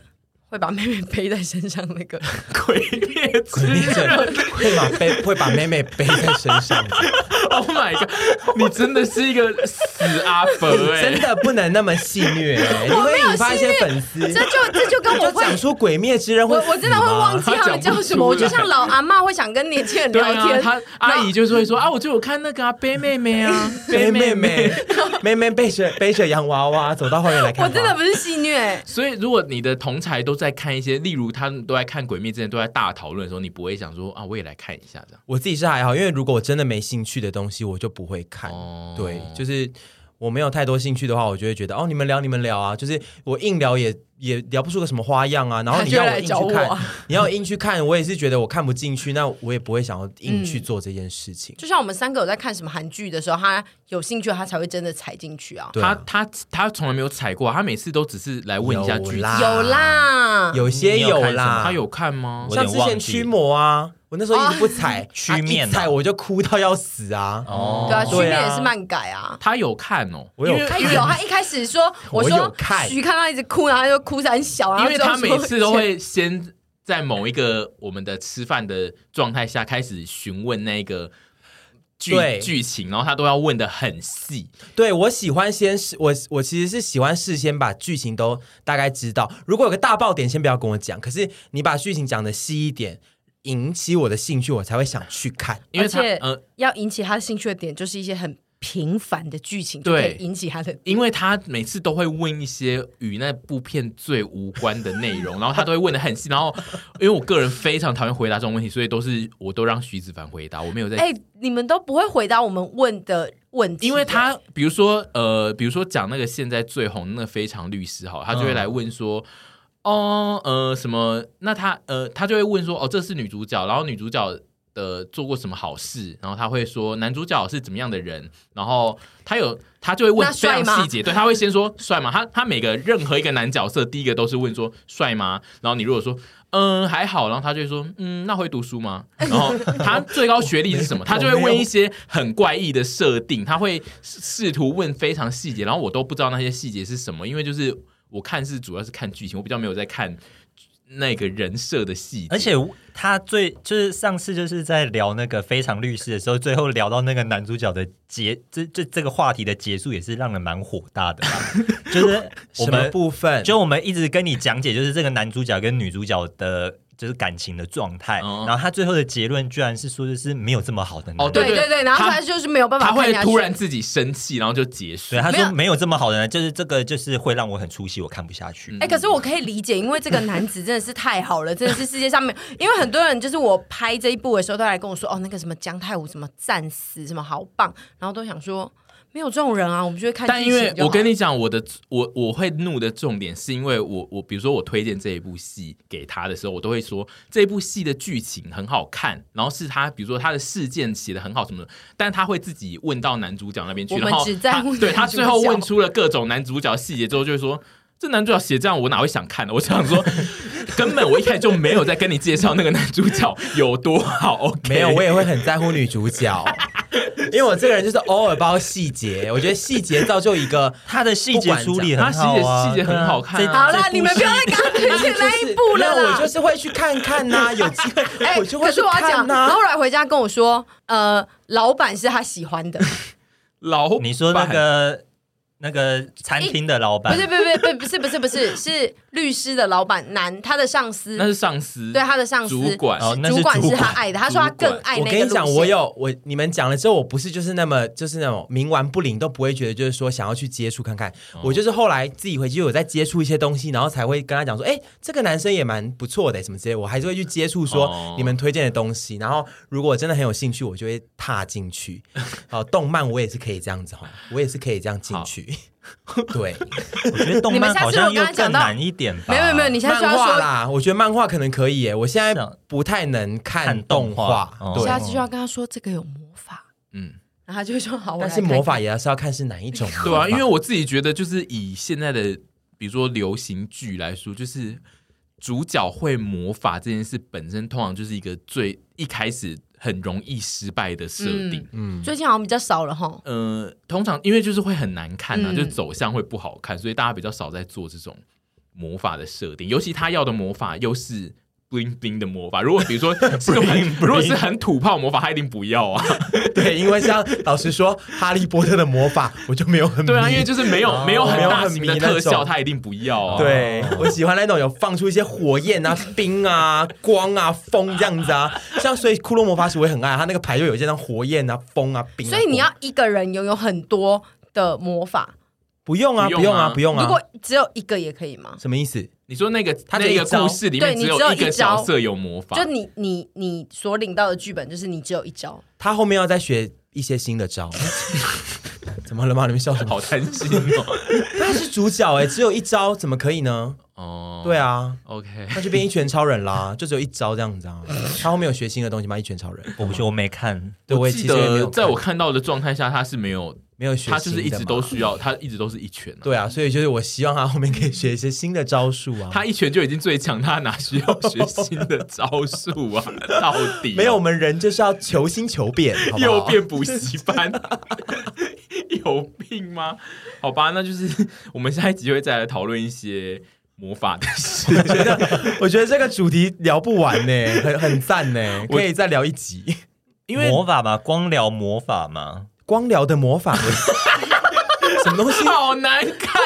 S2: 会把妹妹背在身上那个，
S3: 鬼灭之
S1: 鬼灭
S3: 刃
S1: 者会把背会把妹妹背在身上的，
S3: Oh my god！你真的是一个死阿 伯哎、
S1: 真的不能那么戏虐、欸，你会引发一些粉丝。
S2: 这就这就跟我
S1: 就
S2: 会
S1: 讲出《鬼灭之刃》
S2: 我
S1: 会
S2: 我真的会
S1: 死吗
S2: 忘记他们叫什么，我
S3: 他讲
S2: 就
S3: 不出
S2: 像
S3: 来
S2: 老阿妈会想跟年轻人
S3: 对
S2: 聊天，
S3: 啊，他阿姨就是会说啊，我就有看那个啊，背妹妹啊，
S1: 背
S3: 背
S1: 妹
S3: 妹
S1: 妹
S3: 妹。，
S1: 妹妹背着背着洋娃娃走到花园来看
S2: 我
S1: 花。
S2: 真的不是戏虐，
S3: 所以，如果你的同才都在看一些，例如他们都在看《鬼灭》之前都在大讨论的时候，你不会想说啊，我也来看一下这样。
S1: 我自己是还好，因为如果我真的没兴趣的东西，我就不会看。
S3: 哦
S1: 对，就是我没有太多兴趣的话，我就会觉得哦，你们聊你们聊啊，就是我硬聊也也聊不出个什么花样啊。然后你
S2: 他就
S1: 要我
S2: 来
S1: 硬
S2: 找
S1: 去
S2: 我
S1: 看，
S2: 啊
S1: 你要我硬去看，我也是觉得我看不进去，那我也不会想要硬去做这件事情。
S2: 就像我们三个有在看什么韩剧的时候，他有兴趣，他才会真的踩进去啊。
S1: 对
S3: 他
S1: 啊
S3: 他他从来没有踩过啊，他每次都只是来问一下剧
S1: 有
S3: 情。
S1: 啦
S2: 有啦，
S1: 有些
S4: 你有看什
S1: 啦，
S3: 他有看吗
S4: 我？
S1: 像之前驱魔啊，我那时候一直不踩，
S4: 驱面
S1: 啊
S4: 啊
S1: 一踩我就哭到要死啊！
S4: 哦
S2: 对啊，
S1: 对
S2: 训
S1: 啊
S2: 练也是漫改啊。
S3: 他有看哦，
S1: 我有啊
S3: 因为
S2: 他有，他一开始说，我说
S1: 有看
S2: 徐看到一直哭，然后他就哭得很小，然
S3: 因
S2: 后
S3: 为
S2: 之后
S3: 他每
S2: 说
S3: 次都会先在某一个我们的吃饭的状态下开始询问那个剧
S1: 对
S3: 剧情，然后他都要问的很细。
S1: 对我喜欢先事，我我其实是喜欢事先把剧情都大概知道。如果有个大爆点，先不要跟我讲。可是你把剧情讲的细一点，引起我的兴趣，我才会想去看。
S3: 因为他
S2: 而且
S3: 呃，
S2: 要引起他的兴趣的点，就是一些很平凡的剧情，就可以
S3: 对
S2: 引起他的。
S3: 因为他每次都会问一些与那部片最无关的内容，然后他都会问的很细。然后因为我个人非常讨厌回答这种问题，所以都是我都让徐子凡回答，我没有在。
S2: 哎、你们都不会回答我们问的问题，
S3: 因为他比如说呃，比如说讲那个现在最红的那个非常律师，好了，他就会来问说。哦，呃，什么？那他呃，他就会问说，哦，这是女主角，然后女主角的做过什么好事，然后他会说男主角是怎么样的人，然后他有他就会问
S2: 那
S3: 非
S2: 帅
S3: 常
S2: 吗
S3: 细节，对，他会先说帅吗？他他每个任何一个男角色，第一个都是问说帅吗？然后你如果说嗯还好，然后他就会说嗯那会读 书吗？然后他最高学历是什么？他就会问一些很怪异的设定，他会试图问非常细节，然后我都不知道那些细节是什么，因为就是我看是主要是看剧情，我比较没有在看那个人设的细节，
S4: 而且他最就是上次就是在聊那个《非常律师》的时候，最后聊到那个男主角的结，这这这个话题的结束也是让人蛮火大的啦。 就是我
S1: 什么
S4: 们
S1: 部分
S4: 就我们一直跟你讲解，就是这个男主角跟女主角的。就是感情的状态，
S3: 哦
S4: 然后他最后的结论居然是说，就是没有这么好的男人。
S3: 哦
S2: 对对
S3: 对
S2: 对，然后
S3: 他
S2: 他就是没有办法
S3: 他会
S2: 看下去
S3: 突然自己生气，然后就结束
S4: 对，。他
S2: 没
S4: 说
S2: 有
S4: 没有这么好的人，就是这个就是会让我很出戏，我看不下
S3: 嗯
S4: 去。
S2: 哎、可是我可以理解，因为这个男子真的是太好了，真的是世界上面，因为很多人就是我拍这一部的时候，都来跟我说，哦，那个什么姜泰武什么战死什么好棒，然后都想说没有这种人啊，我们就会看剧
S3: 但
S2: 情
S3: 因
S2: 就好。
S3: 为我跟你讲，我的我我会怒的重点是因为我我比如说我推荐这一部戏给他的时候，我都会说这部戏的剧情很好看，然后是他比如说他的事件写的很好什么的，但他会自己问到男主角那边去，
S2: 我们
S3: 然后
S2: 只在
S3: 他
S2: 乎
S3: 对
S2: 男
S3: 他
S2: 主
S3: 最后
S2: 角
S3: 问出了各种男主角细节之后，就会说。这男主角写这样，我哪会想看呢？我想说，根本我一开始就没有在跟你介绍那个男主角有多好。OK，
S1: 没有，我也会很在乎女主 角，因为我这个人就是偶尔包细节，我觉得细节造就一 个。
S4: 他的细节处理
S3: 他
S4: 很
S3: 细
S4: 好
S3: 节
S4: 啊，
S3: 细节
S4: 对
S3: 很
S4: 啊
S3: 好看、啊。
S2: 好啦，你们不要再跟他推荐那一部了
S1: 没有
S2: 啦。
S1: 我就是会去看看呐、有机会、
S2: 哎、
S1: 我就会
S2: 可
S1: 去
S2: 是我要
S1: 看
S2: 讲，
S1: 呐、
S3: 啊
S2: 然后后来回家跟我说，呃，老板是他喜欢的，
S3: 老板
S4: 你说那个那个餐厅的老
S2: 不
S4: 板
S2: 是，不是，不是，不是，不是，不是，是律师的老板男，他的上司
S3: 那，是上司，
S2: 对他的上司，
S3: 主管
S4: 哦那是
S2: 主管
S4: 主
S2: 是
S4: 管
S2: 他爱的，他说他更爱
S1: 我
S2: 那个
S1: 跟你讲，
S2: 路线
S1: 我有我你们讲了之后，我不是就是那么就是那种冥顽不灵，都不会觉得就是说想要去接触看看。
S4: 哦
S1: 我就是后来自己回去有在接触一些东西，然后才会跟他讲说，哎、这个男生也蛮不错的，什么之类的，我还是会去接触说
S3: 哦
S1: 你们推荐的东西。然后如果我真的很有兴趣，我就会踏进去。好，动漫我也是可以这样子哈，我也是可以这样进去。 对，
S4: 我觉得动
S2: 你们
S4: 漫
S2: 下次
S4: 好像又
S2: 如果跟他讲
S4: 更
S2: 到
S4: 难一点吧。
S2: 没有没有 没有，你现在
S1: 漫
S2: 就要
S1: 画
S2: 说，
S1: 啦，我觉得漫画可能可以耶。我现
S4: 是
S1: 在
S4: 啊
S1: 不太能看
S4: 看
S1: 动
S4: 动画
S1: 画，
S4: 哦
S1: 对。
S2: 下次就要跟他说这个有魔法，
S3: 嗯，
S2: 然后他就会说好，我
S1: 但
S2: 来
S1: 是
S2: 看看
S1: 魔法也是要看是哪一种魔法，
S3: 对啊，因为我自己觉得，就是以现在的比如说流行剧来说，就是主角会魔法这件事本身，通常就是一个最一开始很容易失败的设定。
S1: 嗯，
S2: 最近好像比较少了哈。
S3: 呃，通常因为就是会很难看啊，
S2: 嗯
S3: 就走向会不好看，所以大家比较少在做这种魔法的设定，尤其他要的魔法又是 bling bling 的魔法。如果 比如说是那种很如果是很土炮魔法，他一定不 要啊。
S1: 对，因为像老实说，《哈利波特》的魔法我就没有很
S3: 对啊，
S1: 迷
S3: 因为就是没有没有很
S1: 哦没有
S3: 大
S1: 很
S3: 型
S1: 迷
S3: 的
S1: 那
S3: 特效，
S1: 种
S3: 他一定不要啊。
S1: 对，我喜欢那种有放出一些火焰啊、冰啊、光啊、风这样子啊，像所以《骷髅魔法使》我也很爱，啊它那个牌就有一些像火焰啊、风啊、冰啊。
S2: 所以你
S1: 光
S2: 要一个人拥有很多的魔法，
S1: 不用啊，
S3: 不
S1: 不
S3: 用
S1: 用
S3: 啊
S1: 啊，不用啊。
S2: 如果只有一个也可以吗？
S1: 什么意思？
S3: 你说那个
S1: 他这
S3: 那
S1: 一
S3: 个
S1: 招
S3: 故事里面
S2: 对你
S3: 只有
S2: 只有
S3: 一个
S2: 一招
S3: 角色有魔法，
S2: 就你你你所领到的剧本，就是你只有一招。
S1: 他后面要再学一些新的 招。怎么了吗？你们笑什么？
S3: 好贪心 哦。
S1: 他是主角哎、只有一招，怎么可以呢？
S3: 哦，
S1: 对啊，
S3: ，OK，
S1: 那就变一拳超人啦，就只有一招这样子啊。他后面有学新的东西吗？一拳超人，
S4: 我不去，我没看。
S1: 对我也
S3: 记
S1: 其实也没
S3: 得
S1: 有，
S3: 在我看到的状态下，他是没有，
S1: 没有学，
S3: 他就是一直都。需要，他一直都是一拳啊。
S1: 对啊，所以就是我希望他后面可以学一些新的招数啊。
S3: 他一拳就已经最强，他哪需要学新的招数 啊？到底
S1: 没有，我们人就是要求新求 变，好不好
S3: 又变补习班， 有病吗？好吧，那就是 我们下一集会再来讨论一些魔法的事。
S1: 我觉得这个主题聊不完呢、很很赞呢、
S3: 我
S1: 可以再聊一集。
S3: 因为
S4: 魔法嘛，光聊魔法嘛，
S1: 光疗的魔 法，什么东西？
S3: 好难 看，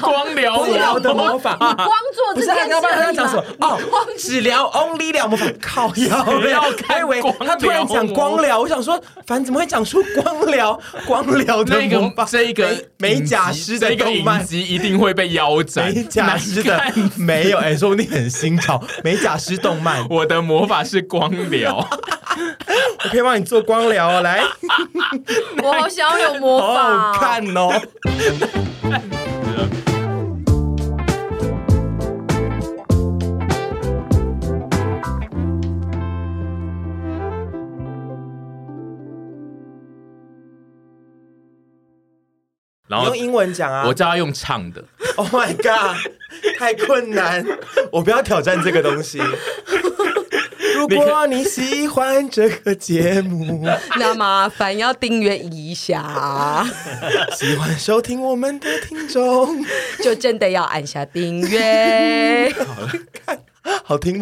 S3: 光聊
S1: 光
S2: 啊
S1: 疗
S3: 我
S1: 的魔法，
S2: 光做
S1: 不是，
S2: 这件
S1: 你
S2: 事
S1: 要不然
S2: 而
S1: 他
S2: 已
S1: 讲什么
S2: 嘛？
S1: 哦，只聊 only 聊魔法，靠腰
S3: 不
S1: 嘞！
S3: 要
S1: 我以
S3: 看
S1: 为
S3: 光
S1: 他突然讲光疗，我想说，反正怎么会讲出光疗？光 疗的
S3: 那
S1: 魔
S3: 个
S1: 法，
S3: 这一个
S1: 美美甲
S3: 影集
S1: 师
S3: 这
S1: 的
S3: 一个
S1: 动
S3: 影
S1: 漫。
S3: 集一定会被腰 斩，
S1: 美甲师的
S3: 难看
S1: 没有，哎、说不定很新潮。美甲师动漫，
S3: 我的魔法是光 疗，
S1: 我可以帮你做光疗哦，来，
S2: 我好想要有魔
S1: 好
S2: 法、
S1: 好看哦。
S3: 然
S1: 你
S3: 后
S1: 用英文讲啊！
S3: 我叫他用唱的。
S1: Oh my god，太困难，我不要挑战这个东 西。如果你喜欢这个节目，
S2: 那麻烦要订阅一下，
S1: 喜欢收听我们的听众，
S2: 就真的要按下订阅。
S1: 好听吗？